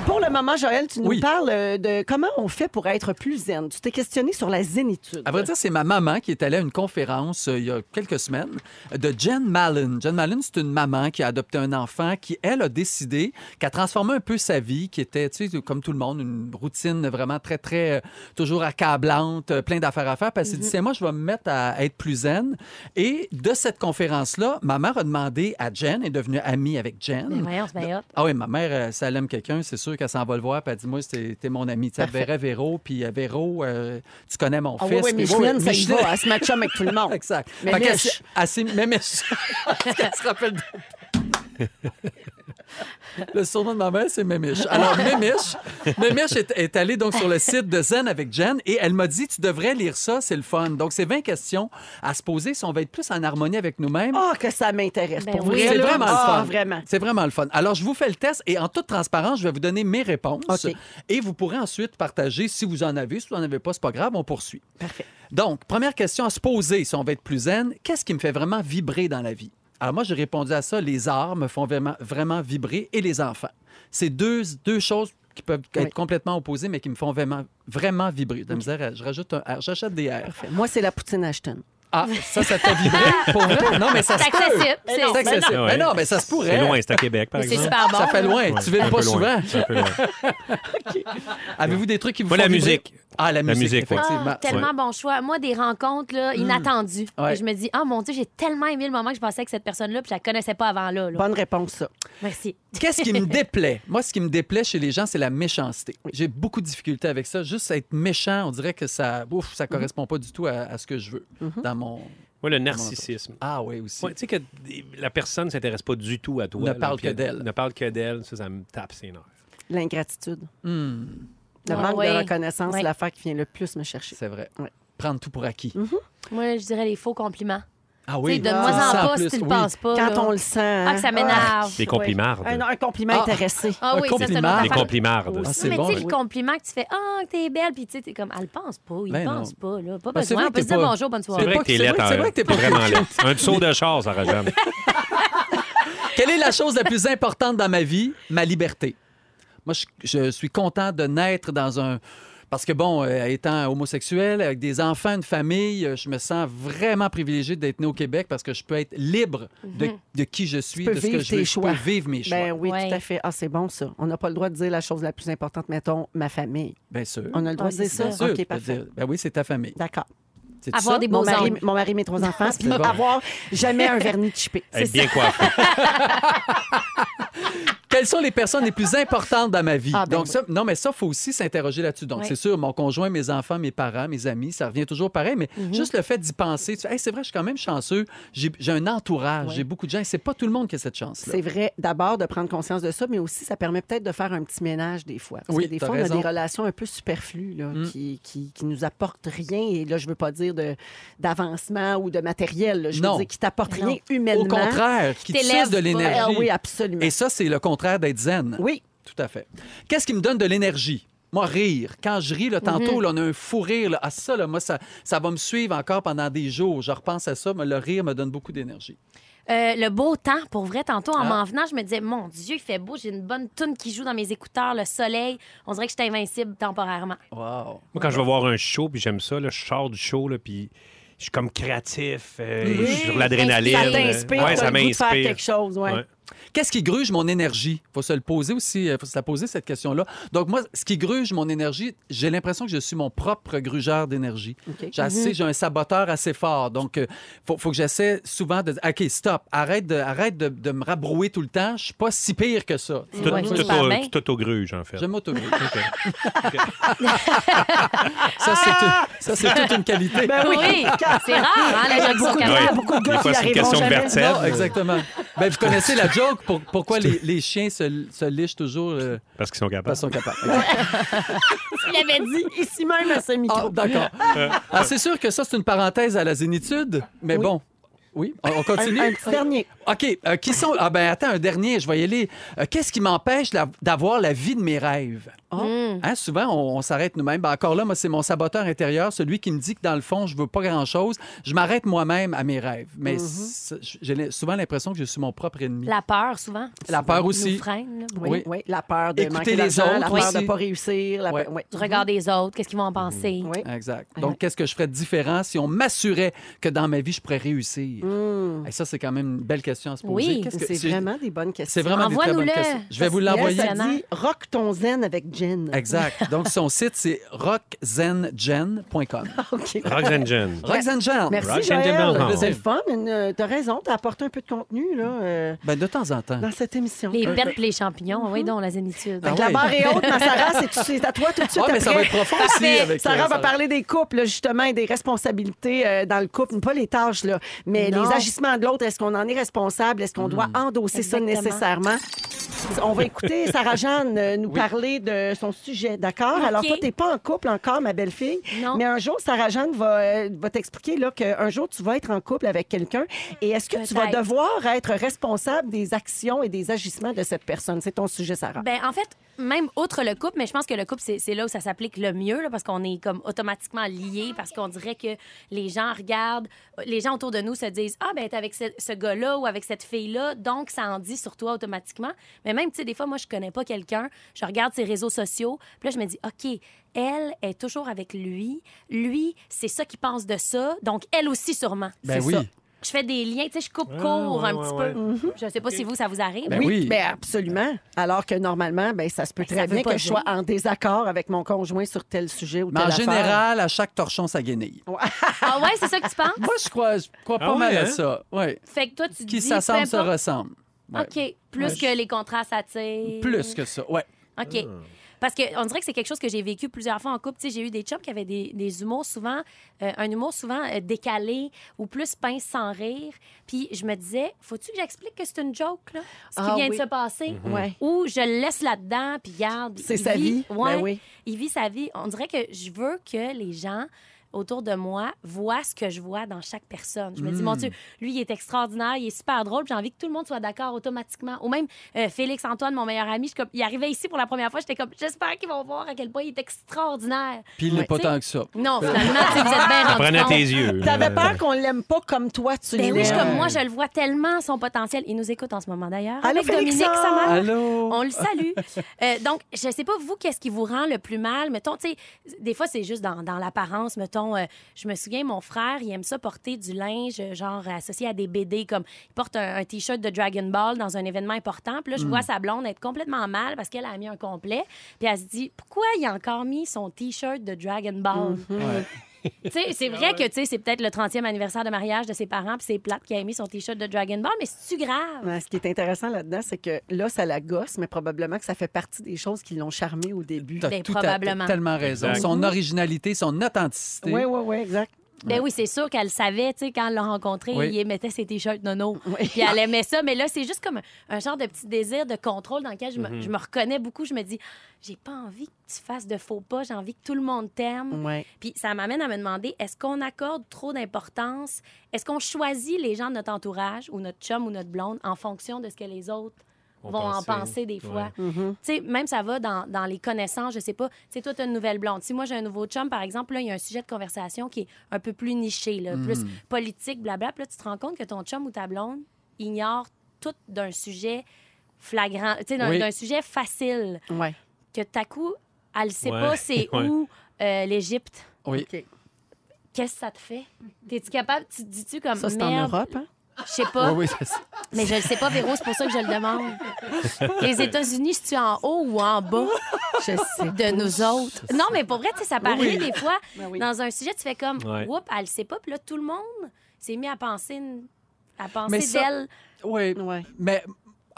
Speaker 2: Pour le moment, Joël, tu nous
Speaker 4: Oui.
Speaker 2: parles euh, de comment on fait pour être plus zen. Tu t'es questionné sur la zénitude.
Speaker 4: À vrai dire, c'est ma maman qui est allée à une conférence euh, il y a quelques semaines euh, de Jen Mallon. Jen Mallon, c'est une maman qui a adopté un enfant qui, elle, a décidé qu'elle transformé un peu sa vie, qui était, tu sais, comme tout le monde, une routine vraiment très, très, euh, toujours accablante, euh, plein d'affaires à faire. Parce qu'elle s'est dit, Tiens, moi, je vais me mettre à être plus zen. Et de cette conférence-là, ma mère a demandé à Jen, elle est devenue amie avec Jen.
Speaker 3: Mais Ben voyons,
Speaker 2: Ben,
Speaker 3: c'est bien hot.
Speaker 4: Ah oui, ma mère, euh, si elle aime quelqu'un, c'est sûr qu'elle s'en va le voir, puis elle dit Moi, c'est- t'es mon ami. Tu sais, elle verrait Véro, puis euh, Véro, euh, tu connais mon
Speaker 2: Ah oui,
Speaker 4: fils.
Speaker 2: oui,
Speaker 4: puis-
Speaker 2: Micheline,
Speaker 4: oui,
Speaker 2: ça y
Speaker 4: Micheline.
Speaker 2: va. Elle se match avec tout le monde.
Speaker 4: Exact.
Speaker 2: Mais
Speaker 4: Fait qu'elle
Speaker 2: Mich.
Speaker 4: s'est- elle s'est- mais Mich. Parce qu'elle se rappelle de- Le surnom de ma mère, c'est Mémiche. Alors, Mémiche, Mémiche est, est allée donc sur le site de Zen avec Jen et elle m'a dit Tu devrais lire ça, c'est le fun. Donc, c'est 20 questions à se poser si on va être plus en harmonie avec nous-mêmes.
Speaker 2: Ah, que ça m'intéresse.
Speaker 3: Ben
Speaker 2: pour
Speaker 3: oui.
Speaker 2: vrai,
Speaker 4: C'est
Speaker 2: là.
Speaker 4: vraiment le
Speaker 2: Ah,
Speaker 4: fun.
Speaker 2: vraiment.
Speaker 4: C'est vraiment le fun. Alors, je vous fais le test et en toute transparence, je vais vous donner mes réponses.
Speaker 2: OK.
Speaker 4: Et vous pourrez ensuite partager si vous en avez. Si vous n'en avez pas, c'est pas grave, on poursuit. Parfait. Donc, première question à se poser, si on veut être plus zen, qu'est-ce qui me fait vraiment vibrer dans la vie? Alors, moi, j'ai répondu à ça. Les arts me font vraiment, vraiment vibrer et les enfants. C'est deux, deux choses qui peuvent être
Speaker 2: Oui.
Speaker 4: complètement opposées, mais qui me font vraiment, vraiment vibrer. De la misère à- je rajoute un R. J'achète des R.
Speaker 2: Moi, c'est la poutine Ashton.
Speaker 4: Ah, ça, ça te fait vibrer? Pour vrai? Non, mais ça
Speaker 3: C'est
Speaker 4: se peut.
Speaker 3: accessible. C'est
Speaker 4: C'est accessible.
Speaker 1: non.
Speaker 4: Mais non, mais ça se pourrait.
Speaker 1: Ah, C'est loin, c'est à Québec, par
Speaker 3: Mais c'est
Speaker 1: exemple.
Speaker 3: super Ah, bon.
Speaker 4: Ça fait loin.
Speaker 1: Ouais,
Speaker 4: tu vives
Speaker 1: un
Speaker 4: pas
Speaker 1: peu loin,
Speaker 4: souvent.
Speaker 1: un peu loin.
Speaker 4: Avez-vous des trucs qui vous
Speaker 1: Moi,
Speaker 4: font
Speaker 1: la
Speaker 4: vibrer?
Speaker 1: musique.
Speaker 4: Ah, la musique,
Speaker 1: musique, ouais.
Speaker 4: effectivement. Hmm.
Speaker 3: Ah, tellement bon choix. Moi, des rencontres là, inattendues.
Speaker 4: Ouais.
Speaker 3: Et je me dis, ah mon Dieu, j'ai tellement aimé le moment que je passais avec cette personne-là, puis je la connaissais pas avant là. là.
Speaker 2: Bonne réponse, ça.
Speaker 3: Merci.
Speaker 4: Qu'est-ce qui me déplaît? Moi, ce qui me déplaît chez les gens, c'est la méchanceté. J'ai beaucoup de difficultés avec ça. Juste être méchant, on dirait que ça ouf,
Speaker 3: Mm-hmm.
Speaker 4: ça correspond pas du tout à, à ce que je veux dans mon...
Speaker 1: Moi, le narcissisme.
Speaker 4: Ah oui, aussi.
Speaker 1: Ouais, tu sais que des- la personne ne s'intéresse pas du tout à toi.
Speaker 4: Ne
Speaker 1: là,
Speaker 4: parle
Speaker 1: puis
Speaker 4: que
Speaker 1: elle-
Speaker 4: d'elle.
Speaker 1: Ne parle que d'elle, ça, ça me tape ses nerfs.
Speaker 2: L'ingratitude. Le
Speaker 3: Ah,
Speaker 2: manque
Speaker 3: ouais.
Speaker 2: de reconnaissance,
Speaker 3: Ouais.
Speaker 2: c'est l'affaire qui vient le plus me chercher.
Speaker 4: C'est vrai.
Speaker 2: Ouais.
Speaker 4: Prendre tout pour acquis.
Speaker 3: Moi, je dirais les faux compliments.
Speaker 4: Ah
Speaker 3: Mm-hmm. Tu sais, Donne-moi
Speaker 4: Ah,
Speaker 3: en
Speaker 4: ça,
Speaker 3: pas
Speaker 4: plus,
Speaker 3: si tu le
Speaker 4: oui.
Speaker 3: penses pas.
Speaker 2: Quand
Speaker 3: là.
Speaker 2: on le sent. hein.
Speaker 3: Ah, que ça m'énerve.
Speaker 1: Des complimardes.
Speaker 2: Un, un compliment
Speaker 4: Ah.
Speaker 2: intéressé.
Speaker 3: Ah
Speaker 4: Un
Speaker 3: oui, ça, c'est une autre
Speaker 4: compliment.
Speaker 1: Des
Speaker 3: affaire.
Speaker 1: complimardes.
Speaker 4: Ah,
Speaker 3: Non,
Speaker 4: c'est
Speaker 3: mais
Speaker 4: bon.
Speaker 3: tu sais,
Speaker 4: oui.
Speaker 3: le compliment que tu fais, ah, que t'es belle, puis tu sais, t'es comme, elle pense pas, il
Speaker 4: Ben non.
Speaker 3: pense pas, là. Pas
Speaker 4: Ben, c'est
Speaker 3: besoin,
Speaker 4: vrai
Speaker 3: on peut
Speaker 4: que
Speaker 3: se
Speaker 4: t'es
Speaker 3: dire
Speaker 4: pas-
Speaker 3: bonjour, bonne
Speaker 1: C'est
Speaker 3: soirée.
Speaker 1: vrai
Speaker 4: pas
Speaker 1: que
Speaker 4: que-
Speaker 1: t'es
Speaker 4: c'est
Speaker 1: laide.
Speaker 4: vrai- c'est
Speaker 1: en-
Speaker 4: vrai que t'es pas
Speaker 1: vraiment laide. Un saut de char, ça rajoute.
Speaker 4: Quelle est la chose la plus importante dans ma vie? Ma liberté. Moi, je, je suis content de naître dans un... Parce que, bon, euh, étant homosexuel, avec des enfants, une famille, euh, je me sens vraiment privilégié d'être né au Québec parce que je peux être libre de, de qui je suis,
Speaker 2: Mhm. peux
Speaker 4: de ce que
Speaker 2: vivre
Speaker 4: je
Speaker 2: tes
Speaker 4: veux. Je peux
Speaker 2: choix.
Speaker 4: vivre mes choix.
Speaker 2: Ben oui,
Speaker 3: Ouais.
Speaker 2: tout à fait. Ah, c'est bon, ça. On n'a pas le droit de dire la chose la plus importante, mettons, ma famille.
Speaker 4: Bien sûr.
Speaker 2: On a le droit
Speaker 3: Ah,
Speaker 2: de dire
Speaker 3: c'est
Speaker 2: ça?
Speaker 4: Bien sûr.
Speaker 2: OK, parfait.
Speaker 4: C'est-à-dire, Ben oui, c'est ta famille.
Speaker 2: D'accord.
Speaker 4: C'est
Speaker 3: Avoir
Speaker 4: ça?
Speaker 3: des beaux
Speaker 2: Mon mari,
Speaker 3: ongles.
Speaker 2: mon mari, mes trois enfants, puis
Speaker 4: bon.
Speaker 2: avoir jamais un vernis chippé.
Speaker 1: Être bien coiffé.
Speaker 4: Quelles sont les personnes les plus importantes dans ma vie?
Speaker 2: Ah, ben
Speaker 4: Donc,
Speaker 2: oui.
Speaker 4: ça, non, mais ça, faut aussi s'interroger là-dessus. Donc,
Speaker 3: Ouais.
Speaker 4: c'est sûr, mon conjoint, mes enfants, mes parents, mes amis, ça revient toujours pareil, mais
Speaker 2: Mhm.
Speaker 4: juste le fait d'y penser, tu fais, Hey, c'est vrai, je suis quand même chanceux, j'ai j'ai un entourage, j'ai beaucoup de gens, et c'est pas tout le monde qui a cette chance-là.
Speaker 2: C'est vrai, d'abord, de prendre conscience de ça, mais aussi, ça permet peut-être de faire un petit ménage des fois. Parce
Speaker 4: Oui,
Speaker 2: que des
Speaker 4: t'as
Speaker 2: fois,
Speaker 4: raison. Mm.
Speaker 2: on a des relations un peu superflues là, qui, qui, qui nous apportent rien. Et là, je veux pas dire de- d'avancement ou de matériel. là. Je
Speaker 4: Non.
Speaker 2: veux dire qui t'apportent
Speaker 3: Non.
Speaker 2: rien
Speaker 4: Au
Speaker 2: humainement.
Speaker 4: contraire, qui te
Speaker 3: t'élèves
Speaker 4: suce de
Speaker 3: pas.
Speaker 4: l'énergie.
Speaker 2: Ah oui, absolument.
Speaker 4: Et ça, c'est le contraire d'être zen.
Speaker 2: Oui.
Speaker 4: Tout à fait. Qu'est-ce qui me donne de l'énergie? Moi, rire. Quand je
Speaker 2: Mhm.
Speaker 4: ris, là, tantôt, là, on a un fou rire. Là. Ah, ça, là, moi, ça, ça va me suivre encore pendant des jours. Je repense à ça, mais le rire me donne beaucoup d'énergie.
Speaker 3: Euh, le beau temps, pour vrai, tantôt, en
Speaker 4: Ah.
Speaker 3: m'en venant, je me disais, mon Dieu, il fait beau, j'ai une bonne toune qui joue dans mes écouteurs, le soleil. On dirait que j'étais invincible temporairement.
Speaker 4: Wow.
Speaker 1: Moi, quand je vais voir un show, puis j'aime ça, là, je sors du show, là, puis je suis comme créatif, euh, je suis sur l'adrénaline.
Speaker 2: Ça
Speaker 3: Ça
Speaker 2: t'inspire,
Speaker 1: Euh, ouais,
Speaker 2: t'as le
Speaker 1: ça
Speaker 2: goût de faire
Speaker 1: m'inspire.
Speaker 2: quelque chose. Ouais.
Speaker 1: Ouais.
Speaker 4: Qu'est-ce qui gruge mon énergie? Il faut se le poser aussi, il faut se la poser cette question-là. Donc, moi, ce qui gruge mon énergie, j'ai l'impression que je suis mon propre grugeur d'énergie.
Speaker 2: Mhm.
Speaker 4: J'ai assez- j'ai un saboteur assez fort. Donc, il faut, faut que j'essaie souvent de dire, OK, stop, arrête de, arrête de, de me rabrouer tout le temps, je suis pas si pire que ça.
Speaker 1: Tu
Speaker 3: Ouais,
Speaker 1: t'auto-
Speaker 3: je
Speaker 1: tu
Speaker 3: parle
Speaker 1: t'auto-
Speaker 3: bien.
Speaker 2: Ben,
Speaker 1: tu t'auto-gruges, en fait.
Speaker 4: Je m'autogruge.
Speaker 1: OK.
Speaker 4: Ça, c'est tout- ça, c'est toute une qualité.
Speaker 2: Ah! Ben oui.
Speaker 3: Oui, c'est rare,
Speaker 2: Ah,
Speaker 3: hein, la
Speaker 2: Beaucoup de
Speaker 3: capable.
Speaker 2: gars, beaucoup de
Speaker 1: Des
Speaker 2: gars qui
Speaker 1: fois, c'est une
Speaker 2: arriveront
Speaker 1: question de
Speaker 2: jamais.
Speaker 1: vertige.
Speaker 4: Non, exactement. Ben, vous connaissez la joke, pour- pourquoi les, les chiens se, se lichent toujours euh,
Speaker 1: Parce qu'ils sont capables.
Speaker 4: parce qu'ils sont capables.
Speaker 2: Il avait dit ici même à ce
Speaker 4: Ah,
Speaker 2: micro.
Speaker 4: d'accord. Ah, c'est sûr que ça, c'est une parenthèse à la zénitude, mais
Speaker 2: Oui.
Speaker 4: bon. Oui, on- on
Speaker 2: un,
Speaker 4: continue.
Speaker 2: un petit dernier.
Speaker 4: OK, euh, qui sont... Ah ben attends, un dernier, je vais y aller. Euh, Qu'est-ce qui m'empêche la- d'avoir la vie de mes rêves? Ah,
Speaker 2: Mm.
Speaker 4: hein, souvent, on, on s'arrête nous-mêmes. Ben, encore là, moi, c'est mon saboteur intérieur, celui qui me dit que dans le fond, je veux pas grand-chose. Je m'arrête moi-même à mes rêves. Mais
Speaker 2: Mm-hmm.
Speaker 4: c'est- j'ai souvent l'impression que je suis mon propre ennemi.
Speaker 3: La peur, souvent.
Speaker 4: La peur aussi.
Speaker 3: Nous freine, là.
Speaker 2: Oui,
Speaker 4: Oui.
Speaker 2: oui. la peur de
Speaker 4: Écouter
Speaker 2: manquer
Speaker 4: les
Speaker 2: d'argent, la peur
Speaker 4: autres
Speaker 2: de
Speaker 4: aussi.
Speaker 2: ne pas réussir, la peur-
Speaker 4: Ouais.
Speaker 2: ouais.
Speaker 3: Du regard des autres, qu'est-ce qu'ils vont en penser.
Speaker 2: Mm-hmm. Oui.
Speaker 4: Exact. Donc, qu'est-ce que je ferais de différent si on m'assurait que dans ma vie, je pourrais réussir? Et ça, c'est quand même une belle question à se poser.
Speaker 3: Oui.
Speaker 4: Qu'est-ce que-
Speaker 2: Mm. C'est vraiment des bonnes questions.
Speaker 4: C'est vraiment des très bonnes
Speaker 3: Envoie-nous-le.
Speaker 4: questions. Je vais vous
Speaker 3: Parce que
Speaker 4: l'envoyer.
Speaker 2: Ça dit rock ton zen avec Jen.
Speaker 4: Exact. Donc, son site, c'est rockzengen.com.
Speaker 2: OK.
Speaker 1: Roxanne Jen.
Speaker 4: Roxanne Jean.
Speaker 2: Merci,
Speaker 1: Rock and
Speaker 2: Joël.
Speaker 1: Jen.
Speaker 2: C'est le fun. une- euh, T'as raison, t'as apporté un peu de contenu là, euh,
Speaker 4: Ben, de temps en temps.
Speaker 2: dans cette émission.
Speaker 3: Les bêtes puis les champignons,
Speaker 2: mm-hmm.
Speaker 3: oui, donc la zénitude.
Speaker 4: Euh, Ah
Speaker 2: Fait que La
Speaker 4: ouais.
Speaker 2: barre est haute, ma Sarah, c'est- c'est à toi tout de suite
Speaker 4: Ah, mais ça va
Speaker 2: après.
Speaker 4: être profond aussi.
Speaker 2: Parfait.
Speaker 4: Avec, euh,
Speaker 2: Sarah va parler des couples, là, justement, et des responsabilités euh, dans le couple. Pas les tâches, là, mais
Speaker 3: Non.
Speaker 2: les agissements de l'autre. Est-ce qu'on en est responsable? Est-ce qu'on
Speaker 4: Mm.
Speaker 2: doit endosser ça
Speaker 3: Exactement.
Speaker 2: nécessairement? On va écouter Sarah-Jeanne euh, nous parler de son sujet, d'accord?
Speaker 3: OK.
Speaker 2: Alors, toi, t'es pas en couple encore, ma belle-fille.
Speaker 3: Non.
Speaker 2: Mais un jour, Sarah-Jeanne va, euh, va t'expliquer là, qu'un jour, tu vas être en couple avec quelqu'un. Et est-ce que tu vas
Speaker 3: Peut-être.
Speaker 2: devoir être responsable des actions et des agissements de cette personne? C'est ton sujet, Sarah.
Speaker 3: Ben, en fait, même outre le couple, mais je pense que le couple, c'est c'est là où ça s'applique le mieux, là, parce qu'on est comme automatiquement liés, parce qu'on dirait que les gens regardent, les gens autour de nous se disent Ah, ben, t'es avec ce, ce gars-là ou avec cette fille-là, donc ça en dit sur toi automatiquement. Mais même, tu sais, des fois, moi, je connais pas quelqu'un, je regarde ses réseaux sociaux, puis là, je me dis OK, elle est toujours avec lui, lui, c'est ça qu'il pense de ça, donc elle aussi, sûrement.
Speaker 4: Ben
Speaker 2: C'est
Speaker 4: oui.
Speaker 2: ça.
Speaker 3: Je fais des liens, tu sais, je coupe
Speaker 1: Ah,
Speaker 3: court
Speaker 1: ouais,
Speaker 3: un
Speaker 1: ouais,
Speaker 3: petit
Speaker 1: ouais. Mhm.
Speaker 3: peu. Je sais pas si vous, ça vous arrive.
Speaker 4: Ben
Speaker 2: oui,
Speaker 4: oui.
Speaker 2: ben absolument. Alors que normalement, ben, ça se peut
Speaker 3: Ben,
Speaker 2: très
Speaker 3: ça veut
Speaker 2: bien
Speaker 3: pas
Speaker 2: que je sois
Speaker 3: dire.
Speaker 2: en désaccord avec mon conjoint sur tel sujet ou
Speaker 4: Mais
Speaker 2: telle
Speaker 4: en
Speaker 2: affaire.
Speaker 4: général, à chaque torchon, sa guenille.
Speaker 3: Ah ouais, c'est ça que tu penses?
Speaker 4: Moi, je crois, je crois pas
Speaker 1: Ah ouais,
Speaker 4: mal à
Speaker 1: hein?
Speaker 4: ça. Ouais.
Speaker 3: Fait que toi, tu
Speaker 4: Qui
Speaker 3: dis...
Speaker 4: s'assemble
Speaker 3: peu
Speaker 4: se
Speaker 3: importe.
Speaker 4: ressemble. Ouais.
Speaker 3: OK. Plus
Speaker 4: Ouais,
Speaker 3: que les contrats s'attirent.
Speaker 2: Ah.
Speaker 4: Plus que ça. Ouais.
Speaker 3: OK. Parce qu'on dirait que c'est quelque chose que j'ai vécu plusieurs fois en couple. Tu sais, j'ai eu des chums qui avaient des, des humours souvent, euh, un humour souvent euh, décalé ou plus pince sans rire. Puis je me disais, faut-tu que j'explique que c'est une joke, là, ce qui
Speaker 2: Ah
Speaker 3: vient
Speaker 2: oui.
Speaker 3: de se passer?
Speaker 4: Mhm.
Speaker 2: Ouais.
Speaker 3: Ou je le laisse là-dedans, puis garde.
Speaker 2: C'est
Speaker 3: il
Speaker 2: sa
Speaker 3: vit.
Speaker 2: vie.
Speaker 3: Ouais,
Speaker 2: Ben oui.
Speaker 3: Il vit sa vie. On dirait que je veux que les gens autour de moi voient ce que je vois dans chaque personne. Je me
Speaker 2: Mm.
Speaker 3: dis, mon Dieu, lui, il est extraordinaire, il est super drôle, puis j'ai envie que tout le monde soit d'accord automatiquement. Ou même euh, Félix Antoine, mon meilleur ami, je suis comme- il arrivait ici pour la première fois, j'étais comme, j'espère qu'ils vont voir à quel point il est extraordinaire.
Speaker 4: Puis il n'est
Speaker 3: Ouais.
Speaker 4: pas
Speaker 3: Tu sais, mm,
Speaker 4: tant que ça.
Speaker 3: Non, finalement, tu sais, vous êtes bien rendu
Speaker 1: Euh. Prenez à
Speaker 3: compte.
Speaker 1: tes yeux.
Speaker 2: T'avais
Speaker 1: là.
Speaker 2: peur qu'on l'aime pas comme toi, tu
Speaker 3: Ben
Speaker 2: l'aimes.
Speaker 3: oui, je suis comme moi, je le vois tellement son potentiel. Il nous écoute en ce moment d'ailleurs.
Speaker 2: Allô,
Speaker 3: Avec Dominique,
Speaker 2: Félixon!
Speaker 3: sa mère.
Speaker 4: Allô?
Speaker 3: On le salue. Euh, donc, je sais pas, vous, qu'est-ce qui vous rend le plus mal? Mettons, tu sais, des fois, c'est juste dans, dans l'apparence. Mettons, euh, je me souviens, mon frère, il aime ça porter du linge, euh, genre associé à des BD, comme il porte un, un T-shirt de Dragon Ball dans un événement important. Puis là, je vois sa blonde être complètement mal parce qu'elle a mis un complet. Puis elle se dit, pourquoi il a encore mis son T-shirt de Dragon Ball? Tu sais, c'est vrai que tu sais, c'est peut-être le 30e anniversaire de mariage de ses parents, puis c'est plate qui a mis son T-shirt de Dragon Ball, mais c'est-tu grave?
Speaker 2: Ouais, ce qui est intéressant là-dedans, c'est que là, ça la gosse, mais probablement que ça fait partie des choses qui l'ont charmée au début.
Speaker 4: T'as
Speaker 3: Ben,
Speaker 4: tout à- t'as
Speaker 3: probablement.
Speaker 4: tellement raison.
Speaker 1: Exact.
Speaker 4: Son originalité, son authenticité.
Speaker 2: Oui, oui, oui, exact.
Speaker 3: Ben oui, c'est sûr qu'elle le savait, tu sais, quand elle l'a rencontré,
Speaker 4: Oui.
Speaker 3: il mettait ses t-shirts nono. Puis elle aimait ça, mais là, c'est juste comme un, un genre de petit désir de contrôle dans lequel je me, je me reconnais beaucoup. Je me dis, j'ai pas envie que tu fasses de faux pas, j'ai envie que tout le monde t'aime.
Speaker 2: Ouais.
Speaker 3: Puis ça m'amène à me demander, est-ce qu'on accorde trop d'importance? Est-ce qu'on choisit les gens de notre entourage ou notre chum ou notre blonde en fonction de ce que les autres
Speaker 1: Vont
Speaker 3: vont en
Speaker 1: penser.
Speaker 3: penser des fois?
Speaker 1: Ouais.
Speaker 2: Mhm.
Speaker 3: Tu sais, même ça va dans, dans les connaissances, je sais pas. Tu sais, toi, tu as une nouvelle blonde. Si moi, j'ai un nouveau chum, par exemple, là, il y a un sujet de conversation qui est un peu plus niché,
Speaker 1: Mm.
Speaker 3: là, plus politique, blabla. Puis là, tu te rends compte que ton chum ou ta blonde ignore tout d'un sujet flagrant, tu sais, d'un
Speaker 4: Oui.
Speaker 3: d'un sujet facile.
Speaker 2: Ouais.
Speaker 3: Que tout à coup, elle sait
Speaker 1: Ouais.
Speaker 3: pas c'est
Speaker 1: Ouais.
Speaker 3: où euh, l'Égypte.
Speaker 4: Oui.
Speaker 3: Qu'est-ce que ça te fait? T'es-tu capable? Tu te dis-tu comme.
Speaker 2: Ça, c'est en
Speaker 3: merde,
Speaker 2: Europe, hein?
Speaker 3: Je sais pas.
Speaker 4: Ah Oui, oui, c'est ça.
Speaker 3: Mais je le sais pas, Véro, c'est pour ça que je le demande. Les États-Unis, si tu es en haut ou en bas
Speaker 2: Je sais.
Speaker 3: de nous autres. Non, mais pour vrai, tu sais, ça paraît des fois.
Speaker 2: Ben oui.
Speaker 3: Dans un sujet, tu fais comme,
Speaker 1: Ouais.
Speaker 3: oups, elle le sait pas. Puis là, tout le monde s'est mis à penser, une- à penser
Speaker 4: Mais ça-
Speaker 3: d'elle.
Speaker 4: Oui.
Speaker 2: Ouais.
Speaker 4: Mais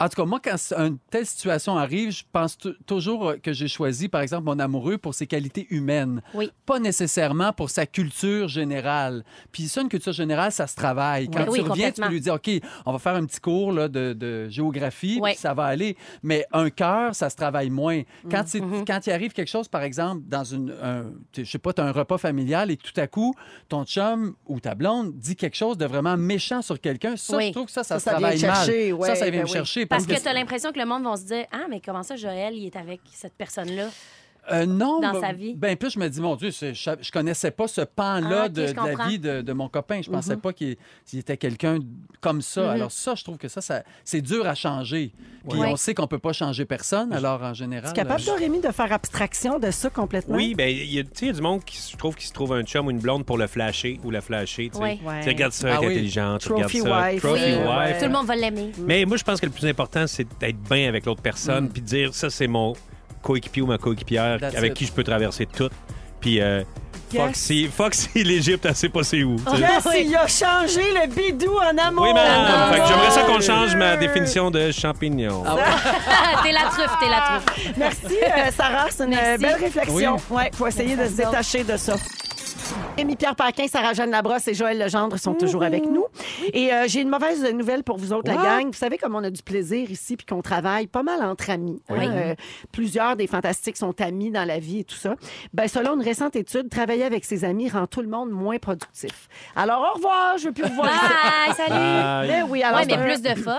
Speaker 4: en tout cas, moi, quand c- une telle situation arrive, je pense t- toujours euh, que j'ai choisi, par exemple, mon amoureux pour ses qualités humaines.
Speaker 3: Oui.
Speaker 4: Pas nécessairement pour sa culture générale. Puis ça, une culture générale, ça se travaille. Quand
Speaker 3: Oui,
Speaker 4: tu reviens, tu
Speaker 3: complètement.
Speaker 4: peux lui dire, OK, on va faire un petit cours là, de, de géographie,
Speaker 3: Oui.
Speaker 4: puis ça va aller. Mais un cœur, ça se travaille moins.
Speaker 3: Mm.
Speaker 4: Quand, c'est-
Speaker 3: Mm-hmm.
Speaker 4: quand il arrive quelque chose, par exemple, dans une, un, t'es- je sais pas, tu as un repas familial et tout à coup, ton chum ou ta blonde dit quelque chose de vraiment méchant sur quelqu'un, ça,
Speaker 3: Oui.
Speaker 4: je trouve que ça,
Speaker 2: Ça,
Speaker 4: ça, se
Speaker 2: ça vient
Speaker 4: travaille
Speaker 2: me chercher,
Speaker 4: mal.
Speaker 2: ouais,
Speaker 4: ça, ça vient
Speaker 2: ben
Speaker 4: me
Speaker 2: oui.
Speaker 4: chercher.
Speaker 3: Parce que tu as l'impression que le monde va se dire, ah, mais comment ça, Joël, il est avec cette personne-là?
Speaker 4: Euh, non,
Speaker 3: dans
Speaker 4: ben-
Speaker 3: sa vie.
Speaker 4: Ben plus je me dis mon Dieu, c'est- je, je connaissais pas ce pan-là
Speaker 3: Ah, ok,
Speaker 4: de,
Speaker 3: je
Speaker 4: de la
Speaker 3: comprends.
Speaker 4: vie de, de mon copain. Je
Speaker 2: Mhm.
Speaker 4: pensais pas qu'il s'il était quelqu'un comme ça. Alors ça, je trouve que ça, ça c'est dur à changer. Puis
Speaker 3: Mhm. Ouais.
Speaker 4: on sait qu'on peut pas changer personne. Alors en général,
Speaker 2: Tu es capable,
Speaker 4: euh,
Speaker 2: toi, Rémi, de faire abstraction de ça complètement?
Speaker 1: Oui, ben, il y a- tu sais, il y a du monde qui se trouve qui se trouve un chum ou une blonde pour le flasher ou la flasher. Tu sais.
Speaker 3: Ouais.
Speaker 2: Ouais.
Speaker 1: Tu regardes ça,
Speaker 4: Ah
Speaker 1: elle est
Speaker 4: oui.
Speaker 1: intelligente. tu
Speaker 2: Trophy
Speaker 1: regardes ça,
Speaker 2: wife.
Speaker 1: Trophy
Speaker 3: Oui.
Speaker 2: Euh.
Speaker 1: wife.
Speaker 3: Tout le monde va l'aimer.
Speaker 1: Mais moi, je pense que le plus important, c'est d'être bien avec l'autre personne, puis de dire ça, c'est mon coéquipier ou ma coéquipière
Speaker 4: That's
Speaker 1: avec
Speaker 4: it.
Speaker 1: qui je peux traverser tout. Puis, euh, fuck,
Speaker 2: Yes.
Speaker 1: si, fuck si l'Égypte, elle sait pas c'est où. tu sais.
Speaker 2: Yes, il a changé le bidou en amour.
Speaker 1: Oui, madame.
Speaker 2: Ah,
Speaker 1: Fait que j'aimerais ça
Speaker 2: mon
Speaker 1: qu'on change ma
Speaker 2: Dieu.
Speaker 1: définition de champignon.
Speaker 3: Ah, t'es la truffe, t'es la truffe.
Speaker 2: Merci, euh, Sarah. C'est une
Speaker 3: Merci.
Speaker 2: belle réflexion.
Speaker 4: Oui.
Speaker 2: Ouais, faut essayer de se détacher de ça. Rémi Pierre Paquin, Sarah Jeanne Labrosse et Joël Legendre
Speaker 3: Mmh.
Speaker 2: sont toujours avec nous. Et euh, j'ai une mauvaise nouvelle pour vous autres, la
Speaker 4: What?
Speaker 2: gang. Vous savez, comme on a du plaisir ici puis qu'on travaille pas mal entre amis. hein,
Speaker 3: Oui.
Speaker 2: euh, plusieurs des fantastiques sont amis dans la vie et tout ça. Ben, selon une récente étude, travailler avec ses amis rend tout le monde moins productif. Alors, au revoir, je veux plus vous voir. ici.
Speaker 3: Bye, salut.
Speaker 1: Ah,
Speaker 2: Ben oui, alors
Speaker 3: Ouais, mais
Speaker 2: c'est un-
Speaker 3: plus de fun.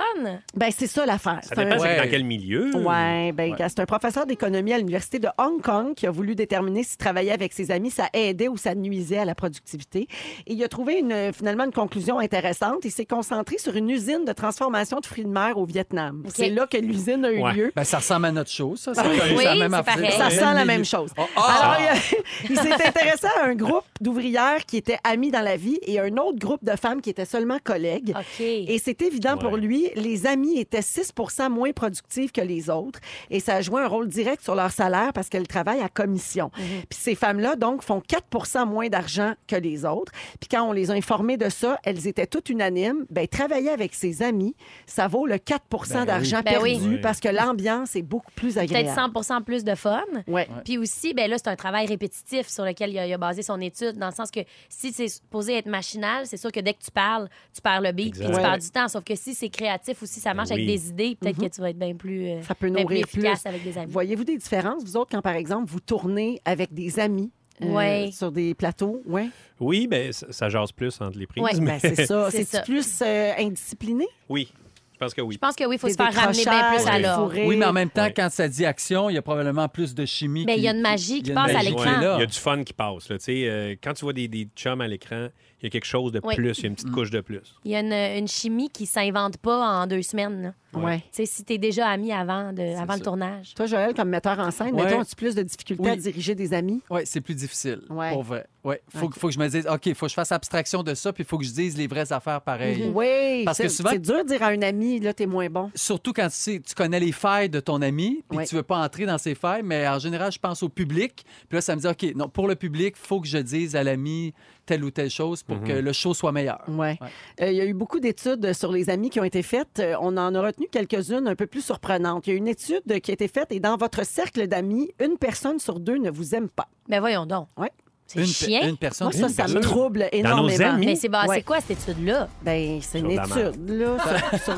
Speaker 2: ben, c'est ça l'affaire.
Speaker 1: Ça
Speaker 2: C'est un-
Speaker 1: dépend c'est
Speaker 4: Ouais.
Speaker 1: dans quel milieu.
Speaker 2: Ouais, ben, c'est un professeur d'économie à l'Université de Hong Kong qui a voulu déterminer si travailler avec ses amis, ça aidait ou ça nuisait à la productivité. Et il a trouvé une, finalement une conclusion intéressante. Il s'est concentré sur une usine de transformation de fruits de mer au Vietnam. C'est là que l'usine a eu
Speaker 1: Ouais.
Speaker 2: lieu.
Speaker 4: ben, ça ressemble à notre chose. Ça, c'est comme
Speaker 3: Oui,
Speaker 4: ça, même
Speaker 3: c'est
Speaker 4: affaire.
Speaker 3: pareil.
Speaker 2: Ça
Speaker 4: Même
Speaker 2: sent la
Speaker 4: milieu.
Speaker 2: même chose.
Speaker 4: Ah, ah!
Speaker 2: Alors, il, a- il s'est intéressé à un groupe d'ouvrières qui étaient amies dans la vie et un autre groupe de femmes qui étaient seulement collègues.
Speaker 3: OK.
Speaker 2: Et c'est évident pour
Speaker 1: Ouais.
Speaker 2: lui, les amis étaient 6 moins productifs que les autres et ça a joué un rôle direct sur leur salaire parce qu'elles travaillent à commission.
Speaker 3: Mhm.
Speaker 2: Puis ces femmes-là, donc, font 4 moins d'argent que les autres. Puis quand on les a informées de ça, elles étaient toutes unanimes unanime, ben, travailler avec ses amis, ça vaut le 4 d'argent
Speaker 3: Ben oui.
Speaker 2: perdu
Speaker 1: Oui.
Speaker 2: parce que l'ambiance est beaucoup plus
Speaker 3: Peut-être
Speaker 2: agréable.
Speaker 3: 100 plus de fun.
Speaker 2: Ouais.
Speaker 3: Puis aussi, ben là, c'est un travail répétitif sur lequel il a, il a basé son étude, dans le sens que si c'est supposé être machinal, c'est sûr que dès que tu parles, tu perds le beat, puis tu
Speaker 1: Exact.
Speaker 3: perds du temps. Sauf que si c'est créatif aussi, ça marche
Speaker 1: Ben
Speaker 3: avec
Speaker 1: oui.
Speaker 3: des idées, peut-être que tu vas être bien plus, euh,
Speaker 2: Mm-hmm. Ça peut
Speaker 3: bien plus
Speaker 2: nourrir plus.
Speaker 3: efficace avec des amis.
Speaker 2: Voyez-vous des différences, vous autres, quand par exemple vous tournez avec des amis euh,
Speaker 3: Ouais.
Speaker 2: sur des plateaux? Ouais.
Speaker 1: Oui, mais ça, ça jase plus entre les prises.
Speaker 3: Ouais.
Speaker 1: mais-
Speaker 2: Ben, c'est ça.
Speaker 3: C'est ça.
Speaker 2: C'est plus euh, indiscipliné?
Speaker 1: Oui, je pense que oui.
Speaker 3: Je pense que oui, il faut
Speaker 2: Des
Speaker 3: se faire ramener bien
Speaker 2: décrochages,
Speaker 3: plus à
Speaker 2: des
Speaker 3: l'ordre.
Speaker 2: fourrés.
Speaker 4: Oui, mais en même temps,
Speaker 1: Ouais.
Speaker 4: quand ça dit action, il y a probablement plus de chimie.
Speaker 3: Mais il y a une magie qui
Speaker 4: il y a une
Speaker 1: Ben,
Speaker 3: passe à
Speaker 4: magie
Speaker 3: l'écran.
Speaker 4: qui est là.
Speaker 1: Il y a du fun qui passe. Là, tu sais, euh, quand tu vois des, des chums à l'écran, il y a quelque chose de
Speaker 3: Oui.
Speaker 1: plus, il y a une
Speaker 2: Mm.
Speaker 1: petite couche de plus.
Speaker 3: Il y a une, une chimie qui s'invente pas en deux semaines. là.
Speaker 2: Ouais.
Speaker 3: Tu sais, si t'es déjà ami avant, de, avant le
Speaker 4: ça.
Speaker 3: tournage.
Speaker 2: Toi, Joël, comme metteur en scène,
Speaker 4: Ouais.
Speaker 2: mettons, as-tu plus de difficultés
Speaker 4: Oui.
Speaker 2: à diriger des amis?
Speaker 4: Oui, c'est plus difficile.
Speaker 2: Ouais.
Speaker 4: Pour vrai. Oui. Faut, que- faut que je me dise, OK, il faut que je fasse abstraction de ça, puis il faut que je dise les vraies affaires pareilles.
Speaker 2: Mhm. Oui,
Speaker 4: Parce
Speaker 2: c'est-
Speaker 4: que souvent-
Speaker 2: c'est dur de dire à un ami, là, t'es moins bon.
Speaker 4: Surtout quand tu, sais- tu connais les failles de ton ami, puis
Speaker 2: Ouais.
Speaker 4: que tu veux pas entrer dans ses failles, mais en général, je pense au public. Puis là, ça me dit, OK, non, pour le public, faut que je dise à l'ami telle ou telle chose pour que le show soit meilleur.
Speaker 2: Ouais. Euh, il y a eu beaucoup d'études sur les amis qui ont été faites. Euh, on en a retenu quelques-unes un peu plus surprenantes. Il y a une étude qui a été faite et dans votre cercle d'amis, une personne sur deux ne vous aime pas.
Speaker 3: Mais Ben voyons donc.
Speaker 2: Ouais.
Speaker 3: C'est
Speaker 4: une, pe-
Speaker 3: chien.
Speaker 4: une personne.
Speaker 2: Moi, ça, ça me
Speaker 1: personne.
Speaker 2: trouble
Speaker 1: nos
Speaker 2: énormément.
Speaker 1: amis?
Speaker 3: Mais c'est basé
Speaker 2: Ouais.
Speaker 3: quoi cette étude-là?
Speaker 2: Ben, c'est une
Speaker 1: Sur la merde.
Speaker 2: étude, là,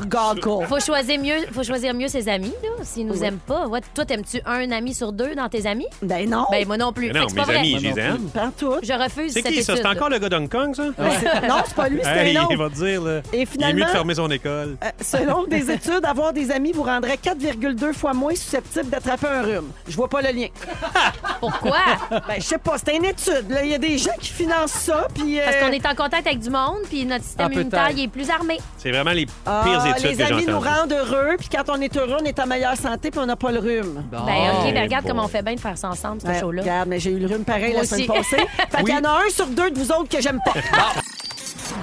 Speaker 2: sur, sur Google.
Speaker 3: Faut choisir mieux, faut choisir mieux ses amis, là, s'ils nous
Speaker 2: Oui.
Speaker 3: aiment pas. Ouais, toi, t'aimes-tu un ami sur deux dans tes amis?
Speaker 2: Ben non,
Speaker 3: Ben, moi non plus.
Speaker 1: Oh. Mais
Speaker 3: Fait
Speaker 1: non,
Speaker 3: que c'est
Speaker 1: mes
Speaker 3: pas vrai.
Speaker 1: amis, je
Speaker 4: Moi non
Speaker 1: les aime.
Speaker 2: pas en tout.
Speaker 3: Je refuse
Speaker 1: C'est
Speaker 3: cette
Speaker 1: qui ça?
Speaker 3: étude.
Speaker 1: C'est encore le gars d'Hong Kong, ça?
Speaker 2: Non, c'est pas lui, c'est
Speaker 1: Hey,
Speaker 2: un
Speaker 1: il
Speaker 2: autre.
Speaker 1: va te dire, là.
Speaker 2: Et
Speaker 1: Il est
Speaker 2: finalement,
Speaker 1: mieux de fermer son école.
Speaker 2: Euh, selon des études, avoir des amis vous rendrait 4,2 fois moins susceptible d'attraper un rhume. Je vois pas le lien.
Speaker 3: Pourquoi?
Speaker 2: Ben, je sais pas, c'est une étude. là. Il y a des gens qui financent ça, puis... euh,
Speaker 3: Parce qu'on est en contact avec du monde, puis notre système
Speaker 4: Ah,
Speaker 3: immunitaire
Speaker 4: peut-être.
Speaker 3: il est plus armé.
Speaker 1: C'est vraiment les pires
Speaker 2: ah,
Speaker 1: études
Speaker 2: les
Speaker 1: que j'ai
Speaker 2: amis nous
Speaker 1: entendues.
Speaker 2: rendent heureux, puis quand on est heureux, on est en meilleure santé, puis on n'a pas le rhume.
Speaker 4: Bon.
Speaker 3: Ben, OK,
Speaker 1: eh
Speaker 3: ben, regarde
Speaker 1: boy.
Speaker 3: comment on fait bien de faire ça ensemble, ce
Speaker 2: Ouais,
Speaker 3: show-là.
Speaker 2: regarde, mais j'ai eu le rhume pareil
Speaker 3: Moi
Speaker 2: la semaine
Speaker 3: aussi.
Speaker 2: passée. Fait qu'il y en a un sur deux de vous autres que j'aime pas.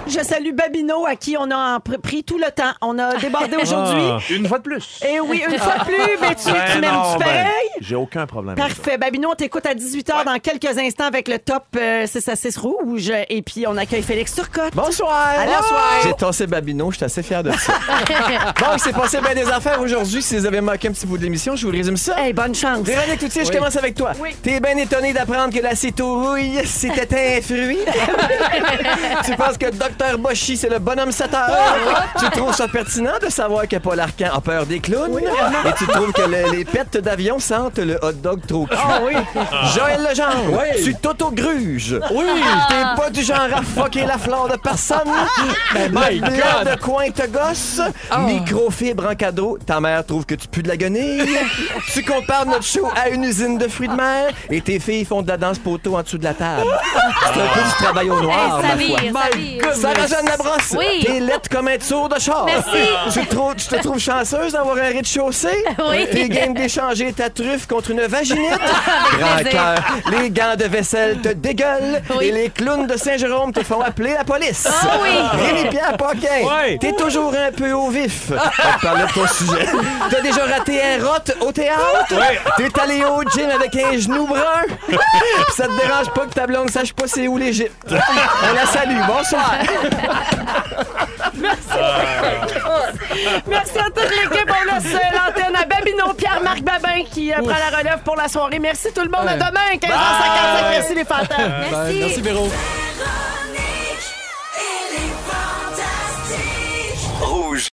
Speaker 2: Je salue Babino, à qui on a en pr- pris tout le temps. On a débordé aujourd'hui.
Speaker 7: Une fois de plus.
Speaker 2: Et oui, une fois de plus, mais tu,
Speaker 7: Ah. Ben
Speaker 2: tu
Speaker 7: non,
Speaker 2: m'aimes-tu
Speaker 7: ben,
Speaker 2: pareil?
Speaker 7: J'ai aucun problème. avec ça.
Speaker 2: Parfait. Babino, on t'écoute à 18h dans quelques instants avec le top euh, 6 à 6 rouge. Et puis, on accueille Félix Turcotte.
Speaker 8: Bonsoir!
Speaker 2: Allô, soir.
Speaker 8: J'ai tossé Babino, je suis assez fier de ça. Donc, c'est passé bien des affaires aujourd'hui. Si vous avez manqué un petit bout de l'émission, je vous résume ça.
Speaker 2: Hey, bonne chance.
Speaker 8: Véronique Loutier, je commence avec toi. T'es bien étonné d'apprendre que la citrouille, c'était un fruit. tu penses que Dr Boshi, c'est le bonhomme sateur. tu trouves ça pertinent de savoir que Paul Arcan a peur des clowns. Et tu trouves que le- les pets d'avion sentent le hot dog trop cul. Joël Legendre, tu t'auto-gruges. Oui. T'es pas du genre à fucker la flore de personne. My de coin te gosse. Microfibre en cadeau. Ta mère trouve que tu pues de la guenille. tu compares notre show à une usine de fruits de mer. Et tes filles font de la danse poteau en dessous de la table. C'est un peu du travail au noir,
Speaker 3: Hey, Eh, ça
Speaker 8: ma foi.
Speaker 3: vire, ça vire.
Speaker 8: Sarah-Jeanne Labrosse,
Speaker 3: Oui.
Speaker 8: t'es laite comme un tour de char.
Speaker 3: Merci.
Speaker 8: Tu, te trouves- tu te trouves chanceuse d'avoir un rez-de-chaussée?
Speaker 3: Oui.
Speaker 8: T'es game d'échanger ta truffe contre une vaginite? Grand
Speaker 3: plaisir.
Speaker 8: cœur. Les gants de vaisselle te dégueulent
Speaker 3: Oui.
Speaker 8: et les clowns de Saint-Jérôme te font appeler la police.
Speaker 3: Ah oui.
Speaker 8: Rémi-Pierre Paquin,
Speaker 1: Ouais.
Speaker 8: t'es toujours un peu au vif. On te parlait de ton sujet. T'as déjà raté un rot au théâtre? T'es allé au gym avec un genou brun? Pis ça te dérange pas que ta blonde sache pas c'est où l'Égypte? On la salue. Bonsoir.
Speaker 2: Merci à toute l'équipe. On laisse euh, l'antenne à Babino, Pierre-Marc Babin qui euh, prend la relève pour la soirée. Merci tout le monde. À demain, 15h55. Merci les fantasmes.
Speaker 4: Ben, merci, Véro.